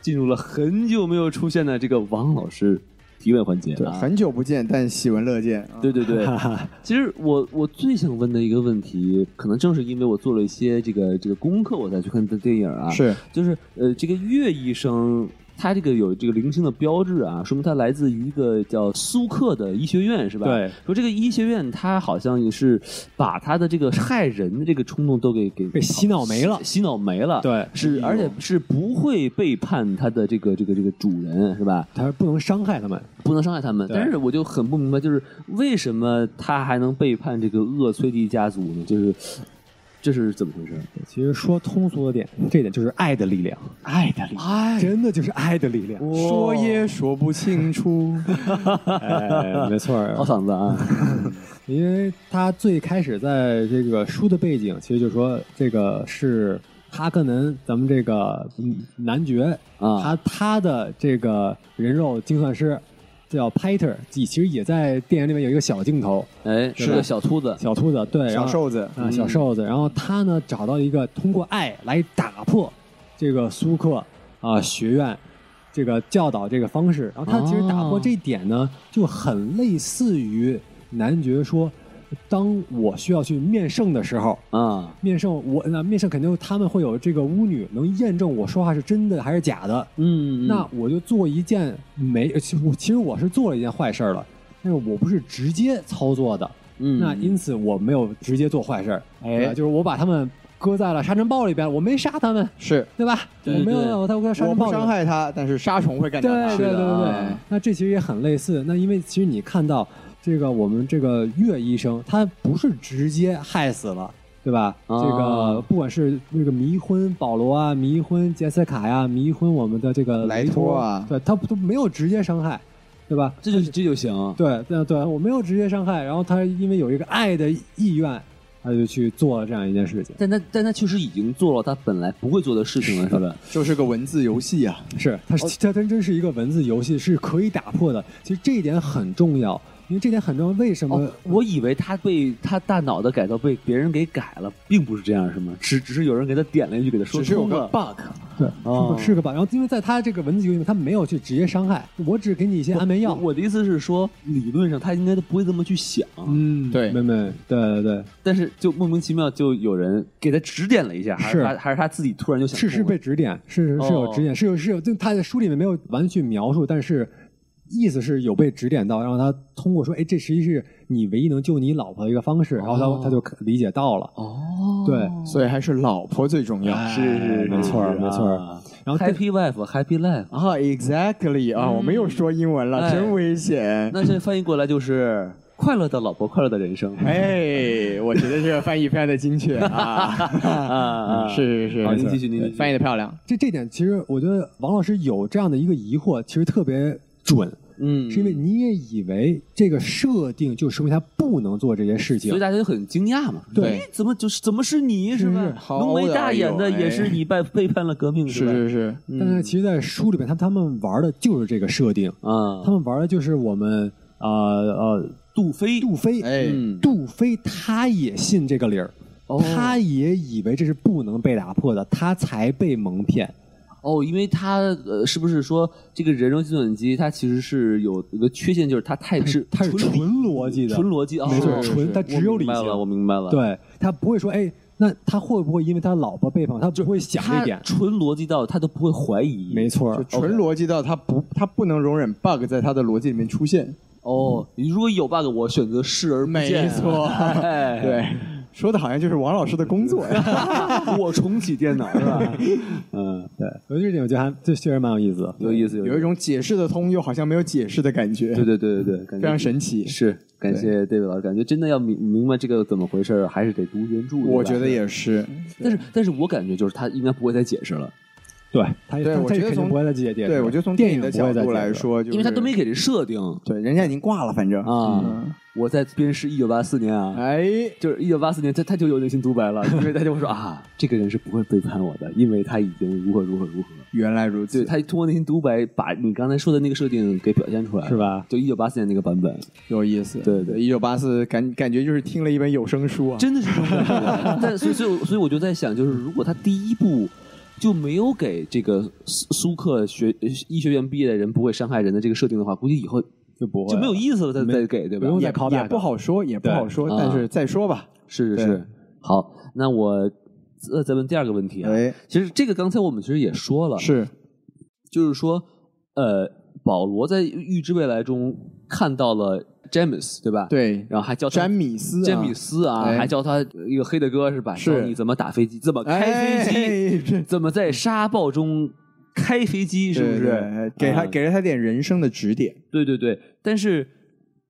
进入了很久没有出现的这个王老师提问环节
对，
啊。
很久不见，但喜闻乐见，啊
对对对，其实我我最想问的一个问题，可能正是因为我做了一些这个这个功课，我才去看的电影啊。
是
就是呃，这个乐医生他这个有这个零星的标志啊，说明他来自于一个叫苏克的医学院，是吧？。
对
说这个医学院，他好像也是把他的这个害人的这个冲动都给给
被洗脑没了
洗脑没了。
对
是，而且是不会背叛他的这个这个这个主人，是吧？
他不能伤害他们。
不能伤害他们。
对
但是我就很不明白，就是为什么他还能背叛这个厄崔迪家族呢？就是这是怎么回事？
其实说通俗了点，这点就是爱的力量，
爱的力，
哎，
真的就是爱的力量。
说也说不清楚，
哎，没错儿，
好嗓子 啊！
因为他最开始在这个书的背景，其实就说这个是哈克南，咱们这个嗯男爵
啊
他他的这个人肉精算师叫 Peter，其实也在电影里面有一个小镜头，
哎，是
吧
个小秃子，
小兔子对，然
小
后
瘦子，
啊小瘦子，然后他呢找到一个通过爱来打破这个苏克啊学院。这个教导这个方式，然后他其实打破这一点呢，就很类似于男爵说当我需要去面圣的时候，
啊，
面圣我那面圣肯定他们会有这个巫女能验证我说话是真的还是假的，
嗯，
那我就做一件没，呃其实我其实我是做了一件坏事儿了，但是我不是直接操作的，
嗯
那因此我没有直接做坏事儿，对吧就是我把他们搁在了沙尘暴里边，我没杀他们，
是
对吧？
对
我没
对
有他们搁沙
我
尘
不
暴里
伤
边。
害他，但是杀虫会干掉他。
对对对
是的
对
啊，
那这其实也很类似。那因为其实你看到这个我们这个岳医生，他不是直接害死了。对吧？
啊
这个不管是那个迷昏保罗啊，迷昏杰斯卡呀、迷昏我们的这个
莱
雷托
托啊
对他都没有直接伤害，对吧？
这就这就行，
对对对，我没有直接伤害，然后他因为有一个爱的意愿，他就去做了这样一件事情。
但他但他确实已经做了他本来不会做的事情了， 是吧？
就是个文字游戏啊。
是，它是它真真是一个文字游戏，是可以打破的。其实这一点很重要，因为这点很重要。为什么？
哦，我以为他被他大脑的改造被别人给改了，并不是这样，是吗？只只是有人给他点了一句，给他说
只是有
通
个
了。
bug，
对，
哦
是个吧？然后因为在他这个文字游戏里，他没有去直接伤害，我只给你一些安眠药。
我我的意思是说，理论上他应该都不会这么去想，
嗯，
对
妹妹，对对对，
但是就莫名其妙就有人给他指点了一下，还
是
他还是他自己突然就想
是是
通了
被指点，是是是有
哦
指点，是有是有，就他在书里面没有完全去描述，但是意思是有被指点到，然后他通过说，哎，这实际是你唯一能救你老婆的一个方式，然后他、
哦
他就理解到了，
哦，
对，
所以还是老婆最重要。
哎
是是
没错
是
没错
啊
然后这
Happy wife, happy life。
啊，exactly 啊，我们又说英文了，
哎
真危险。
那这翻译过来就是快乐的老婆，快乐的人生。
哎，我觉得这个翻译非常的精确啊。
啊
嗯
啊，
是是是，
好您继续您继续
翻译的漂亮。
这这点其实我觉得王老师有这样的一个疑惑，其实特别准，
嗯，
是因为你也以为这个设定就说明他不能做这些事情
所以，大家就很惊讶嘛，
对
哎怎么就是怎么是你是
是
吧？
How
浓眉
old
大
are
眼的
you？
也是
哎
你背背叛了革命
是
吧？
是是，
嗯
但是其实，在书里面，他他们玩的就是这个设定，
啊
他，们玩的就是我们呃呃
杜飞，
杜飞，
哎
嗯
杜飞他也信这个理儿，
哦
他也以为这是不能被打破的，他才被蒙骗。
哦，因为他呃，是不是说这个人肉计算机它其实是有一个缺陷，就是它太是
他是
理
纯逻辑的，
纯逻辑，哦
没
是
错，
是
纯
是
他只有
我
理
明白了，我
性，
明白了，，
对他不会说哎。那他会不会因为他老婆背叛他，不会想这
他
点？
纯逻辑到他都不会怀疑，
没错
就
儿，
纯逻辑到他不，他不能容忍 bug 在他的逻辑里面出现。
哦，如果有 bug，我选择视而不见，
没错
哎，
对，说的好像就是王老师的工作 呀。
我重启电脑是吧？嗯，
对，所以这点我觉得还这确实蛮有意思的。
有意思，有意
有
思
一。种解释的通，又好像没有解释的感觉，
对对对对对，
非
感觉
常神奇。
是，感谢 David 老师，感觉真的要明明白这个怎么回事儿，还是得读原著。
我
对吧
觉得，也是，
但是但是我感觉就是他应该不会再解释了，
对，他也
对
他
我
他
觉得
肯定
从
不会再解解释
对我觉得从电影的角度来，
电
说，就是
因为他都没给这设定
对，人家已经挂了，反正
啊
嗯。
我在编是一九八四年啊，
哎，
就是一九八四年，他他就有内心独白 了，因为他就会说啊，这个人是不会背叛我的，因为他已经如何如何如何。
原来如
对
此，
他通过内心独白把你刚才说的那个设定给表现出来，
是？吧？
就一九八四年那个版本，
有意思。
对对
一九八四感感觉就是听了一本有声书啊。
真的是这么回事 儿但所以所以我所以我就在想，就是如果他第一步就没有给这个苏苏克学医学院毕业的人不会伤害人的这个设定的话，估计以后
就不会
就没有
了
意思了，再
没
再给对吧
不？用
也
再 call
也
back
不好说，也不好说，
对
但是再说吧。
是是
对
是，好，那我呃再问第二个问题啊，
哎，
其实这个刚才我们其实也说了，
是
就是说呃，保罗在预知未来中看到了詹姆斯对吧？，
对
然后还叫他
詹米斯啊，
詹姆斯啊，
哎
还教他一个黑的哥是吧？
是
教你怎么打飞机，怎么开
哎，
飞
哎
机，
这
怎么在沙暴中开飞机，是不
对对
是
对？给他
啊
给了他点人生的指点？
对对对，但是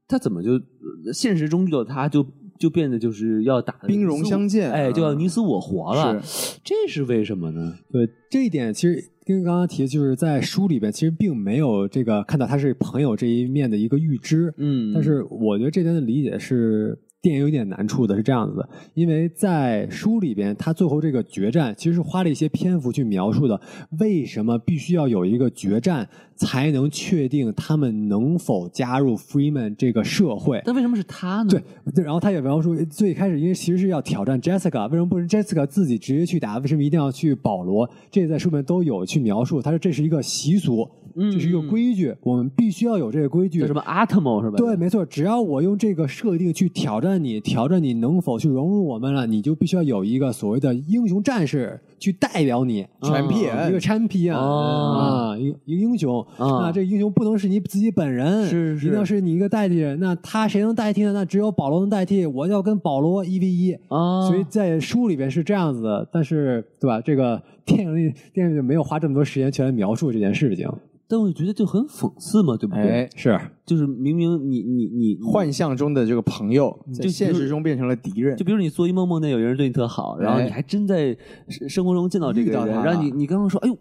他怎么就呃现实中遇到他就就变得就是要打得
兵戎
你死
相
我
见啊
哎，就要你死我活了，这是为什么呢？
对这一点，其实跟刚刚提，的，就是在书里边其实并没有这个看到他是朋友这一面的一个预知，
嗯
但是我觉得这点的理解是电影有点难处的，是这样子的，因为在书里边，他最后这个决战其实是花了一些篇幅去描述的，为什么必须要有一个决战才能确定他们能否加入 Freeman 这个社会。
但为什么是他呢？
对，对，然后他也描述呃最开始，因为其实是要挑战 Jessica，为什么不是 Jessica 自己直接去打？为什么一定要去保罗？这在书里面都有去描述，他说这是一个习俗，
嗯
这是一个
嗯嗯
规矩，我们必须要有这个规矩
叫什。么 Atomo 是吧？
对，没错，只要我用这个设定去挑战你，挑战你能否去融入我们了，你就必须要有一个所谓的英雄战士去代表你，
全
屁
片
一个产品
哦
啊，一个一个英雄。
啊
那这个英雄不能是你自己本人，
嗯是是
一定要是你一个代替人。那他谁能代替呢？那只有保罗能代替，我要跟保罗一 v 一。
嗯
啊，
所以在书里边是这样子的，但是对吧？这个电影里电影里没有花这么多时间去来描述这件事情。
但我觉得就很讽刺嘛，对不
哎
对？，
是
就是明明你你你你
幻象中的这个朋友，在
嗯就
现实中变成了敌人
就。比如你做一梦梦见有人对你特好，然后
哎
你还真在生生活中见到这个
遇到
人，
他了
然后你你刚刚说，哎呦，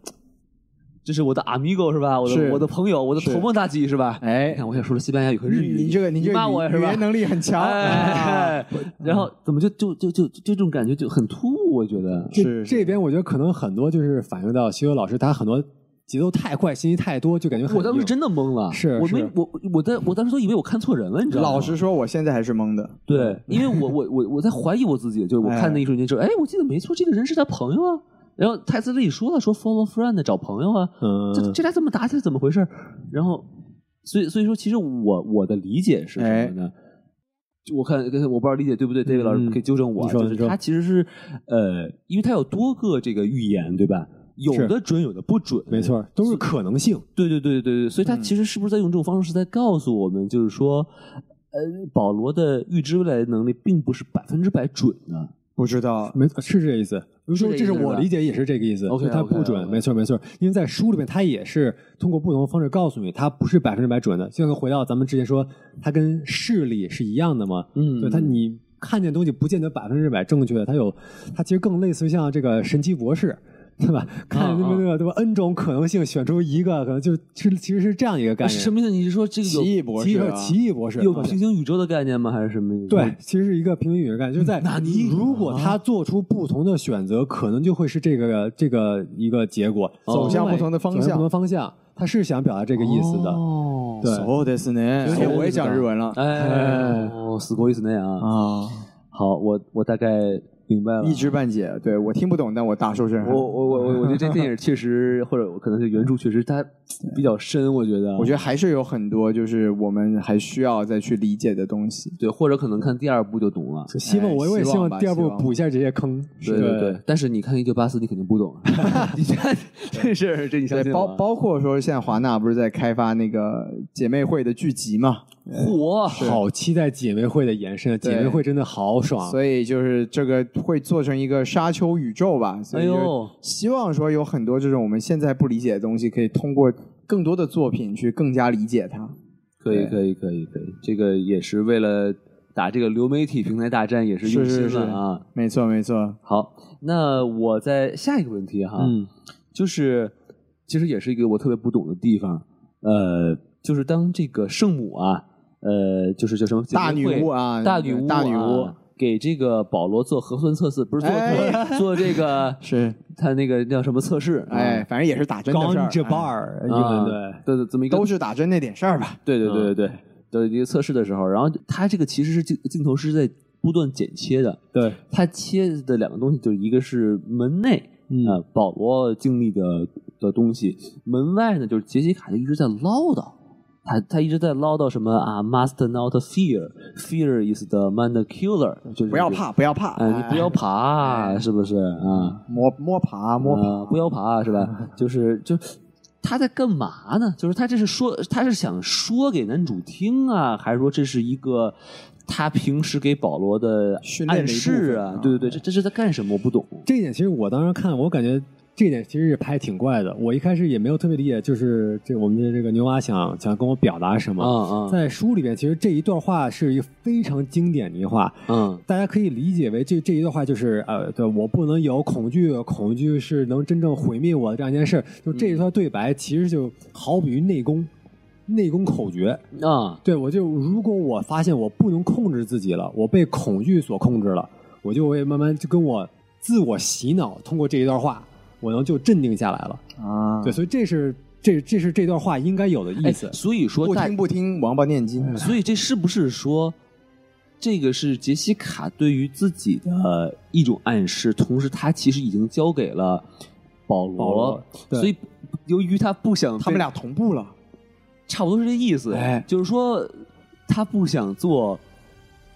这是我的 amigo 是吧？我
是
的我的朋友，我的
是
头梦大吉是吧？你
哎，
看，我想说的西班牙语和日语，
你你这个你这
骂
个
我
语
是
语
吧
言？能力很强，啊
哎，然后怎么就就就就就这种感觉就很突兀？我觉得
这
是是
这边我觉得可能很多就是反映到修友老师他很多节奏太快，信息太多，就感觉很
我当时
硬
真的懵了，
是
我没
是
我我在我当时都以为我看错人了，你知道吗？
老实说，我现在还是懵的。
对，因为我我我我在怀疑我自己，就是我看那一瞬间之后，哎，我记得没错，这个人是他朋友啊。然后台词里说了，说 follow friend 找朋友啊，
嗯
这这俩怎么打起来？怎么回事？然后，所以所以说，其实我我的理解是
哎
什么呢？就我看我不知道理解对不对，David 老师可以纠正我啊。
嗯你说
就是
你说
他其实是呃，因为他有多个这个预言，对吧？有
是
的准，有的不准，
没错，嗯都是可能性。
对对对对对对，所以他其实是不是在用这种方式是在告诉我们，就是说，呃，保罗的预知未来的能力并不是百分之百准的。
不知道，
没是这个意思，
是这
就
个意思
这是
是
我
吧
理解也是这个意思。
OK，
就它
OK，
不准，
OK
没错没错，因为在书里面它也是通过不同的方式告诉你，它不是百分之百准的。就像回到咱们之前说，它跟视力是一样的嘛，
嗯
就它你看见东西不见得百分之百正确，它有它其实更类似于像这个神奇博士。对吧？
啊
看那个那个对吧？n 种可能性选出一个，可能就是其实是这样一个概念。
什么意思？你是说这个
啊奇异
有
博
奇
士
异
啊，
奇异博士
有
啊
平行宇宙的概念吗？还是什么意思？
对，其实是一个平均宇宙概念，就是在
嗯
纳尼
如果
啊
他做出不同的选择，可能就会是这个这个一个结果，
哦
走向不同的
走
方
向不同
向。
方向，他是想表达这个意思的。
哦，
对
そうですね。
そうですね
我也讲日文了
哎，哦，死过一次那样啊。
啊，
好，我我大概明白了。
一知半解。对我听不懂，但我大受震撼
我。我我我我觉得这电影确实，或者可能是原著确实它比较深，我觉得。
我觉得还是有很多，就是我们还需要再去理解的东西。
对，或者可能看第二部就懂了。
希望
哎
我我也
希
希
望
望
吧
第二
希
步
望
补一下这些坑。
对对对，但是你看《一九八四》，你肯定不懂。啊 你看这事儿，这你相
对，
信
包包括说现在华纳不是在开发那个姐妹会的剧集嘛，
火
好期待姐妹会的延伸，姐妹
对
会真的好
啊
爽。啊
所以就是这个会做成一个沙丘宇宙吧。所以就
哎呦
希望说有很多这种我们现在不理解的东西，可以通过更多的作品去更加理解它。
可
对
以可以可以可以，这个也是为了打这个流媒体平台大战，也是用心
是是是
了啊。
没错，没错。
好，那我在下一个问题哈，
啊
嗯，
就是其实也是一个我特别不懂的地方，呃，就是当这个圣母啊，呃，就是叫什么姐妹
大女
会
巫啊
大女巫、
大女巫。
给这个保罗做核酸测试，不是做、
哎
做这个
是，
他那个叫什么测试？
哎，反正也是打针的事
Gone
儿哎
to bar，英
啊，
文对。
对对，这么一个
都是打针那点事儿吧。
对对
嗯
对对对的一个测试的时候，然后他这个其实是镜镜头是在不断剪切的，
对，
他切的两个东西就是一个是门内。
嗯
呃，保罗经历的的东西，门外呢，就是杰西卡就一直在唠叨，他他一直在唠叨什么啊，must not fear，fear is the man the killer，就是
不要怕，，不要怕，
哎，你不要
哎
爬，是不是啊？
摸摸爬摸爬。
啊，不要 爬是吧？就是就他在干嘛呢？就是他这是说他是想说给男主听啊，还是说这是一个他平时给保罗的
训练
暗
的一部
示
分
啊
啊？
对对对，这这是在干什么？我不懂。
这一点其实我当时看，我感觉这一点其实是拍挺怪的。我一开始也没有特别理解，就是这我们的这个牛蛙想想跟我表达什么。
啊啊
在书里边，其实这一段话是一个非常经典的一话，
嗯
大家可以理解为这这一段话就是呃，对我不能有恐惧，恐惧是能真正毁灭我的这样一件事儿。就这一段对白，其实就好比于内功，内功口诀。
啊
对我就如果我发现我不能控制自己了，我被恐惧所控制了，我就会慢慢就跟我自我洗脑，通过这一段话，我能就镇定下来了。
嗯
啊
对，，所以这是这这是这段话应该有的意
哎
思。
所以说
不
大
听不听，王八念经。
所以这是不是说，这个是杰西卡对于自己的一种暗示，同时他其实已经交给了保罗，
保罗对
所以由于他不想被，
他们俩同步了，
差不多是这意思，
哎
就是说他不想做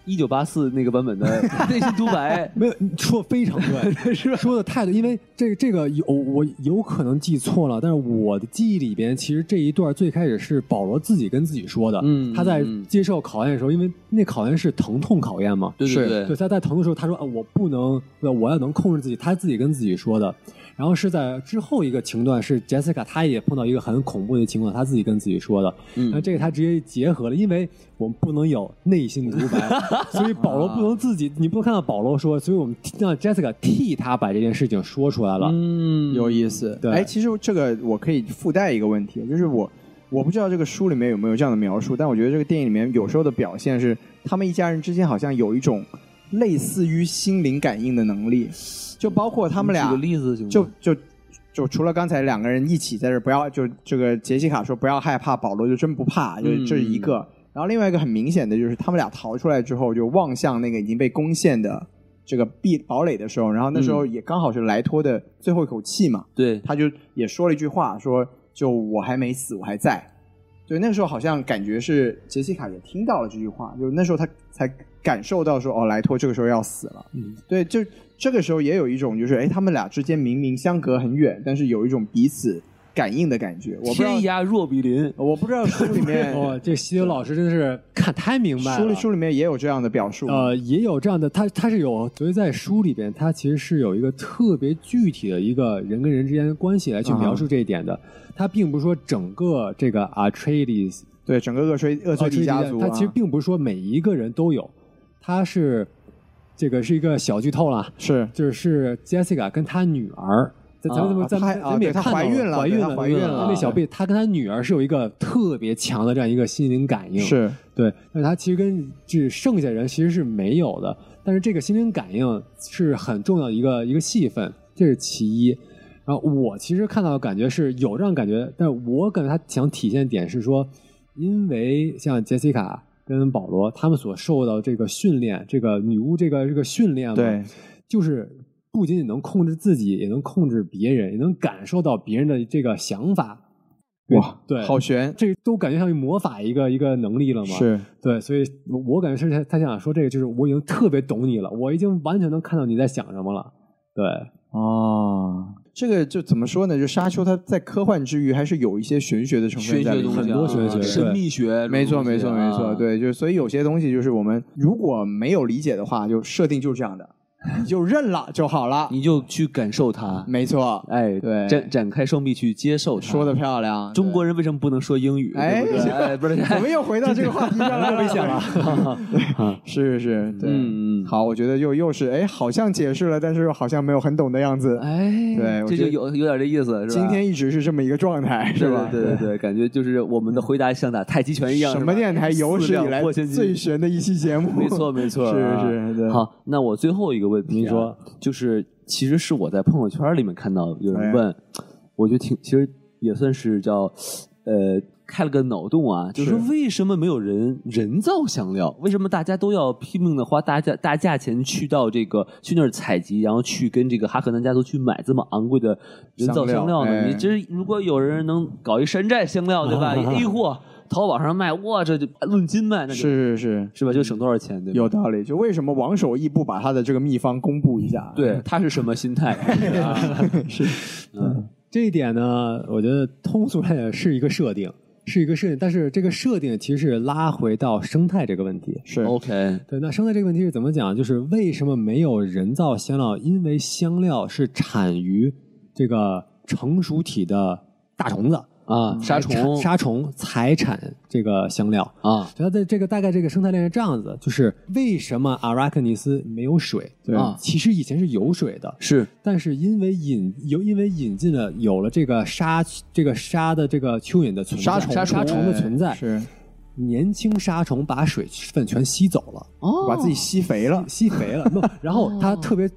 一九八四那个版 本的内心独白，
没有，你说的非常对，说的太对，因为这这个有我有可能记错了，但是我的记忆里边，其实这一段最开始是保罗自己跟自己说的，
嗯
他在
嗯嗯
接受考验的时候，因为那考验是疼痛考验嘛，
对对
是
对
对，他在疼的时候，他说、啊、我不能，呃我要能控制自己，他自己跟自己说的。然后是在之后一个情段，是 Jessica 她也碰到一个很恐怖的情况，她自己跟自己说的。
嗯
那这个他直接结合了，因为我们不能有内心独白，所以保罗不能自己，你不能看到保罗说，所以我们替让 Jessica 替他把这件事情说出来了。
嗯
有意思。
对
哎，其实这个我可以附带一个问题，就是我我不知道这个书里面有没有这样的描述，但我觉得这个电影里面有时候的表现是，他们一家人之间好像有一种类似于心灵感应的能力，就包括他们俩
举个例子行吗？
就就就除了刚才两个人一起在这儿不要，就这个杰西卡说不要害怕，保罗就真不怕，就是
嗯
这是一个。然后另外一个很明显的就是他们俩逃出来之后，就望向那个已经被攻陷的这个壁堡垒的时候，然后那时候也刚好是莱托的最后一口气嘛，
对，
他就也说了一句话，说就我还没死，我还在。对，那时候好像感觉是杰西卡也听到了这句话，就那时候他才感受到说哦，莱托这个时候要死了。
嗯，
对，就这个时候也有一种就是哎，他们俩之间明明相隔很远，但是有一种彼此感应的感觉。我不知道
天，涯若比邻，
我不知道书里面
哦，这西游老师真是看太明白了。
书里书里面也有这样的表述。
呃，也有这样的，他他是有，所以在书里边，他其实是有一个特别具体的一个人跟人之间的关系来去描述这一点的。他并不是说整个这个 Atreides 呃
对，整个厄崔厄
哦
崔迪家族、啊，
他其实并不是说每一个人都有，他是这个是一个小剧透了，
是
就是 Jessica 跟她女儿。咱咱们
啊
咱
她
们
啊
咱们也
对她
看到
怀孕了
怀孕
对她
了，
怀孕
对
了
那小贝她跟她女儿是有一个特别强的这样一个心灵感应，
是
对，但是他其实跟这剩下人其实是没有的，但是这个心灵感应是很重要的一个一个戏份，这是其一。然后我其实看到的感觉是有这样感觉，但是我感觉他想体现的点是说，因为像杰西卡跟保罗他们所受到这个训练，这个女巫这个这个训练嘛，
对，
就是不仅仅能控制自己，也能控制别人，也能感受到别人的这个想法。
哇，
对，
好悬，
这都感觉像魔法一个一个能力了嘛。
是
对，所以我我感觉是他他想说这个，就是我已经特别懂你了，我已经完全能看到你在想什么了。对，
哦，这个就怎么说呢？就沙丘它在科幻之余，还是有一些玄学的成
玄
分在
学
里
东
面。
西啊，
很多玄学
神秘学，
没错，
这
没
种东西
错，
啊
没错。，对，就是所以有些东西就是我们如果没有理解的话，就设定就是这样的，你就认了就好了。
你就去感受它，
没错，
哎，
嗯对
展展开双臂去接受它。
说的漂亮。
中国
人，
人为什么不能说英语？
哎
对不对哎，不是，
我们又回到这个话题上来了，危险了。 是是，对，
嗯嗯
好，我觉得又又是哎，好像解释了，但是又好像没有很懂的样子。
哎，
对我觉
这就
得
有有点这意思，是吧？
今天一直是这么一个状态，是
对
吧？
对对对，感觉就是我们的回答像打太极拳一样。
什
是
么
吧
电台有史以
四两
来
拨千斤
最悬的一期节目？
没 错，没错，
是
啊
是对
好，那我最后一个问题、啊，
您说，
就是其实是我在朋友圈里面看到有人
哎
问，我觉得挺，其实也算是叫，呃，开了个脑洞啊，就是
是
说为什么没有人人造香料？为什么大家都要拼命的花大价大价钱去到这个去那儿采集，然后去跟这个哈克南家族去买这么昂贵的人造香料
香料
呢？
哎
你这如果有人能搞一山寨香料，对 吧？一 A 货。淘宝上卖，哇，这就论斤卖，那就是
是是，
是吧？就省多少钱，对吧？
有道理。就为什么王守义不把他的这个秘方公布一下？，啊
对，他是什么心态？
这一点呢，我觉得通俗来讲是一个设定，是一个设定，但是这个设定其实是拉回到生态这个问题。
是
OK，
对，那生态这个问题是怎么讲？就是为什么没有人造香料？因为香料是产于这个成熟体的大虫子
啊，杀
才产
虫
杀虫才产这个香料。
啊
它的这个大概这个生态链是这样子，就是为什么阿拉克尼斯没有水？
对
啊
其实以前是有水的，
是
但是因为引有因为引进了有了这个沙这个沙的这个蚯蚓的存在，
杀虫
沙虫的存在，
是
年轻沙虫把水分全吸走了，
哦
把自己吸肥了。
吸肥了。那然后它特别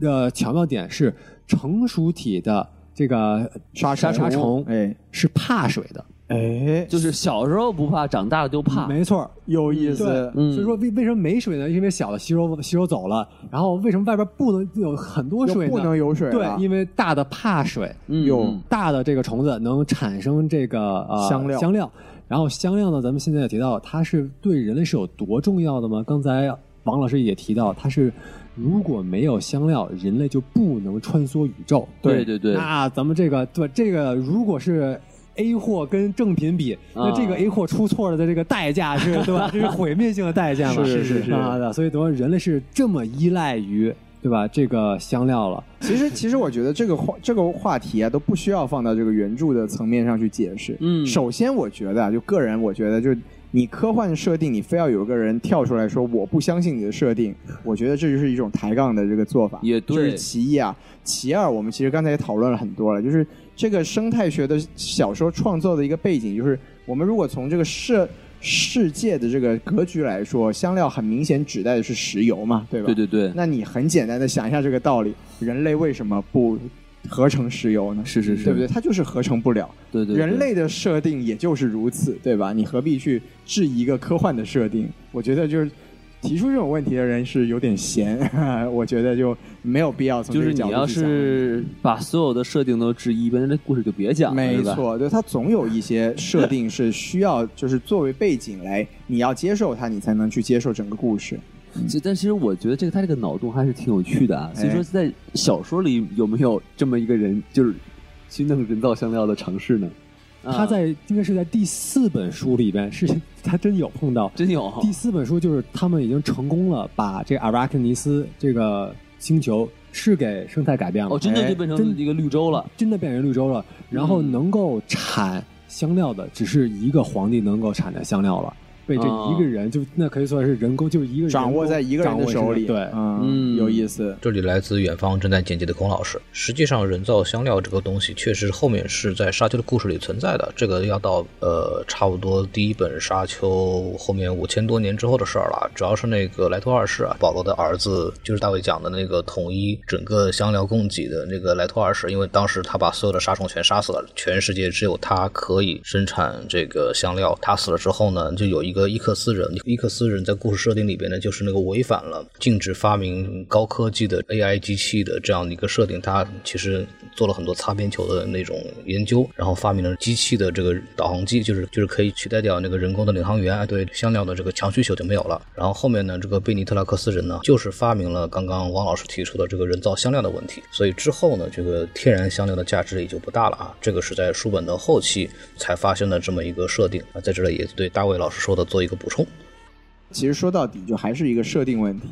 呃巧妙点是成熟体的这个
杀
沙虫
哎
是怕水的。
哎哎，
就是小时候不怕，长大了就怕。
没错儿，
有意思嗯
对，。所以说为为什么没水呢？因为小的吸收吸收走了，然后为什么外边不能有很多水
又
呢？
不能有水啊了
对，因为大的怕水，
嗯
有
嗯
大的这个虫子能产生这个呃
香料
香料，然后香料呢，咱们现在也提到，它是对人类是有多重要的吗？刚才王老师也提到，它是如果没有香料，人类就不能穿梭宇宙。
对对对，
那咱们这个对这个，如果是 A 货跟正品比，
啊
那这个 A 货出错了的这个代价是，对吧？这是毁灭性的代价嘛？
是是是
啊，对所以说人类是这么依赖于对吧这个香料了。
其实，其实我觉得这个话这个话题啊，都不需要放到这个原著的层面上去解释。
嗯
首先我觉得啊，就个人我觉得，就是你科幻设定，你非要有个人跳出来说我不相信你的设定，我觉得这就是一种抬杠的这个做法，
也
这
对
是其一啊。其二，我们其实刚才也讨论了很多了，就是这个生态学的小说创作的一个背景，就是我们如果从这个世世界的这个格局来说，香料很明显指代的是石油嘛，对吧？
对对对，
那你很简单的想一下这个道理：人类为什么不合成石油呢？
是是是，
对不对？它就是合成不了。
对对，对
人类的设定也就是如此，对吧？你何必去质疑一个科幻的设定？我觉得就是提出这种问题的人是有点闲， 我觉得就没有必要从
就
这
是
个角
你
度
要
去想
是把所有的设定都质疑一遍，那这故事就别讲了，
没
对吧，
错，对它总有一些设定是需要，就是作为背景来，你要接受它，你才能去接受整个故事。
其但其实我觉得这个他这个脑洞还是挺有趣的啊。所以说，在小说里有没有这么一个人，就是去弄人造香料的尝试呢？
啊
啊
他在应该是在第四本书里边，是他真有碰到。
真
哦
有
第四本书就是他们已经成功了，把这阿拉克尼斯这个星球是给生态改变了，
哦，真的就变成
真
一个绿洲了。
真的变成绿洲了。然
嗯
后能够产香料的，只是一个皇帝能够产的香料了。被这一个人就那可以算是人工，就是一个人
掌握在一个人
掌
的
握
手里，
对，
嗯，
嗯
有意思。
这里来自远方正在剪辑的孔老师。实际上，人造香料这个东西确实后面是在沙丘的故事里存在的，这个要到呃差不多第一本沙丘后面五千多年之后的事儿了。主要是那个莱托二世啊，保罗的儿子，就是大卫讲的那个统一整个香料供给的那个莱托二世，因为当时他把所有的杀虫全杀死了，全世界只有他可以生产这个香料。他死了之后呢，就有一个伊克斯人，伊克斯人在故事设定里边呢，就是那个违反了禁止发明高科技的 AI 机器的这样的一个设定，他其实做了很多擦边球的那种研究，然后发明了机器的这个导航机，就是就是可以取代掉那个人工的领航员，哎对香料的这个强需求就没有了。然后后面呢，这个贝尼特拉克斯人呢，就是发明了刚刚王老师提出的这个人造香料的问题，所以之后呢，这个天然香料的价值也就不大了啊。这个是在书本的后期才发生的这么一个设定啊，在这里也对大卫老师说的做一个补充。
其实说到底，就还是一个设定问题。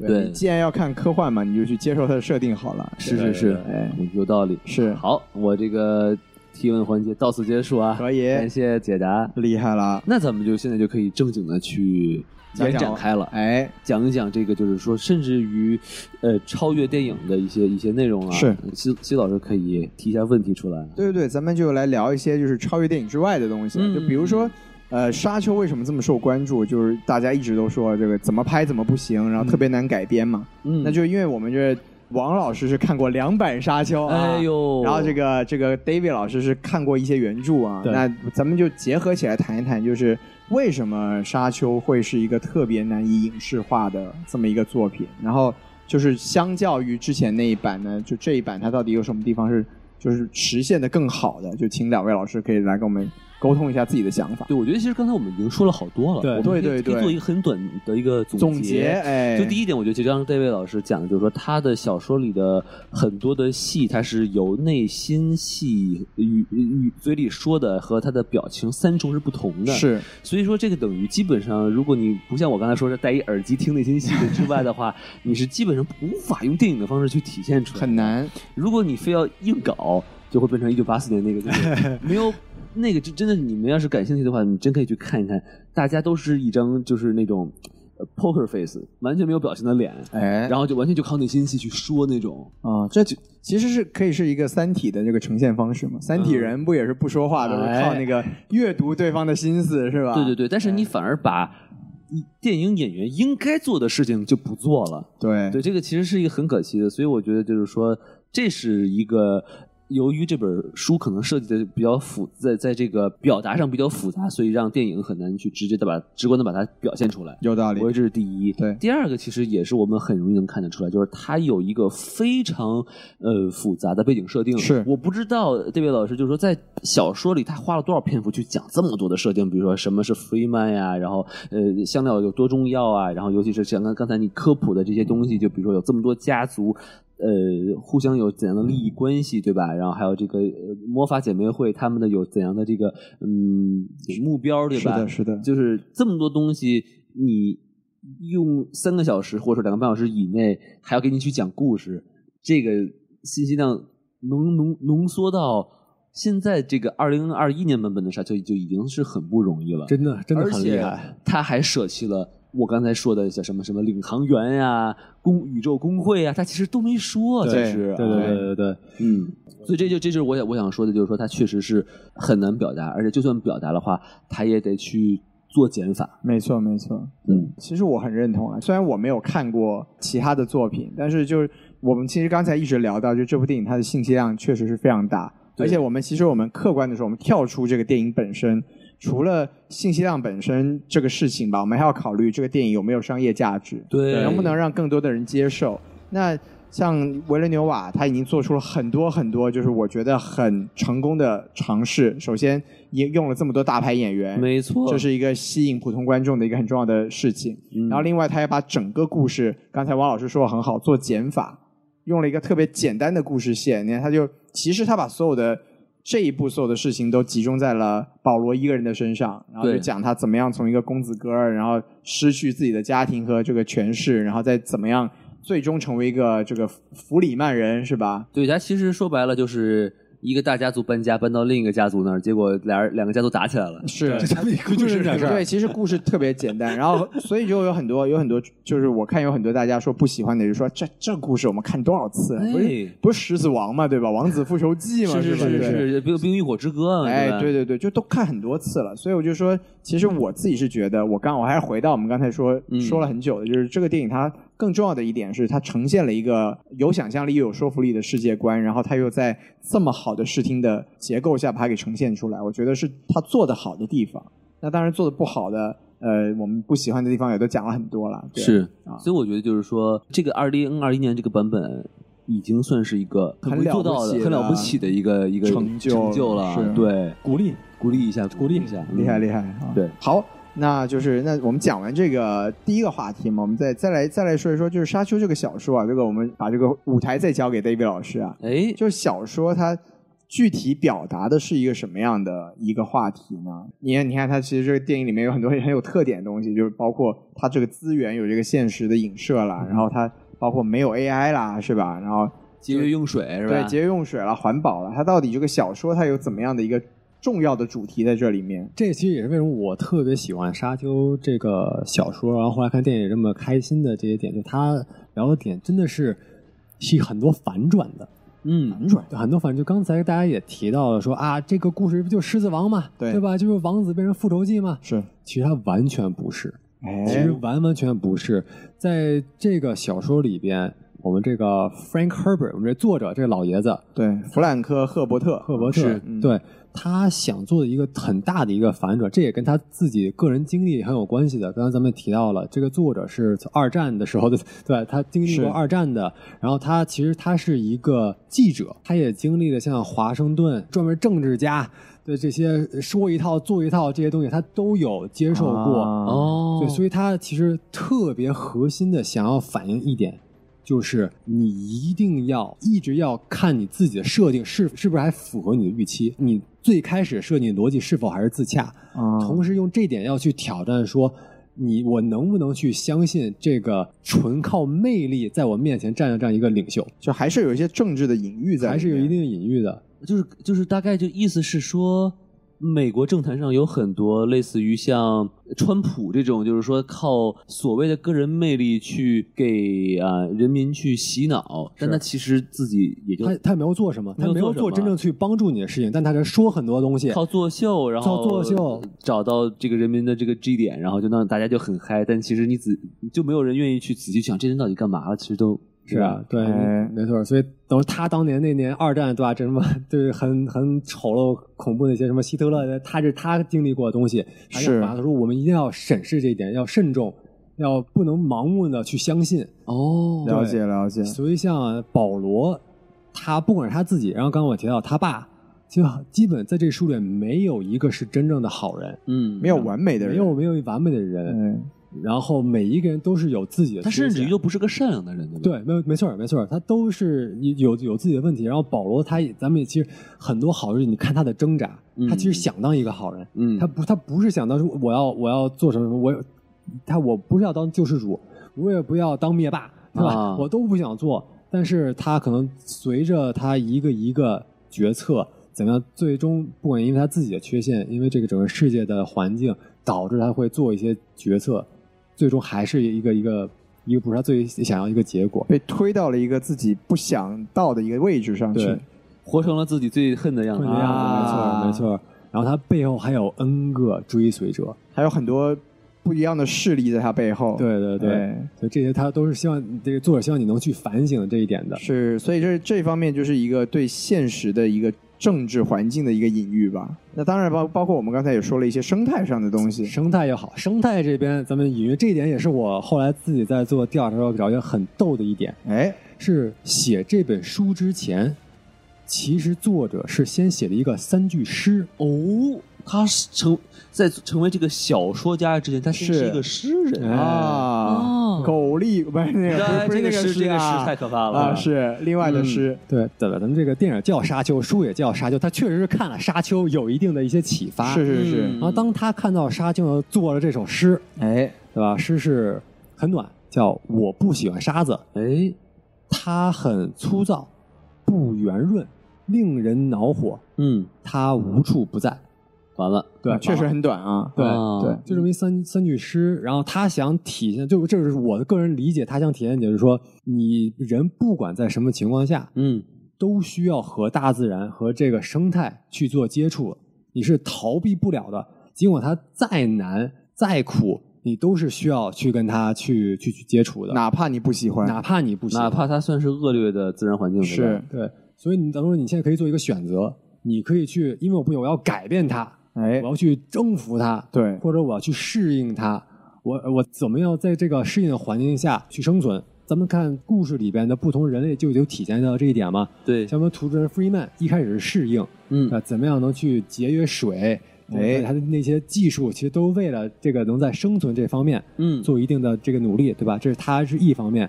对
你既然要看科幻嘛，你就去接受它的设定好了。
是是是
哎，
有道理。
是
好，我这个提问环节到此结束啊。
可以
感谢解答。
厉害了，
那咱们就现在就可以正经的去
讲
延
讲
展开了，
哎，
讲一讲这个，就是说，甚至于，呃，超越电影的一些一些内容啊。
是，
西西老师可以提一下问题出来。
对对对，咱们就来聊一些就是超越电影之外的东西，
嗯
就比如说。呃，沙丘为什么这么受关注？就是大家一直都说这个怎么拍怎么不行，然后特别难改编嘛。
嗯
那就因为我们这王老师是看过两版沙丘啊，
哎呦
然后这个这个 David 老师是看过一些原著啊，
对
那咱们就结合起来谈一谈，就是为什么沙丘会是一个特别难以影视化的这么一个作品，然后就是相较于之前那一版呢，就这一版它到底有什么地方是就是实现的更好的？就请两位老师可以来跟我们沟通一下自己的想法。
对，我觉得其实刚才我们已经说了好多了，
对
我们
对
可以
对对
可以做一个很短的一个总
总结，哎，
就第一点，我觉得就刚刚戴维老师讲的，就是说他的小说里的很多的戏，他是由内心戏与与嘴里说的和他的表情三重是不同的。，
是
所以说这个等于基本上，如果你不像我刚才说是戴一耳机听内心戏的之外的话， 你是基本上无法用电影的方式去体现出来。
很。难，
如果你非要硬搞，就会变成一九八四年那个，就是没有那个，就真的你们要是感兴趣的话，你真可以去看一看。大家都是一张就是那种呃 poker face，完全没有表情的脸，
哎，
然后就完全就靠内心戏去说那种。
啊、这就其实是可以是一个《三体》的这个呈现方式嘛，《三体》人不也是不说话的，
哎
是靠那个阅读对方的心思是吧？
对对对，但是你反而把电影演员应该做的事情就不做了。
对
对，这个其实是一个很可惜的，所以我觉得就是说，这是一个由于这本书可能设计的比较复，在在这个表达上比较复杂，所以让电影很难去直接的把直观的把它表现出来。
有道理
我觉得这是第一。
对
第二个其实也是我们很容易能看得出来，就是它有一个非常呃复杂的背景设定。
是
我不知道这位老师就是说在小说里他花了多少篇幅去讲这么多的设定，比如说什么是 free man 呀、然后呃香料有多重要啊，然后尤其是像刚刚才你科普的这些东西，就比如说有这么多家族。呃，互相有怎样的利益关系，对吧？然后还有这个呃魔法姐妹会，他们的有怎样的这个嗯目标，对
是
吧？
的，是的，
就是这么多东西，你用三个小时或者说两个半小时以内，还要给你去讲故事，这个信息量浓浓浓缩到现在这个二零二一年版本的沙丘就已经是很不容易了，
真的真的
而
很
且
厉害。
他还舍弃了。我刚才说的像什么什么领航员呀、公宇宙工会呀、他其实都没说。其
对
实，
对对对对对，
嗯，所以这就这就是我想我想说的，就是说它确实是很难表达，而且就算表达的话，它也得去做减法。
没错，没错。
嗯，
其实我很认同啊，虽然我没有看过其他的作品，但是就是我们其实刚才一直聊到，就这部电影它的信息量确实是非常大，
对
而且我们其实我们客观的说，我们跳出这个电影本身，除了信息量本身这个事情吧，我们还要考虑这个电影有没有商业价值，
对
能不能让更多的人接受？那像维伦纽瓦，他已经做出了很多很多，就是我觉得很成功的尝试。首先，也用了这么多大牌演员，
没错，
这是一个吸引普通观众的一个很重要的事情。
嗯
然后另外，他也把整个故事，刚才王老师说的很好，做减法，用了一个特别简单的故事线。你看，他就其实他把所有的这一步所有的事情都集中在了保罗一个人的身上，然后就
对
讲他怎么样从一个公子哥儿，然后失去自己的家庭和这个权势，然后再怎么样最终成为一个这个弗里曼人，是吧？
对它其实说白了就是一个大家族搬家搬到另一个家族那儿，结果俩人两个家族打起来了。
是，
这咱们一共 就是点事 儿
对，。其实故事特别简单，然后所以就有很多有很多，就是我看有很多大家说不喜欢的，就说这这故事我们看多少次了，不是
哎
不是《狮子王》嘛，对吧？《王子复仇记》嘛，
是
吧？
是
对
是，冰冰与火之歌嘛，
哎
吧，
对对对，就都看很多次了，所以我就说，其实我自己是觉得，我刚我还是回到我们刚才说
嗯
说了很久的，就是这个电影它更重要的一点是，它呈现了一个有想象力又有说服力的世界观，然后它又在这么好的视听的结构下把它给呈现出来，我觉得是它做的好的地方。那当然做的不好的，呃，我们不喜欢的地方也都讲了很多了。对
是
啊，
所以我觉得就是说，这个二零二一年这个版本已经算是一个
很
会
了
做
不
到的、
起
很了
的
不起的一个一个
成就
成就
是
了。对，
鼓励
鼓励一下，
鼓励
一下，
厉害
嗯
厉害啊！
对，
好，那就是那我们讲完这个第一个话题嘛，我们再再来再来说一说，就是《沙丘》这个小说啊，这个我们把这个舞台再交给 David 老师啊，
哎，
就是小说它。具体表达的是一个什么样的一个话题呢？你看，你看，它其实这个电影里面有很多很有特点的东西，就是包括它这个资源有这个现实的影射啦，然后它包括没有 AI 啦，是吧？然后
节约用水是吧？
对节约用水了、环保了，它到底这个小说它有怎么样的一个重要的主题在这里面？
这其实也是为什么我特别喜欢《沙丘》这个小说，然后后来看电影也这么开心的这些点，就他聊的点真的是是很多反转的，
嗯，
转很多反转。就刚才大家也提到了说啊，这个故事不就狮子王嘛，
对
对吧？就是王子变成复仇记嘛，
是，
其实它完全不是，
哎
其实完完全不是。在这个小说里边，我们这个 Frank Herbert，我们这作者这个老爷子，
对，弗兰克·赫伯特，
赫伯特，
是嗯
对他想做的一个很大的一个反转，这也跟他自己个人经历很有关系的。刚刚咱们也提到了，这个作者是从二战的时候的，对他经历
是
过二战的，然后他其实他是一个记者，他也经历了像华盛顿专门政治家对这些说一套做一套这些东西，他都有接受过。
啊
哦，
对，所
以
以他其实特别核心的想要反映一点，就是你一定要一直要看你自己的设定是是不是还符合你的预期，你最开始设定的逻辑是否还是自洽，
啊
同时用这点要去挑战说。你我能不能去相信这个纯靠魅力在我面前站的这样一个领袖，
就还是有一些政治的隐喻在，
还是有一。定隐喻的？
就是就是大概就意思是说，美国政坛上有很多类似于像川普这种，就是说靠所谓的个人魅力去给啊、人民去洗脑，但他其实自己也就
他他也没有做什么，他
没
没
有
有
做
做
什么
真正去帮助你的事情，但他在说很多东西，
靠作秀，然后
靠作秀
找到这个人民的这个 G 点，然后就让大家就很嗨，但其实你仔就没有人愿意去仔细想这人到底干嘛了，其实都
是啊，对，
哎
没错。所以等于他当年那年二战，对吧？这什么 对很很丑陋、恐怖那些什么希特勒，他这他经历过的东西，他
是
要反他说我们一定要审视这一点，要慎重，要不能盲目的去相信。
哦
了解了解，
所以像保罗，他不管是他自己，然后刚刚我提到他爸，就基本在这书里没有一个是真正的好人，
嗯，
没有完美的人，
没有没有完美的人，
嗯，
然后每一个人都是有自己的
他
缺陷，
甚至于都不是个善良的人，对吧？
对，没有没错儿没错儿，他都是有有自己的问题。然后保罗他也，咱们也其实很多好人，你看他的挣扎，
嗯
他其实想当一个好人，
嗯，
他不他不是想当说我要我要做什么什么，我有他我不是要当救世主，我也不要当灭霸，是吧？
啊
我都不想做。但是他可能随着他一个一个决策，怎么样，最终不管因为他自己的缺陷，因为这个整个世界的环境，导致他会做一些决策，最终还是一个一个一个不是他最想要一个结果。
被推到了一个自己不想到的一个位置上去
对，
活成了自己最恨的样
会
子，
这样子，
啊
没错没。错。然后他背后还有 N 个追随者，
还有很多不一样的势力在他背后。哎
对对对，所以这些他都是希望这个作者希望你能去反省这一点的。
是，所以这这方面就是一个对现实的一个政治环境的一个隐喻吧。那当然包包括我们刚才也说了一些生态上的东西。
生态也好，生态这边咱们隐约这一点也是我后来自己在做调查的时候找一个很逗的一点，
哎，
是写这本书之前，其实作者是先写了一个三句诗，
哦，他是成在成为这个小说家之前，他先
是
是一个诗人
哎
啊
哦，
狗力不是那个，
哎
不是
这
不是那
诗，
诗
这个诗
啊
太可怕了嗯
啊，是另外的诗。
对，对了，咱们这个电影叫《沙丘》，书也叫《沙丘》，他确实是看了《沙丘》有一定的一些启发。
是是是
嗯，
然后当他看到《沙丘》做了这首诗，
哎，
对吧？诗是很暖，叫“我不喜欢沙子”，
哎，
它很粗糙，不圆润，令人恼火，
嗯，
它无处不在。
完了，
对，
确实很短啊。
对
啊
对
就这么一三三句诗，然后他想体现，就这是我的个人理解，他想体现就是说，你人不管在什么情况下，
嗯，
都需要和大自然和这个生态去做接触，你是逃避不了的。尽管它再难再苦，你都是需要去跟它去去去接触的，
哪怕你不喜欢，
哪怕你不行，
哪怕它算是恶劣的自然环境，对吧
是
对，所以你等于说你现在可以做一个选择，你可以去，因为我不行，我要改变它，
哎
我，要去征服它，
对
或者我要去适应它，我我怎么样在这个适应的环境下去生存？咱们看故事里边的不同人类就有体现到这一点嘛。
对，
像我们图中人 Freeman 一开始是适应，
嗯
啊，怎么样能去节约水？
哎
他的那些技术其实都为了这个能在生存这方面
嗯，
做一定的这个努力，对吧？这是他是一方面，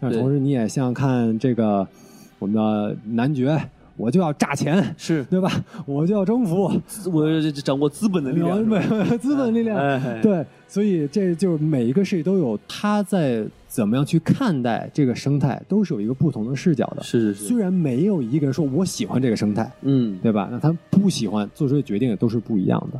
但是
对
同时你也像看这个我们的男爵，我就要榨钱，
是
对吧？我就要征服，
我这这掌握资本的
哎
力量是吧，
资本力量，
哎，
对，所以这就是每一个事情都有他在怎么样去看待这个生态，都是有一个不同的视角的。
是是
虽
是，
然没有一个人说我喜欢这个生态，
嗯，
对吧？那他不喜欢做出的决定都是不一样的。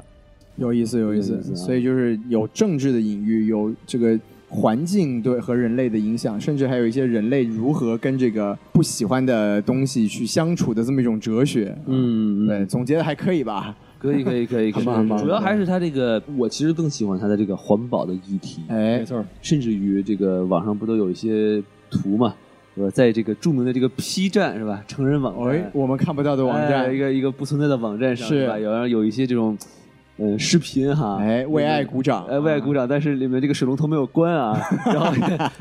有意思，有意
有
思
意。思啊
所以就是有政治的隐喻，有这个环境对和人类的影响，甚至还有一些人类如何跟这个不喜欢的东西去相处的这么一种哲学。
嗯，嗯
对，总结的还可以吧？
可以可以可以，可
很
以
棒很棒
主要还是它这个，我其实更喜欢它的这个环保的议题，
哎，
错，
甚至于这个网上不都有一些图嘛，是吧？在这个著名的这个 P 站是吧，成人网
哎
站，，
我们看不到的网
哎一
站，
个一个不存在的网站上
是
吧？有有一些这种嗯视频哈，
哎，为爱鼓掌，
呃，为爱鼓掌，但是里面这个水龙头没有关 啊， 然后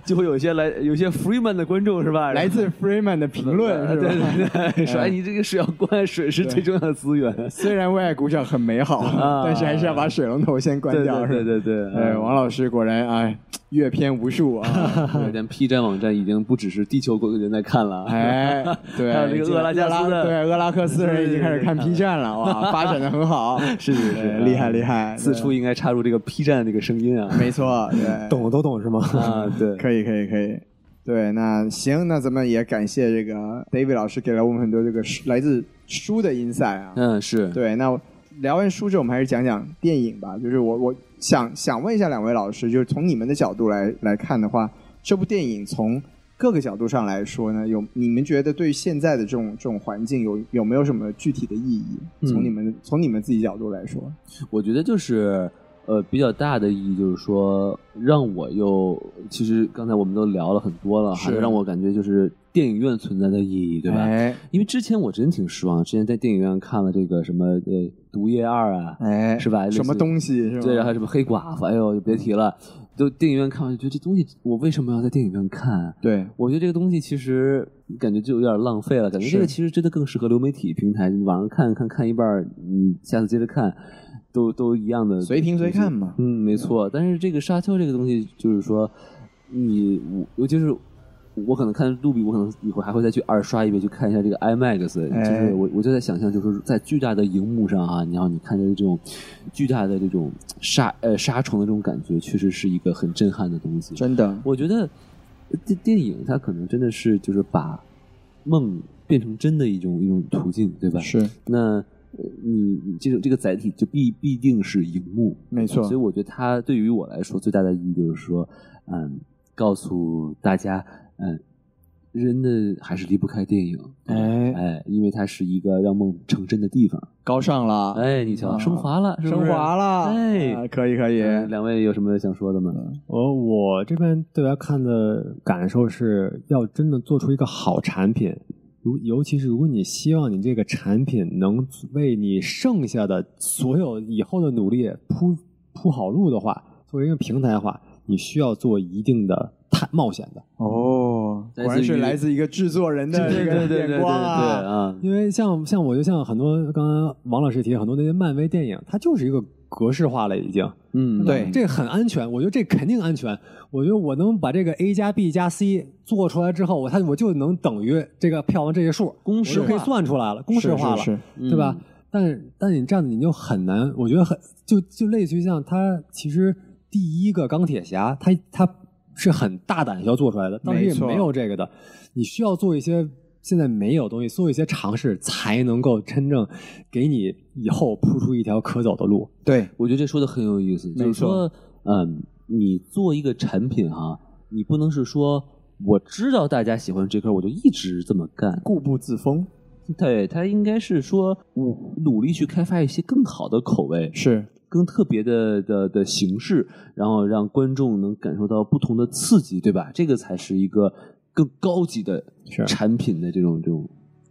就会有一些来有一些 Freeman 的观众是 吧？
来自 Freeman 的评论
呃
是
对
吧？嗯
对对，说哎，你这个水要关，水是最重要的资源。
虽然为爱鼓掌很美好，
啊
但是还是要把水龙头先关
对
掉。
对对
是吧
对对，
哎，
嗯
王老师果然哎，阅片无数 啊！
对但 P 站网站已经不只是地球国人在看了，啊
哎，对，
还有这个
已经
厄拉加斯的
对，厄拉克斯人已经开始看 B 站了，哇，发展的很好，
是是
对
是，
厉害厉害，
此处
对
应该插入这个 P 站这个声音啊
没错， 对，
懂的都懂是吗？
啊，对，
可以可以可以，对，那行，那咱们也感谢这个 David 老师给了我们很多这个书来自书的 insight 啊，
嗯是，
对，那聊完书之后，我们还是讲讲电影吧。就是我我想想问一下两位老师，就是从你们的角度来来看的话，这部电影从各个角度上来说呢，有你们觉得对现在的这种这种环境有有
嗯
没有什么具体的意义？从你们、从你们自己角度来说，
我觉得就是。呃比较大的意义就是说，让我又其实刚才我们都聊了很多了，还
是
是让我感觉就是电影院存在的意义，对吧？
哎
因为之前我真挺失望，之前在电影院看了这个什么呃《毒液二》啊，
哎，
是吧类似
什么东西是吧？
对，然后什么黑寡妇，哎呦就别提了，都电影院看完就觉得这东西我为什么要在电影院看？啊
对
我觉得这个东西其实感觉就有点浪费了，感觉
是
这个其实真的更适合流媒体平台，你网上看看看一半儿，嗯，下次接着看，都都一样的，
随听随看嘛
嗯，没错。但是这个沙丘这个东西，就是说你我尤其是。我可能看杜比，我可能以后还会再去二刷一遍，去看一下这个 IMAX。
哎
就是我我就在想象，就是在巨大的荧幕上啊，然后你看见这种巨大的这种沙呃沙虫的这种感觉，确实是一个很震撼的东西。
真的
我觉得呃电电影它可能真的是就是把梦变成真的一种一种途径，对吧？
是
那呃你你这种这个载体就必必定是荧幕，
没错
所以我觉得它对于我来说最大的意义就是说，嗯，告诉大家，嗯，人的还是离不开电影，
哎
哎，因为它是一个让梦成真的地方。
高尚了，
哎，你瞧，
啊
升华了，是不
升
是
华了，
哎，
啊可以可以，
嗯两位有什么想说的吗？
我我这边对他看的感受是要真的做出一个好产品，如尤其是如果你希望你这个产品能为你剩下的所有以后的努力铺铺好路的话，作为一个平台的话，你需要做一定的探冒险的，
哦，
来
果然
自
是
于
来自一个制作人的这个眼光
对
啊，
啊，
因为像像我就像很多刚刚王老师提很多那些漫威电影，它就是一个格式化了已经。
嗯，
对
这很安全，我觉得这肯定安全。我觉得我能把这个 A 加 B 加 C 做出来之后，我它我就能等于这个票房这些数，
公式
我
化
就可以算出来了，公式化了，
是是
嗯
对吧？但但你这样子你就很难，我觉得很就就类似于像他其实第一个钢铁侠，他他是很大胆要做出来的，当时
没
也
错
没有这个的，你需要做一些。现在没有东西，做一些尝试才能够真正给你以后铺出一条可走的路。
对，
我觉得这说的很有意思，
没
就是说，嗯，你做一个产品哈、你不能是说我知道大家喜欢这块，我就一直这么干。
固步自封
对，它应该是说，我努力去开发一些更好的口味，
是
更特别的的的形式，然后让观众能感受到不同的刺激，对吧？这个才是一个更高级的
啊
是
产品的这种这种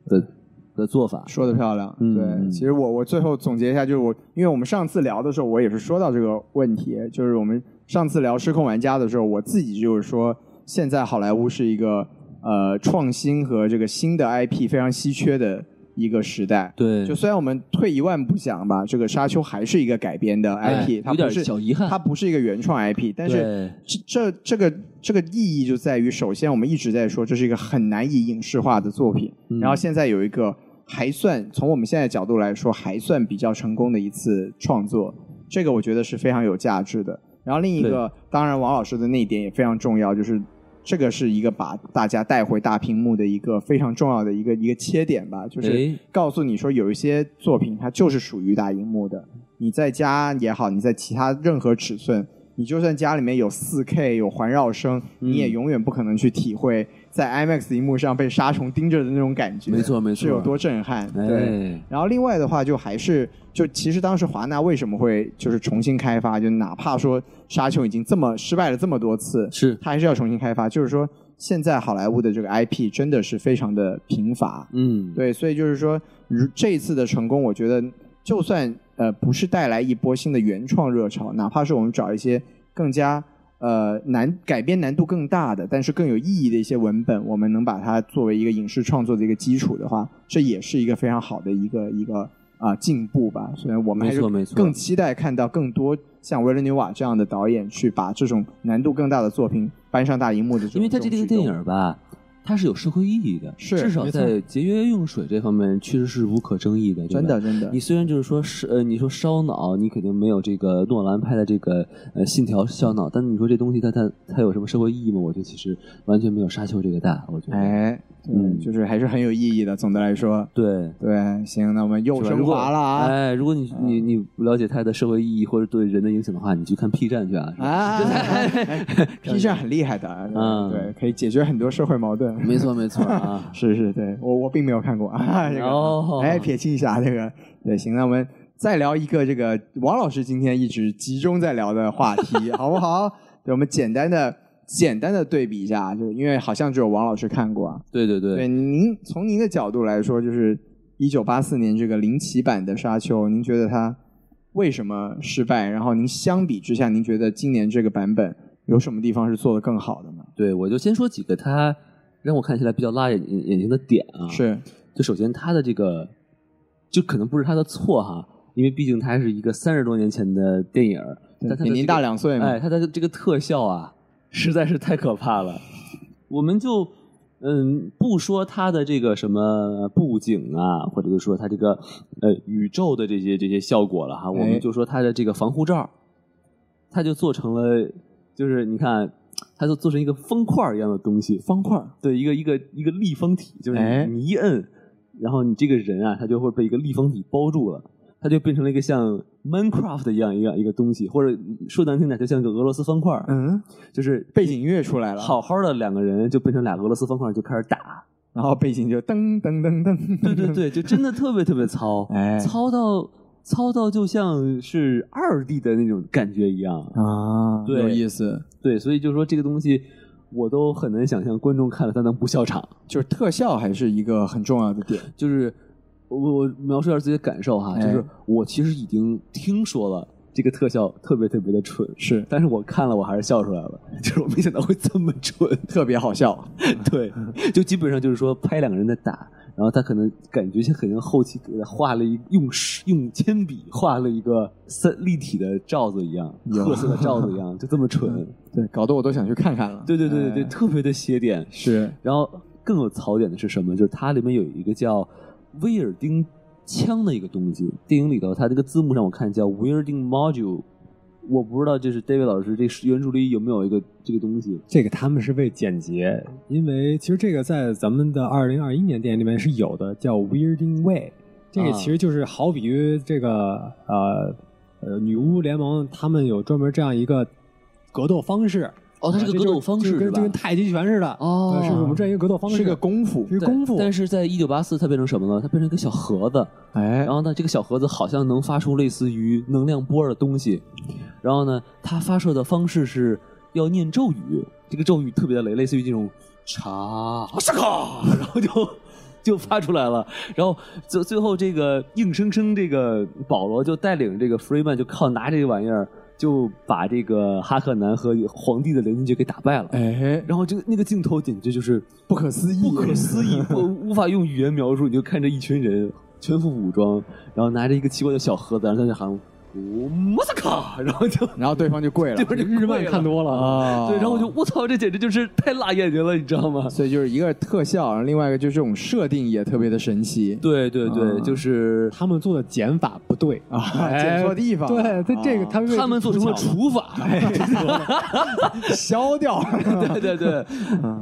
的的做法。
说的漂亮，
嗯
对。其实我我最后总结一下，就是我，因为我们上次聊的时候，我也是说到这个问题，就是我们上次聊《失控玩家》的时候，我自己就是说，现在好莱坞是一个呃创新和这个新的 IP 非常稀缺的一个时代。
对，
就虽然我们退一万步讲吧，这个《沙丘》还是一个改编的
哎
IP，、它
有
不
点
是
小遗憾
它不是一个原创 IP，但是
对
这这这个这个意义就在于，首先我们一直在说这是一个很难以影视化的作品，
嗯
然后现在有一个还算从我们现在角度来说还算比较成功的一次创作，这个我觉得是非常有价值的。然后另一个，当然王老师的那一点也非常重要，就是这个是一个把大家带回大屏幕的一个非常重要的一个一个切点吧，就是
哎
告诉你说有一些作品它就是属于大荧幕的，你在家也好，你在其他任何尺寸，你就算家里面有4 K 有环绕声，
嗯
你也永远不可能去体会在 IMAX 荧幕上被杀虫盯着的那种感觉，
没错没错
是有多震撼，对。
哎，
然后另外的话，就还是就其实当时华纳为什么会就是重新开发，就哪怕说《沙丘》已经这么失败了这么多次，
是
它还是要重新开发。就是说，现在好莱坞的这个 IP 真的是非常的贫乏，
嗯，
对，所以就是说，如这一次的成功，我觉得就算呃不是带来一波新的原创热潮，哪怕是我们找一些更加呃难改编难度更大的，但是更有意义的一些文本，我们能把它作为一个影视创作的一个基础的话，这也是一个非常好的一个一个啊、进步吧。所以我们还是
没错没错
更期待看到更多像维伦纽瓦这样的导演去把这种难度更大的作品搬上大荧幕的这种
因为它这个
种举
电
动
影儿吧，它是有社会意义的，
是
至少
没错
在节约用水这方面确实是无可争议的，对吧
真的。真的
你虽然就是说是呃，你说烧脑，你肯定没有这个诺兰拍的这个呃《信条》烧脑，但你说这东西它它它有什么社会意义吗？我觉得其实完全没有《沙丘》这个大，我觉得。
哎，嗯，
嗯
就是还是很有意义的。总的来说，
对，
对，行，那我们又
是吧
升华了
如果
啊！
哎，如果你你你不了解它的社会意义或者对人的影响的话，你去看 P 站去啊。是吧
啊，P 站哎很厉害的，啊
嗯
对，可以解决很多社会矛盾。
没
，
错没错啊
是是，对我我并没有看过啊，这个
哦
哎，撇清一下这个，对，行，那我们再聊一个这个王老师今天一直集中在聊的话题，好不好？ 对，我们简单的简单的对比一下，就是因为好像只有王老师看过啊。
对对对，
对，您从您的角度来说，就是一九八四年这个零七版的《沙丘》，您觉得它为什么失败？然后您相比之下，您觉得今年这个版本有什么地方是做的更好的呢？
对我就先说几个它让我看起来比较辣眼眼眼睛的点啊。，
是
就首先它的这个，就可能不是它的错哈，因为毕竟它是一个三十多年前的电影儿，但它的
比您
这个
大两岁嘛？
哎，它的这个特效啊，实在是太可怕了。我们就嗯，不说它的这个什么布景啊，或者是说它这个呃宇宙的这些这些效果了哈，我
哎
们就说它的这个防护罩，它就做成了，就是你看。它就做成一个方块儿一样的东西，
方块儿
对，一个一个一个立方体，就是
哎
你一摁，然后你这个人啊，他就会被一个立方体包住了，他就变成了一个像 Minecraft 一样一样一个东西，或者说难听点，就像个俄罗斯方块儿，
嗯，
就是
背景音乐出来了，，
好好的两个人就变成俩俄罗斯方块儿就开始 打，
然后背景就噔噔噔噔，
对对，对，就真的特别特别糙，
哎
糙到糙到就像是二 D 的那种感觉一样，
啊，
对
有意思，
对，所以就说这个东西。我都很难想象观众看了他能不笑场，
就是特效还是一个很重要的点，
就是我我描述一下自己的感受哈，
哎
就是我其实已经听说了这个特效特别特别的蠢，
是
但是我看了我还是笑出来了，就是我没想到会这么 蠢，
特别好笑，
对，就基本上就是说拍两个人在打。然后他可能感觉像很像后期给他画了一用手用铅笔画了一个三立体的罩子一样，
有
褐色的罩子一样，就这么蠢。
对，搞得我都想去看看了，
对对对对对，
哎
特别的邪点。
是
然后更有槽点的是什么？就是它里面有一个叫威尔丁枪的一个东西，电影里头它这个字幕上我看叫威尔丁 module，我不知道这是 David 老师这原著里有没有一个这个东西。
这个他们是为简洁，因为其实这个在咱们的二零二一年电影里面是有的，叫 Weirding Way。这个
啊
其实就是好比于这个呃呃女巫联盟，他们有专门这样一个格斗方式。
哦，它是
啊
个
这
格
就
斗方
就
式
跟
是
就
吧
跟？太极拳似的，
哦
呃是我们这样一个格斗方式，
是个功夫，
是个功夫。
但是在一九八四，它变成什么了？它变成一个小盒子，
哎
然，后呢，这个小盒子好像能发出类似于能量波的东西，然后呢，它发射的方式是要念咒语，这个咒语特别的雷，类似于这种查沙卡，然后就就发出来了，然后最最后这个硬生生这个保罗就带领这个 Freeman 就靠拿这个玩意儿就把这个哈克南和皇帝的雷霆军给打败了。
哎，
然后这个那个镜头简直就是
不可思议，
不可思议，我无法用语言描述。你就看着一群人全副武装，然后拿着一个奇怪的小盒子，然后他就喊“我莫斯卡”，然后就
然后对方就跪了
这，边就
日
跪
漫
了
看多了啊，
啊
对，然后我就我操，这简直就是太辣眼睛了，你知道吗？
所以就是一个是特效，然后另外一个就是这种设定也特别的神奇
对对对，
啊
就是
他们做的减法不对
啊，
哎
剪错地方了，
对，他这个
啊
他们为
他们做成了
巧嘛
除法，
消掉了
对对对，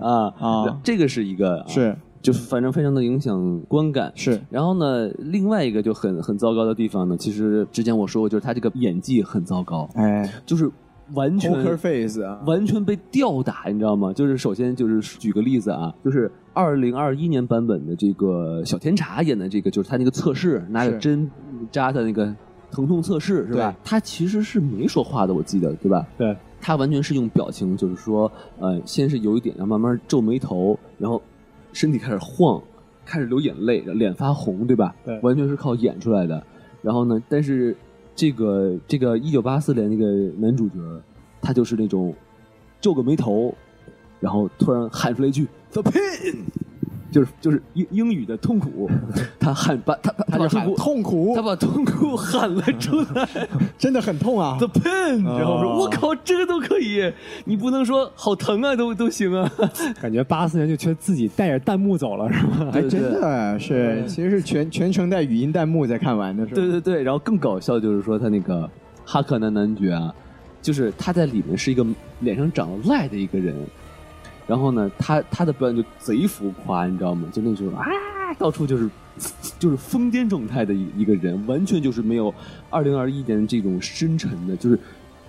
啊
啊
这个是一个啊
是
就反正非常的影响观感。
是
然后呢，另外一个就很很糟糕的地方呢，其实之前我说过，就是他这个演技很糟糕，
哎
就是完全
，poker face 啊，
完全被吊打，你知道吗？就是首先就是举个例子啊，就是二零二一年版本的这个小甜茶演的这个，就是他那个测试拿着
是
针扎他那个疼痛测试是吧
对？
他其实是没说话的，我记得对吧？
对，
他完全是用表情，就是说，呃，先是有一点，然后慢慢皱眉头，然后身体开始晃，开始流眼泪，脸发红，对吧？
对
完全是靠演出来的。然后呢，但是这个这个一九八四年那个男主角，他就是那种皱个眉头，然后突然喊出来一句 “the pain”，就是就是英英语的痛苦，他喊把他他
他就
把
喊
痛苦
痛苦
他，把痛苦喊了出 来。
真的很痛啊
the，pen，
哦
然后说我靠，这个都可以，你不能说好疼啊，都都行啊。
感觉八四年就缺自己带着弹幕走了是吗？
哎，
对对
真的是，其实是全全程带语音弹幕在看完的，是吧？
对对对，然后更搞笑就是说他那个哈克男男爵啊，就是他在里面是一个脸上长了癞的一个人，然后呢，他他的表演就贼浮夸，你知道吗？就那种啊，到处就是就是疯癫状态的一一个人，完全就是没有二零二一年这种深沉的，就是。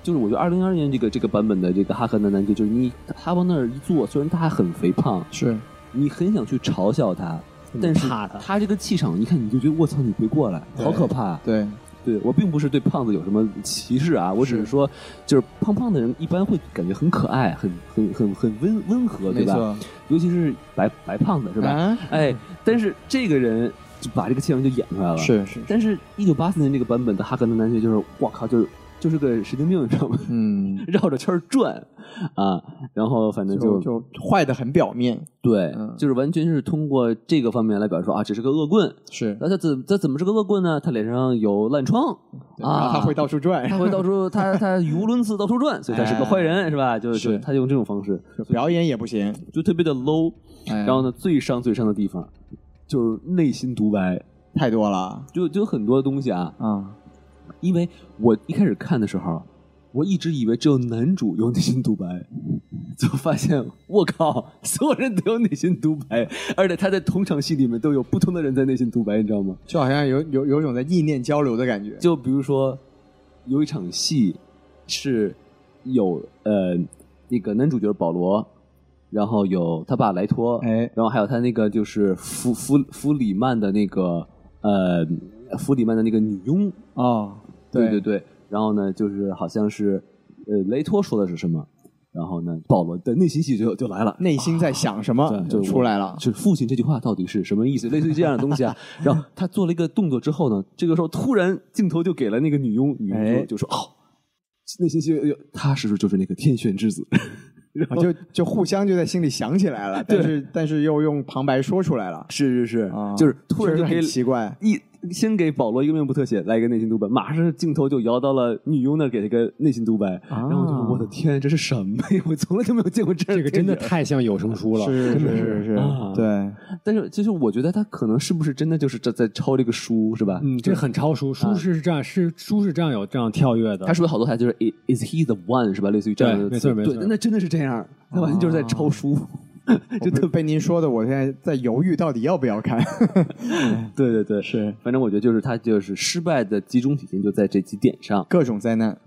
就是我觉得二零二年这个这个版本的这个哈克男男爵，就是你他往那儿一坐，虽然他还很肥胖，
是
你很想去嘲笑他，
很
但是
怕他
这个气场，一看你就觉得我操，你别过来，好可怕啊、
对，
对我并不是对胖子有什么歧视啊，我只是说，就是胖胖的人一般会感觉很可爱，很很很很温温和，对
没
吧？
错，
尤其是白白胖子是吧？
啊？
哎，但是这个人就把这个气氛就演出来了。，
是是，
但是一九八四年这个版本的哈克南男爵就是，我靠，就是就是个神经病，你知道吗？
嗯，
绕着圈儿转啊，然后反正
就就坏的很表面，
对，
嗯
就是完全是通过这个方面来表示说啊，这是个恶棍。
是，
那他怎他怎么是个恶棍呢？他脸上有烂疮
对然
啊，
后他会到处转，
他会到处他他语无伦次，到处转，所以他是个坏人，是吧？就是就他用这种方式，
表演也不行，
就特别的 low。
哎
然后呢，最伤最伤的地方就是内心独白，
太多了
就就有很多东西啊。
啊，
因为我一开始看的时候，我一直以为只有男主有内心独白，就发现我靠，所有人都有内心独白，而且他在同场戏里面都有不同的人在内心独白，你知道吗？
就好像有有有种在意念交流的感觉，
就比如说有一场戏是有呃那个男主角保罗，然后有他爸莱托，
哎，
然后还有他那个就是弗弗弗里曼的那个呃弗里曼的那个女佣，
哦，
对对对。然后呢，就是好像是呃雷托说的是什么，然后呢保罗的内心戏就就来了。
内心在想什
啊
么
对
就
我
出来了，
就是父亲这句话到底是什么意思？类似于这样的东西 啊。然后他做了一个动作之后呢，这个时候突然镜头就给了那个女佣，女佣
哎
就就说：“哦，内心戏，他是不是就是那个天选之子？” 然后
就就互相就在心里想起来了，但是但是又用旁白说出来了，
是是是，
啊
就是突然
确
就
实
给
很奇怪，
一先给保罗一个面部特写，来一个内心独白，马上镜头就摇到了女佣那儿给他个内心独白，然后我就说我的天，这是什么呀？ 我从来就没有见过这样
这个真的
电影
太像有声书了，
是
真
是
的
是是
啊，
对，
但是其实我觉得他可能是不是真的就是在在抄这个书是吧？
嗯，这很超书，书是这样，是书是这样有这样跳跃的
啊他。是不是好多台就是 "I- is he the one 是吧？类似于这样的词，
对没错没错
对，那真的是这样，他完全就是在抄书，就
就
特
被
别
被您说的，啊我现在在犹豫到底要不要 看，
对对对。
是
反正我觉得 就是他就是失败的集中体现就在这几点上，
各种灾难，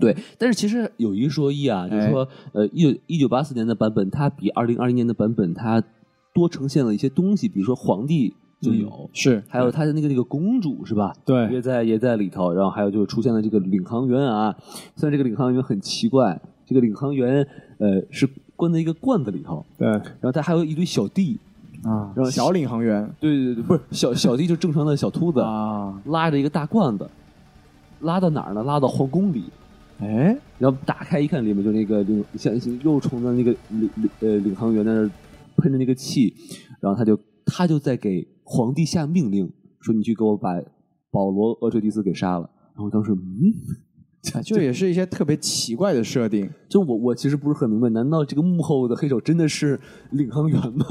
对，但是其实有一说一啊，就是说，呃，一九一九八四年的版本，它比二零二零年的版本，它多呈现了一些东西，比如说皇帝就有，
是
还有他的那个那个公主是吧？也
对，
在也在里头，然后还有就是出现了这个领航员啊，虽然这个领航员很奇怪，这个领航员呃是关在一个罐子里头，
对，
然后他还有一堆小弟，
啊
然后
小领航员
对对对，不是小小弟就是正常的小秃子，
啊，
拉着一个大罐子，拉到哪儿呢？拉到皇宫里，
哎，
然后打开一看，里面就那个领像又冲着那个领领呃领航员在那儿喷着那个气，然后他就他就在给皇帝下命令，说你去给我把保罗呃厄崔迪斯给杀了。然后我当时嗯，
就也是一些特别奇怪的设定，
就我我其实不是很明白，难道这个幕后的黑手真的是领航员吗？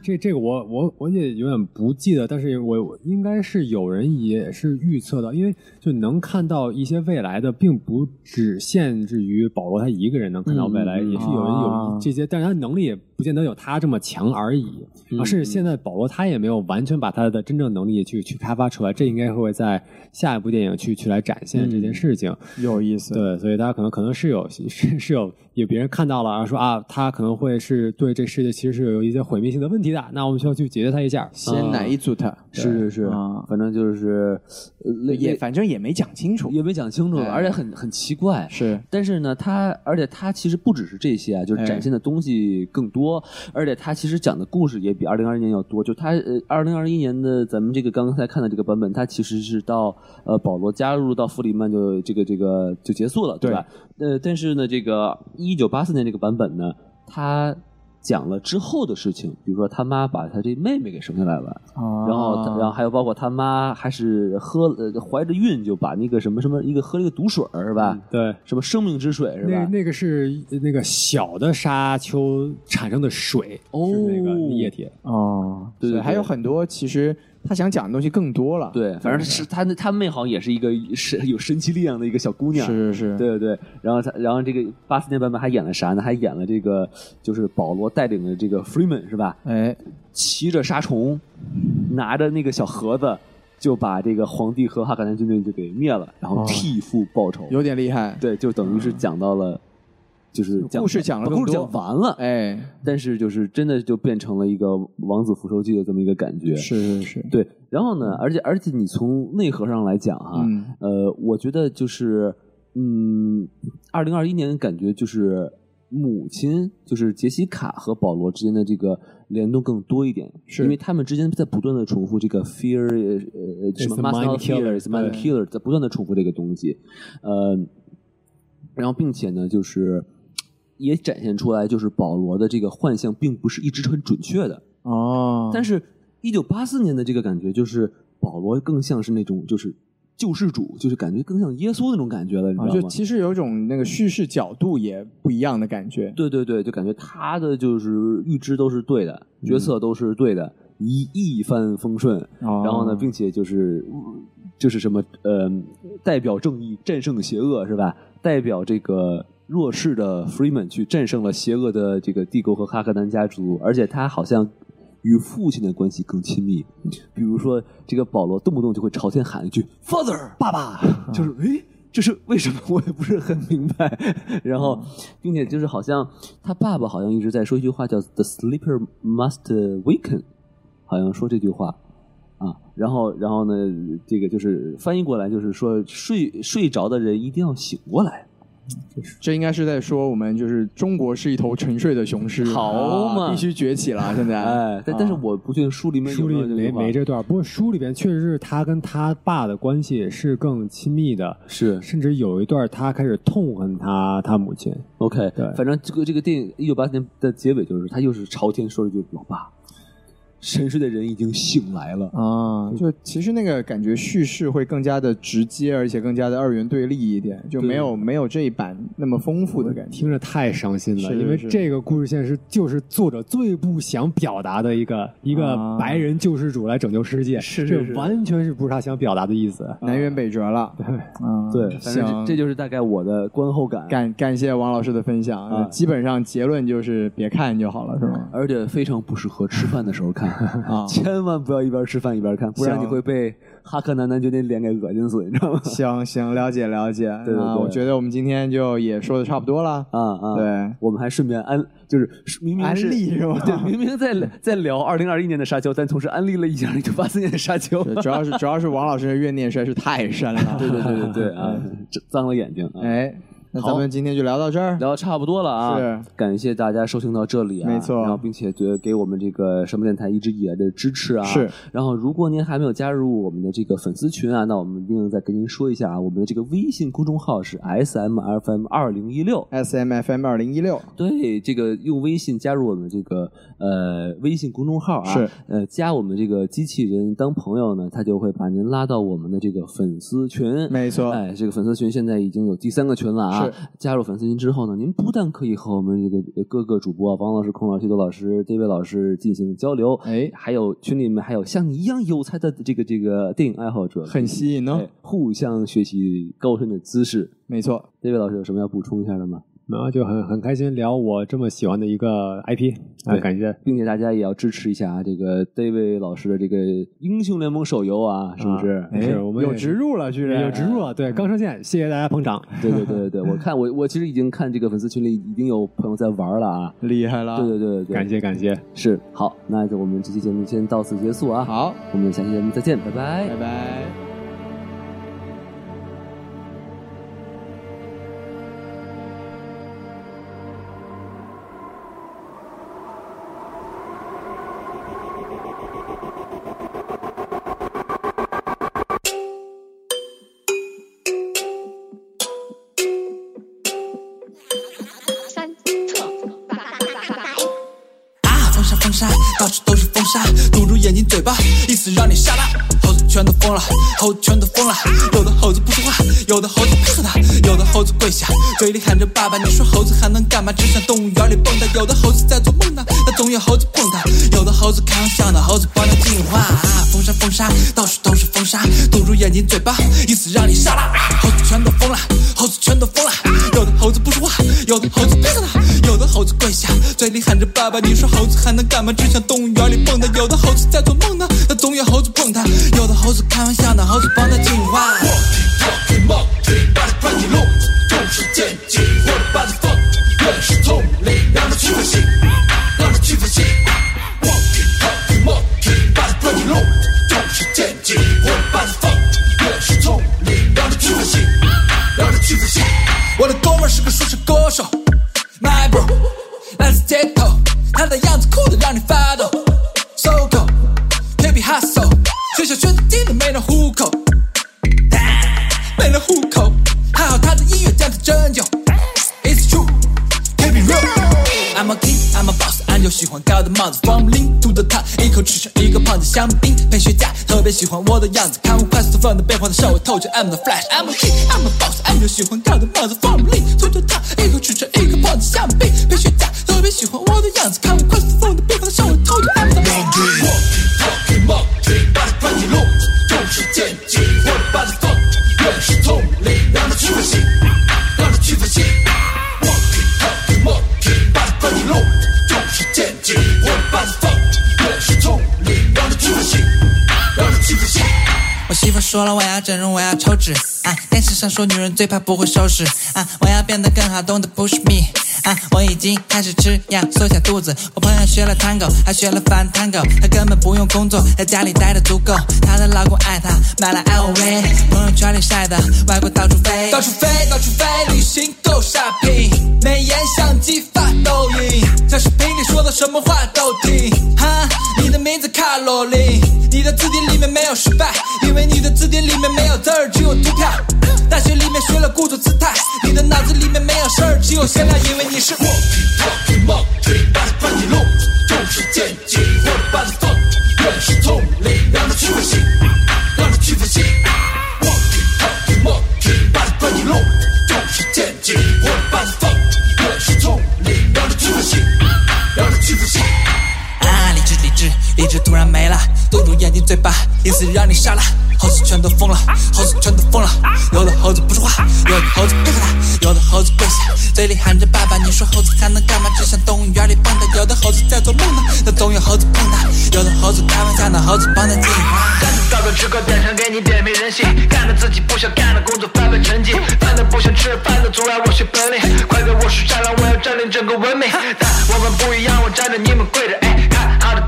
这这个我我我也有点不记得，但是我我应该是有人也是预测到，因为就能看到一些未来的，并不只限制于保罗他一个人能看到未来，
嗯嗯
也是有人有
啊
这些，但是他能力也不见得有他这么强而已。
嗯
啊，甚至现在保罗他也没有完全把他的真正能力去去开发出来，这应该会在下一部电影去去来展现
嗯
这件事情。
有意思，
对，所以他可能可能是有 是是有有别人看到了，然后说啊，他可能会是对这世界其实是有一些毁灭性的问题的，那我们需要去解决他一下。
先奶一组他，
是是是，
啊
反正就是呃类
也反正也没讲清楚，
也没讲清楚，
哎
而且很很奇怪，
是
但是呢，它而且它其实不只是这些啊，就是
哎
展现的东西更多，而且它其实讲的故事也比二零二一年要多。就它呃，二零二一年的咱们这个刚才看的这个版本，它其实是到呃保罗加入到弗里曼就这个这个就结束了，对吧？呃，但是呢，这个一九八四年这个版本呢，它。讲了之后的事情，比如说他妈把他这妹妹给生下来了，然
然
后他，然后还有包括他妈还是喝呃怀着孕就把那个什么什么一个喝了一个毒水儿是吧？
对，
什么生命之水是
嗯那
吧？
那个是那个小的沙丘产生的水，
哦
是那个液体。
哦，
对对
所以还有
对
很多其实他想讲的东西更多了，
对，反正是她那她妹好像也是一个是有神奇力量的一个小姑娘。
是是是，
对对对，然后她，然后这个八四年版本还演了啥呢？还演了这个，就是保罗带领的这个 Freeman 是吧？
哎，
骑着沙虫，拿着那个小盒子，就把这个皇帝和哈卡南军队就给灭了，然后
哦
替父报仇。
有点厉害，
对，就等于是讲到了就是讲
嗯故事讲了
把
更
故事
多
讲完了，
哎，
但是就是真的就变成了一个王子复仇记的这么一个感觉。
是是是，
对，然后呢，而且而且你从内核上来讲哈，
嗯
呃，我觉得就是，嗯，二零二一年感觉就是母亲，就是杰西卡和保罗之间的这个联动更多一点，
是
因为他们之间在不断的重复这个 fear，呃呃，什么
It's a
must
mind
not fear
killer，
is mind
对
killer，在不断的重复这个东西，呃，然后并且呢，就是也展现出来，就是保罗的这个幻象并不是一直很准确的。
哦，
但
是
是，一九八四年的这个感觉就是保罗更像是那种就是救世主，就是感觉更像耶稣那种感觉了，你知道
啊就
吗？
其实有一种那个叙事角度也不一样的感觉，
对对对，就感觉他的就是预知都是对的，
嗯
决策都是对的，一一帆风顺。
然
然后呢，并且就是就是什么呃，代表正义战胜邪恶是吧？代表这个弱势的 Freeman 去战胜了邪恶的这个帝国和哈克南家族，而且他好像与父亲的关系更亲密。比如说，这个保罗动不动就会朝天喊一句 “Father，爸爸”，就是诶。这是为什么？ 我也不是很明白。然后，并且就是好像他爸爸好像一直在说一句话叫 “The sleeper must waken”，好像说这句话。啊，然后，然后呢，这个就是翻译过来就是说，睡睡着的人一定要醒过来，
这应该是在说我们就是中国是一头沉睡的雄狮，
好嘛
啊必须崛起了！现在，
哎，但、
啊
但是我不确定书里面有
书
没
里
有这句
没
话
没这段，不过书里边确实是他跟他爸的关系是更亲密的，
是
甚至有一段他开始痛恨他他母亲。
OK，
对
反正这个这个电影一九八年的结尾就是他又是朝天说了一句“老爸”，沉睡的人已经醒来了，
啊，就其实那个感觉叙事会更加的直接，而且更加的二元对立一点，就没有没有这一版那么丰富的感觉。
听着太伤心了，
是
因为
是
这个故事线是就是作者最不想表达的一个一个
啊
白人救世主来拯救世界，
是是是
这完全是不是他想表达的意思。
南辕北辙了，啊，
对，反正
行，
这这就是大概我的观后感，
感感谢王老师的分享，呃
啊
基本上结论就是别看就好了，是 吗？
而且非常不适合吃饭的时候 看。，
啊
千万不要一边吃饭一边看，不然
行
你会被哈克南男爵那脸给恶心死，你知道吗？
行行，了解了解。
对对
那
对
我觉得我们今天就也说的差不多了。
啊啊！
对，
我们还顺便安，就是明明
安
是
利嗯是吗
对， 明明在在聊二零二一年的沙丘，但同时安利了一下一九八四年的沙丘。
对主要是主要是王老师的怨念实在是太深了。嗯
对对对对 对啊，这脏了眼睛啊！
哎，那咱
好
们今天就聊到这儿。
聊的差不多了啊，
是
感谢大家收听到这里啊，
没错
然后并且觉得给我们这个什么电台一直以来的支持啊，
是，
然后如果您还没有加入我们的这个粉丝群啊，那我们一定再跟您说一下啊，我们的这个微信公众号是 S M F M 二零一六，
S M F M 二零一六，
对，这个用微信加入我们这个呃微信公众号啊，
是
呃加我们这个机器人当朋友呢，他就会把您拉到我们的这个粉丝 群。
没错，
哎，这个粉丝群现在已经有第三个群了啊
是！
加入粉丝群之后呢，您不但可以和我们这个各个主播啊，王老师、孔老师、豆老师、这位老师进行交流，
哎
还有群里面还有像你一样有才的这个这个电影爱好者，
很吸引
哎
哦。
互相学习高深的知识。
没错，
这位老师有什么要补充一下的吗？
然后就很很开心聊我这么喜欢的一个 IP 啊，
对
感谢
并且大家也要支持一下啊，这个 David 老师的这个《英雄联盟》手游啊，是不是？
没事我们也
哎有植入了，居然嗯
有植入。了，对，刚上线，谢谢大家捧场。
对对对对对，我看我我其实已经看这个粉丝群里已经有朋友在玩了啊。
厉害了。
对对对对，
感谢感谢，
是好，那就我们这期节目先到此结束啊。，
好，
我们下期节目再见，拜拜
拜拜。
三特拜拜拜。
啊！风沙风沙，到处都是风沙，堵住眼睛嘴巴，意思让你下拉。猴子全都疯了，猴子全都疯了，有的猴子不说话，有的猴子配合他，有的猴子跪下，嘴里喊着爸爸。你说猴子还能干嘛？只想动物园里蹦跶。有的猴子在做梦呢，那总有猴子碰它。有的猴子开玩笑呢，猴子帮它进化。啊！风沙风沙，到处都是风沙，堵住眼睛嘴巴，意思让你下拉。猴子全都疯了，猴子全都疯了，有的猴子不说话，有的猴子配合它，有的猴子跪下，嘴里喊着爸爸。你说猴子还能干嘛？只想动物园里蹦跶。有的猴子在做梦呢，那总有猴子碰它。有的猴子开玩笑呢，猴子帮它进化。我只要去冒险，把它穿起路，就是陷阱，我把它放。又喜欢高的帽子，风铃堵得他一口吃成一个胖子，香槟配雪茄，特别喜欢我的样子，看我快速放的变化的笑，我透着 I'm the flash，I'm a king，I'm a boss，I'm 又喜欢高的帽子，风铃堵着他一口吃成一个胖子，香槟配雪茄，特别喜欢我的样子，看我快速放的变化的笑，我透着 I'm the flash。我媳妇说了，我要整容，我要抽脂啊！电视上说女人最怕不会收拾啊！我要变得更好，Don't push me 啊！我已经开始吃药缩小肚子。我朋友学了 Tango，还学了反 Tango，她根本不用工作，在家里待的足够。她的老公爱她，买了 LV，朋友圈里晒的，外国到处飞，到处飞，到处飞，旅行够 shopping，美颜相机发抖音，在视频里说的什么话都听哈。你的名字卡罗琳，你的字典里面没有失败，因为你的字典里面没有字儿，只有图片。大学里面学了故作姿态，你的脑子里面没有事儿，只有限量，因为你是。啊，理智理智，理智突然没了，堵住眼睛嘴巴，意思让你杀了。猴子全都疯了，猴子全都疯了，有的猴子不说话，有的猴子配合他，有的猴子跪下，嘴里喊着爸爸。你说猴子还能干嘛？只想动物园里蹦跶，有的猴子在做梦呢，那总有猴子碰它，有的猴子开玩笑，那猴子帮他解话。
干的到了职高点上给你点没人性，干了自己不想干的工作翻倍成绩，饭都不想吃，饭的阻碍我学本领，快给我使战狼，我要占领整个文明。但我们不一样，我站着你们跪着，哎，看好的哎